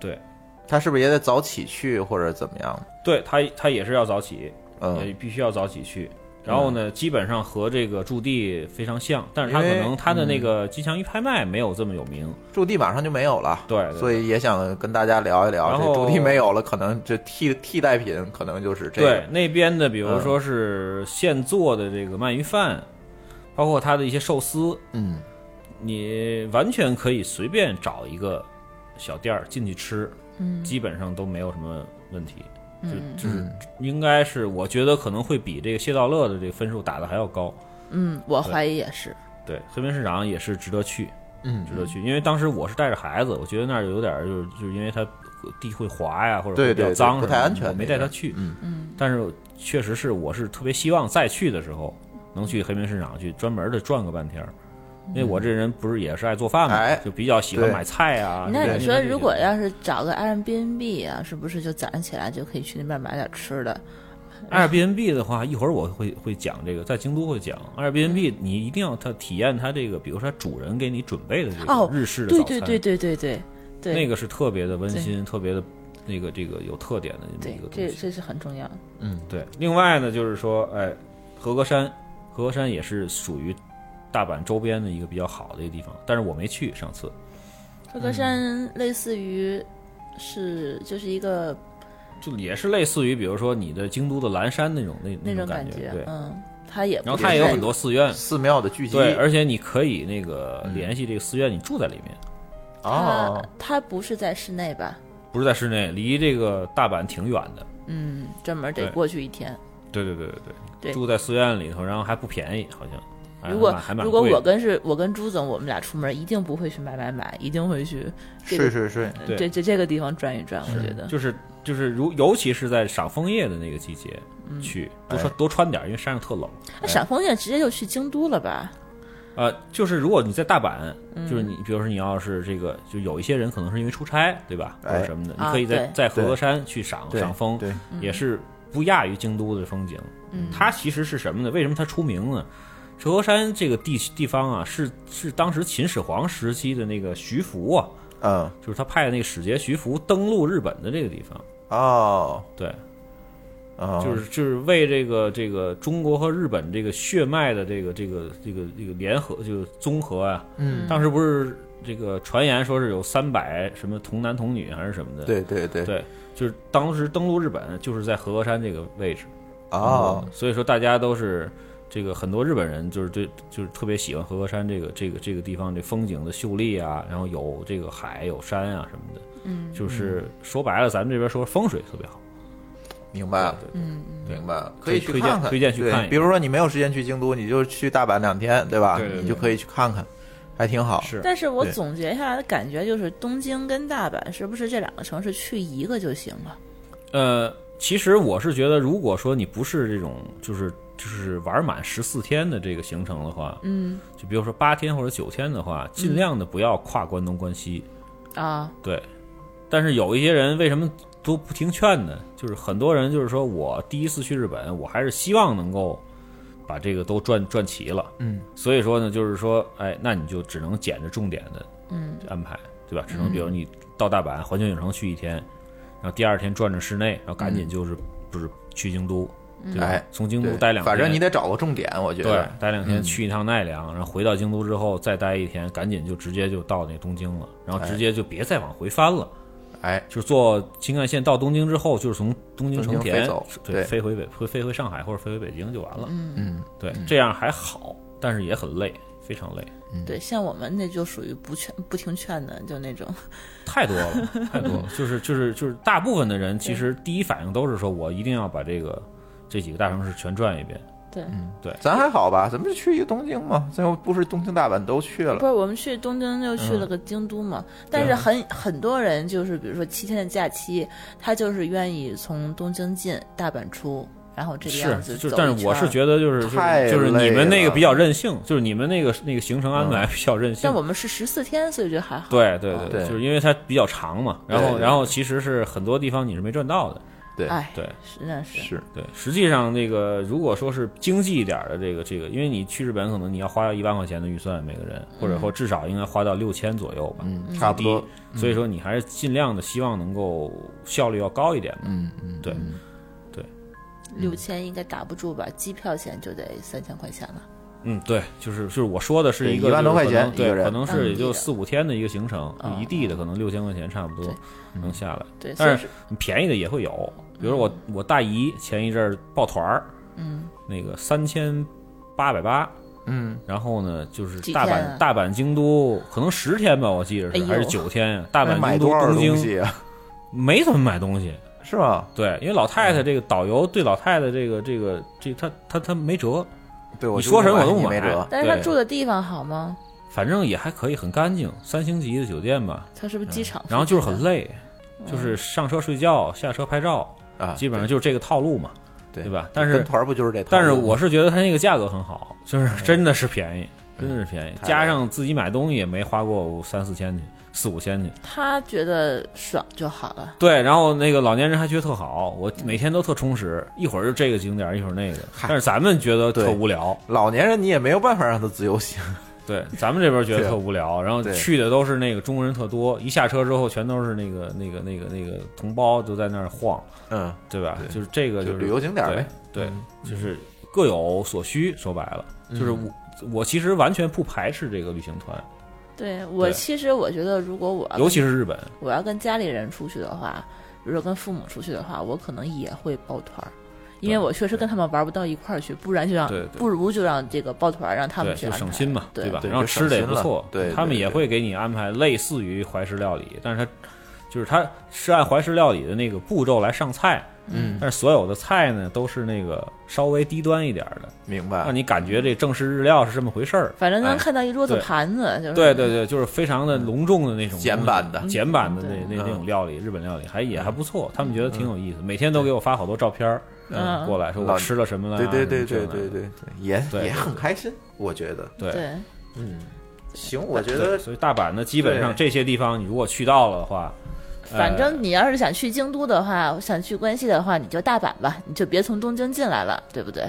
D: 对，
C: 他是不是也得早起去或者怎么样？
D: 对他他也是要早起，也
C: 嗯，
D: 必须要早起去。然后呢，基本上和这个驻地非常像，但是他可
C: 因为
D: 能他的那
C: 嗯
D: 个金枪鱼拍卖没有这么有名。
C: 驻地马上就没有了，
D: 对对对
C: 所以也想跟大家聊一聊，
D: 然
C: 这
D: 后
C: 驻地没有了，可能这替替代品可能就是这
D: 对
C: 个，
D: 那边的，比如
C: 嗯
D: 说是现做的这个鳗鱼饭，包括它的一些寿司，
C: 嗯
D: 你完全可以随便找一个小店儿进去吃，
E: 嗯
D: 基本上都没有什么问题。就
E: 嗯
D: 就是应该是，我觉得可能会比这个谢道乐的这个分数打的还要高。
E: 嗯，我怀疑也是，
D: 对，黑门市场也是值得去，
C: 嗯
D: 值，得去，因为当时我是带着孩子，我觉得那儿有点儿就是就是因为它地会滑呀，或者
C: 对
D: 会比较
C: 对
D: 脏
C: 对不
D: 什么的，
C: 太安全
D: 我没
C: 那
D: 带他
C: 边
D: 去。
C: 嗯
E: 嗯，
D: 但是确实是，我是特别希望再去的时候能去黑门市场去专门的转个半天儿，因为我这人不是也是爱做饭嘛
C: 哎，
D: 就比较喜欢
C: 对
D: 买菜啊。
E: 那
D: 这
E: 你
D: 些
E: 说
D: 东西
E: 如果
D: 就
E: 要是找个 Airbnb 啊，是不是就早上起来就可以去那边买点吃的？
D: Airbnb 的话，一会儿我会会讲这个，在京都会讲 Airbnb，你一定要它体验它这个，比如说它主人给你准备的这
E: 哦
D: 个日式的
E: 对
D: 早餐，
E: 对对对对对对，
D: 那个是特别的温馨，特别的那个这个有特点的这么
E: 对
D: 一个
E: 这
D: 东西。嗯
E: 这是很重要的。
D: 对，另外呢，就是说，哎，和歌山，和歌山也是属于大阪周边的一个比较好的一个地方，但是我没去上次。
E: 这个山类似于是就是一个
D: 就也是类似于，比如说你的京都的岚山那种那
E: 那
D: 种
E: 种
D: 感
E: 感
D: 对。
E: 嗯，它也
D: 然后
E: 不
D: 它也
E: 是
D: 有很多寺院，
C: 寺庙的聚集，
D: 对，而且你可以那个联系这个寺院，你住在里面，
C: 哦
D: 啊
E: 它，它不是在室内吧？
D: 不是在室内，离这个大阪挺远的。
E: 嗯，专门得
D: 对
E: 过去一天。
D: 对对对对
E: 对
D: 住在寺院里头，然后还不便宜，好像。哎还
E: 如果
D: 还蛮
E: 如果
D: 贵的
E: 我跟是我跟朱总，我们俩出门一定不会去买买买，一定会去这
C: 是
E: 个
C: 是是，
D: 对
E: 这这这个地方转一转。我觉得
D: 就是就是如尤其是在赏枫叶的那个季节
E: 嗯
D: 去，
E: 哎
D: 多穿多穿点儿，因为山上特冷。
E: 那闪哎枫叶直接就去京都了吧？
D: 呃，就是如果你在大阪，
E: 嗯
D: 就是你，比如说你要是这个，就有一些人可能是因为出差，对吧，或
C: 哎
D: 者什么的，你
E: 啊
D: 可以在
E: 对
D: 在和歌山去赏
C: 对
D: 赏枫
C: 对，
D: 也是不亚于京都的风景。
E: 嗯
D: 它其实是什么呢？为什么它出名呢？和歌山这个地地方啊，是是当时秦始皇时期的那个徐福啊，
C: 嗯，
D: 就是他派那个使节徐福登陆日本的这个地方，
C: 哦，
D: 对，
C: 哦
D: 就是就是为这个这个中国和日本这个血脉的这个这个这个这个联合就是综合啊，
C: 嗯，
D: 当时不是这个传言说是有三百什么童男童女还是什么的，
C: 对对对，
D: 对，就是当时登陆日本就是在和歌山这个位置嗯
C: 哦，
D: 所以说大家都是这个很多日本人就是对就是特别喜欢和歌山这个这个这个地方这风景的秀丽啊，然后有这个海有山啊什么的，嗯，就是说白了咱们这边说风水特别好，
C: 明白了
D: 对。对
C: 明白了，可以去
D: 推荐
C: 看看，
D: 推荐去
C: 对
D: 看一
C: 比如说你没有时间去京都，你就去大阪两天，对吧？
D: 对对对
C: 你就可以去看看，还挺好。
D: 是
E: 但是我
C: 对
E: 总结一下，感觉就是东京跟大阪是不是这两个城市去一个就行了？
D: 呃，其实我是觉得，如果说你不是这种就是就是玩满十四天的这个行程的话，
E: 嗯
D: 就比如说八天或者九天的话，尽量的不要跨关东关西。
E: 啊，
D: 对，但是有一些人为什么都不听劝呢？就是很多人就是说我第一次去日本，我还是希望能够。把这个都转转齐了，
C: 嗯，
D: 所以说呢，就是说，哎，那你就只能捡着重点的
E: 嗯
D: 安排，对吧？只
C: 嗯
D: 能比如你到大阪环球影城去一天，然后第二天转转室内，然后赶紧就是、不是去京都，对吧？
C: 嗯哎
D: 从京都
C: 对
D: 待两天，
C: 反正你得嗯找个重点，我觉
D: 对
C: 得。
D: 待两天去一趟奈良，然后回到京都之后再待一天，赶紧就直接就到那东京了，然后直接就别再往回翻了，
C: 哎，
D: 就是坐新干线到东京之后，就是从东京成
C: 东京
D: 田
C: 飞走对
D: 对飞回北会飞回上海或者飞回北京就完了，
C: 嗯，
D: 对，这样还好，但是也很累，非常累。
E: 对，像我们那就属于不劝不听劝的，就那种。
D: 太多了，太多了，就是就是就是，大部分的人其实第一反应都是说我一定要把这个这几个大城市全转一遍。
E: 对，
C: 咱还好吧？咱们就去一个东京嘛，咱又不是东京、大阪都去
E: 不
C: 了。
E: 是我们去东京就去
D: 嗯
E: 了个京都嘛，但是
D: 啊
E: 很很多人就是比如说七天的假期，他就是愿意从东京进，大阪出。然后这个样
D: 是
E: 子
D: 就
E: 走一圈儿。
D: 但是我是觉得就是就是
C: 太
D: 就是你们那
C: 累
D: 个
C: 了
D: 比较任性，就是你们那个那个行程安排比较任性
E: 但。我们是十四天，所以就还好。
D: 对对对，
C: 对
D: 就是因为它比较长嘛，然后
C: 对
D: 然后其实是很多地方你是没赚到的，
C: 对
E: 哎，
D: 对
E: 是那是
C: 是
D: 对，实际上那个如果说是经济一点儿的这个这个，因为你去日本可能你要花掉一万块钱的预算每个人，或者说至少应该花到六千左右吧，
C: 嗯，差不多
D: 低，所以说你还是尽量的希望能够效率要高一点嘛，嗯嗯，对，
E: 六千应该打不住吧？机票钱就得三千块钱了。
D: 嗯对，就是就是我说的是
C: 对
D: 一个
C: 一万多
D: 就是可
C: 块
D: 能
C: 钱一
D: 对
C: 个，人
D: 可能是也就
E: 嗯
D: 四五天的一个行程，
E: 嗯
D: 一地的可能六千块钱差不多
E: 对
D: 能下来，
E: 对，所以
D: 但是
E: 是
D: 你便宜的也会有，比如说我我大姨前一阵儿抱团儿，
E: 嗯，
D: 那个三千八百八。
C: 嗯，
D: 然后呢，就是
E: 几
D: 大阪、
E: 天啊
D: 大阪、京都，可能十天吧，我记着是、
E: 哎呦
D: 还是九天。大
C: 那
D: 阪、
C: 哎买
D: 京
C: 多
D: 都、
C: 少
D: 东
C: 东
D: 京
C: 西啊？
D: 没怎么买东西，
C: 是吗？
D: 对，因为老
C: 嗯
D: 太太这个导游对老太太这个这个这她她她没辙，
C: 对，我
D: 你
C: 就
D: 说什么
C: 买
D: 我都
C: 你
D: 不
C: 没
D: 买
C: 辙。
E: 但是他
D: 对
E: 住的地方好吗？
D: 反正也还可以，很干净，三星级的酒店吧。
E: 他是不是机场？
D: 嗯
E: 啊
D: 然后就是很。累，
E: 嗯
D: 就是上车睡觉，下车拍照，
C: 啊，
D: 基本上就是这个套路嘛。
C: 对
D: 对吧但是
C: 跟团儿不就是这套路吗？嗯
D: 但是我是觉得它那个价格很好，就是真的是便宜，真的是便宜，
C: 太
D: 加上自己买东西也没花过三四千去，四五千去。
E: 他觉得爽就好了。
D: 对，然后那个老年人还觉得特好，我每天都特充实，一会儿就这个景点儿，一会儿那个。但是咱们觉得特
C: 对
D: 无聊，
C: 老年人你也没有办法让他自由 行，
D: 对，咱们这边觉得
C: 对
D: 特无聊，然后
C: 对
D: 去的都是那个中国人特多，一下车之后全都是那个那个那个那个同胞都在那儿晃，
C: 嗯，
D: 对吧？
C: 对
D: 就是这个
C: 就是旅游景点儿呗，嗯
D: 对，对就是各有所需。说白了，就是我我其实完全不排斥这个旅行团，
E: 对我
D: 对
E: 其实我觉得，如果我要
D: 尤其是日本，
E: 我要跟家里人出去的话，比如说跟父母出去的话，我可能也会抱团儿，因为
D: 对
E: 我确实跟他们玩不到一块儿去，不然就让
D: 对对
E: 不如就让这个抱团儿让他
D: 对，
E: 们去
D: 就
E: 安排
D: 省心嘛，
E: 对
D: 吧？
C: 对
D: 然后
C: 就省
D: 吃的也
C: 心
D: 不
C: 了
D: 错，
C: 对
D: 他们
C: 对
D: 也
C: 对
D: 会给你安排类似于怀石料理，但是它就是它是按怀石料理的那个步骤来上菜，
C: 嗯，
D: 但是所有的菜呢都是那个稍微低端一点儿的，
C: 明白
E: 啊
D: 让。你感觉这正式日料是这么回事儿。
E: 反正能
D: 哎
E: 看到一桌子
D: 对
E: 盘子，就是
D: 对对对，就是非常的隆重的那种
C: 简版的
D: 简版的
E: 嗯嗯
C: 对
D: 那那那种料理，日本料理还也还不错，他们觉得挺有意思，每天都给我发好多照片儿
E: 嗯
D: 过来，说我
C: 老
D: 吃了什么了啊，
C: 对对对
D: 什
C: 对
D: 么这那
C: 对
D: 的
C: 对，也
D: 对
C: 也很开心，我觉得。
D: 对哎
E: 对，
C: 行，我觉
D: 对
C: 得
D: 所以大阪呢，基本上这些地方，你如果去到了的话，呃
E: 反正你要是想去京都的话，想去关西的话，你就大阪吧，你就别从东京进来了，对不对？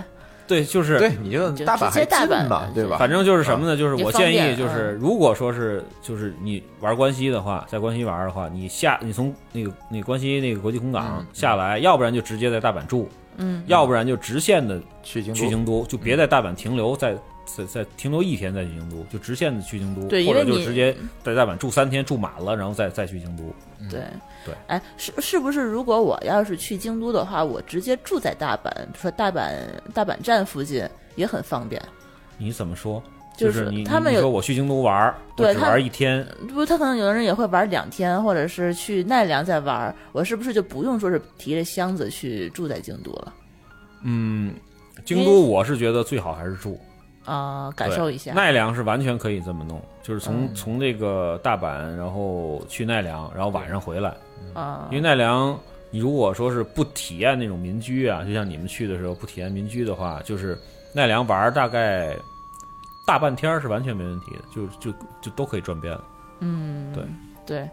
D: 对，就是
C: 对，你就
E: 就
C: 大阪
E: 直接
C: 还
E: 大阪
C: 近嘛，对吧？
D: 反正就是什么呢？就是
E: 嗯也
D: 我
E: 方
D: 建
E: 便嗯
D: 议，就是如果说是就是你玩关西的话，在关西玩的话，你下你从那个那个关西那个国际空港下来，要不然就直接在大阪住，
E: 嗯，
D: 要不然就直线的
C: 去京
D: 去京都，就别在大阪停
E: 嗯
D: 留，在在在停留一天再去京都，就直线的去京都，
E: 对
D: 或者
E: 因为
D: 就
E: 你
D: 直接在大阪住三天，住满了，然后再再去京都。
E: 对
D: 嗯对
E: 哎，是是不是如果我要是去京都的话，我直接住在大阪，比如说大阪大阪站附近也很方便。
D: 你怎么说？
E: 就是是
D: 你
E: 他们
D: 你
E: 有
D: 说我去京都玩儿，我
E: 对
D: 只
E: 他
D: 玩
E: 们
D: 一天，
E: 不，他可能有的人也会玩两天，或者是去奈良再玩。我是不是就不用说是提着箱子去住在京都了
D: 京都我是觉得最好还是住，
E: 啊、感
D: 对
E: 受一下。嗯
D: 奈良是完全可以这么弄，就是从、从这个大阪，然后去奈良，然后晚上回来，
E: 啊
D: 因、为奈良。你如果说是不体验那种民居啊，就像你们去的时候不体验民居的话，就是奈良玩儿大概大半天儿是完全没问题的，就就就都可以转遍了。
E: 对，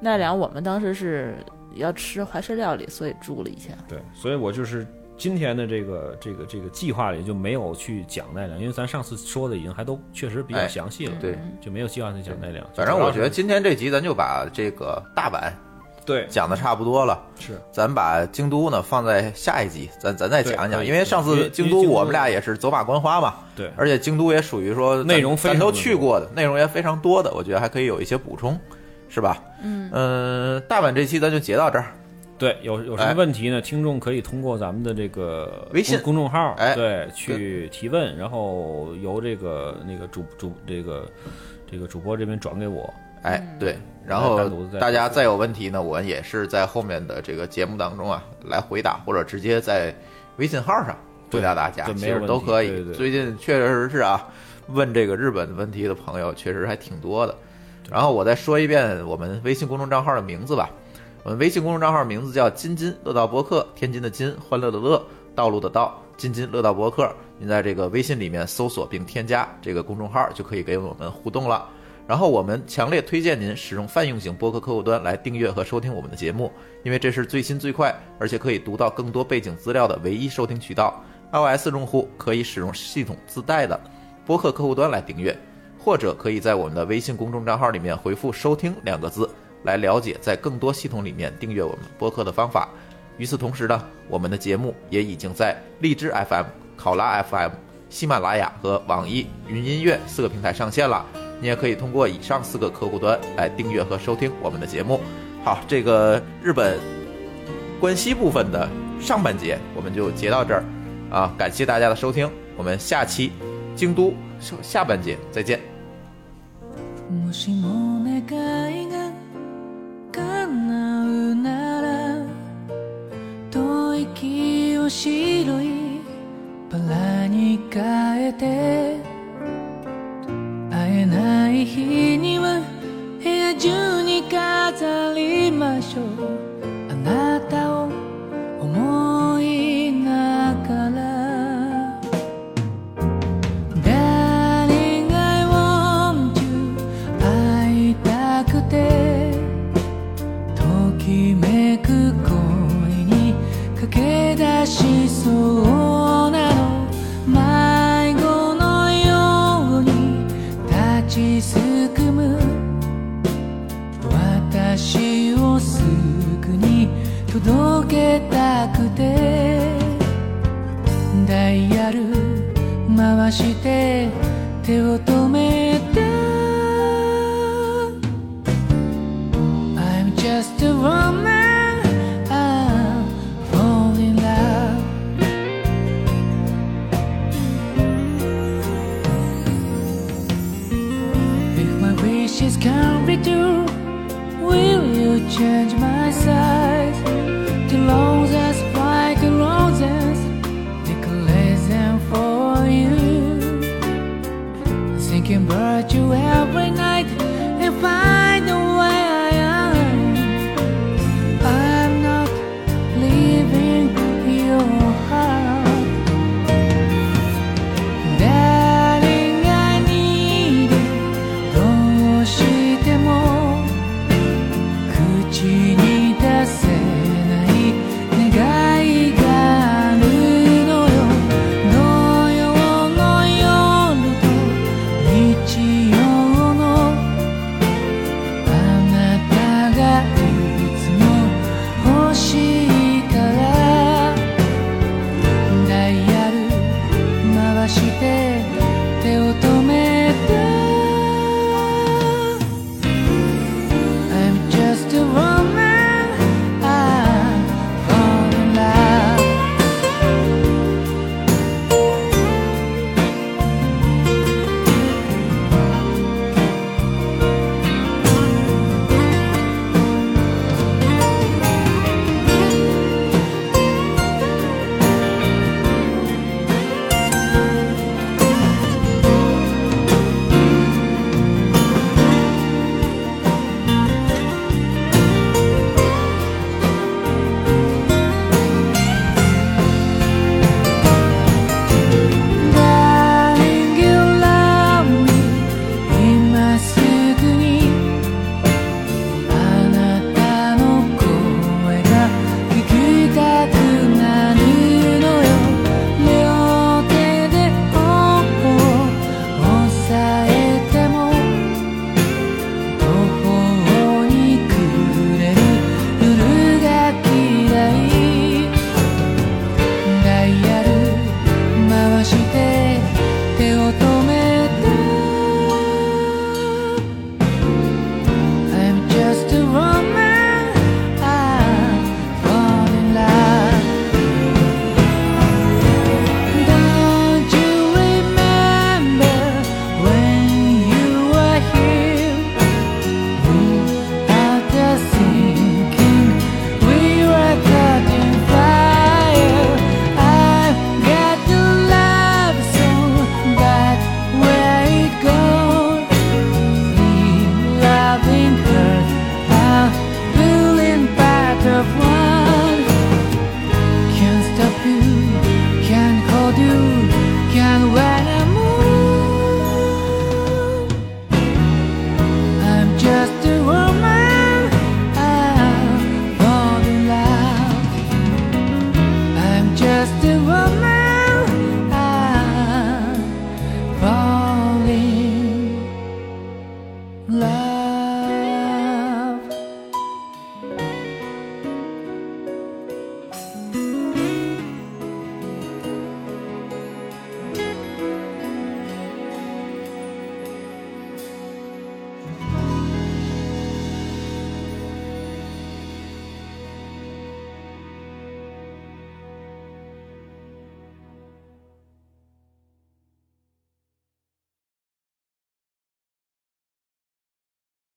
E: 奈良我们当时是要吃怀石料理，所以住了一下。
D: 对，所以我就是今天的这个这个这个计划里就没有去讲奈良，因为咱上次说的已经还都确实比较
C: 哎
D: 详细了，
C: 对，
D: 就没有计划去讲奈良。
C: 反正我觉得今天这集咱就把这个大阪
D: 对
C: 讲的差不多了，
D: 是
C: 咱把京都呢放在下一集，咱咱再讲一
D: 对可
C: 讲，
D: 以
C: 因为上
D: 因
C: 次
D: 为
C: 京
D: 因为
C: 都
D: 京都
C: 我们俩也是走马观花嘛，
D: 对
C: 而且京都也属于说咱
D: 内容非常
C: 咱
D: 多
C: 都去过的，内容也非常多的，我觉得还可以有一些补充，是吧？嗯大阪这期咱就截到这儿，
D: 对，有有什么
C: 哎
D: 问题呢？听众可以通过咱们的这个
C: 微信
D: 公公众号，
C: 哎
D: 对，去提问，然后由这个那个主主这个这个主播这边转给我。
C: 哎，对，然
D: 单
C: 后
D: 独再
C: 大家再有问题呢，我们也是在后面的这个节目当中啊来回答，或者直接在微信号上回答大家，
D: 对对
C: 其
D: 没有
C: 实
D: 问
C: 都
D: 题
C: 可以。
D: 对对
C: 最近确实是啊，问这个日本问题的朋友确实还挺多的。然后我再说一遍我们微信公众账号的名字吧。我们微信公众账号名字叫“津津乐道播客”，天津的津，欢乐的乐，道路的道，津津乐道博客。您在这个微信里面搜索并添加这个公众号，就可以给我们互动了。然后我们强烈推荐您使用泛用型播客客户端来订阅和收听我们的节目，因为这是最新最快，而且可以读到更多背景资料的唯一收听渠道。iOS 用户可以使用系统自带的播客客户端来订阅，或者可以在我们的微信公众账号里面回复“收听”两个字，来了解在更多系统里面订阅我们播客的方法。与此同时呢，我们的节目也已经在荔枝 FM、考拉 FM、喜马拉雅和网易云音乐四个平台上线了。你也可以通过以上四个客户端来订阅和收听我们的节目。好，这个日本关西部分的上半节我们就截到这儿啊，感谢大家的收听，我们下期京都下下半节再见。
F: もしも願いが叶うなら吐息を白いバラに変えて会えない日には部屋中に飾りましょうあなたを思いながら Darling, I want you 会いたくてときめく恋に駆け出しそうなの迷子のように立ちすくむ私をすぐに届けたくてダイヤル回して手を止めて I'm just a woman I'm falling in love If my wishes can't be true, will you change my size? The roses, white roses, declares them for you. Thinking about you every night and find the way I am. I'm not leaving your heart. Darling, I need you. どうしても口に出せない願いがあるのよ土曜の夜と日曜のあなたがいつも欲しいからダイヤル回して手を止め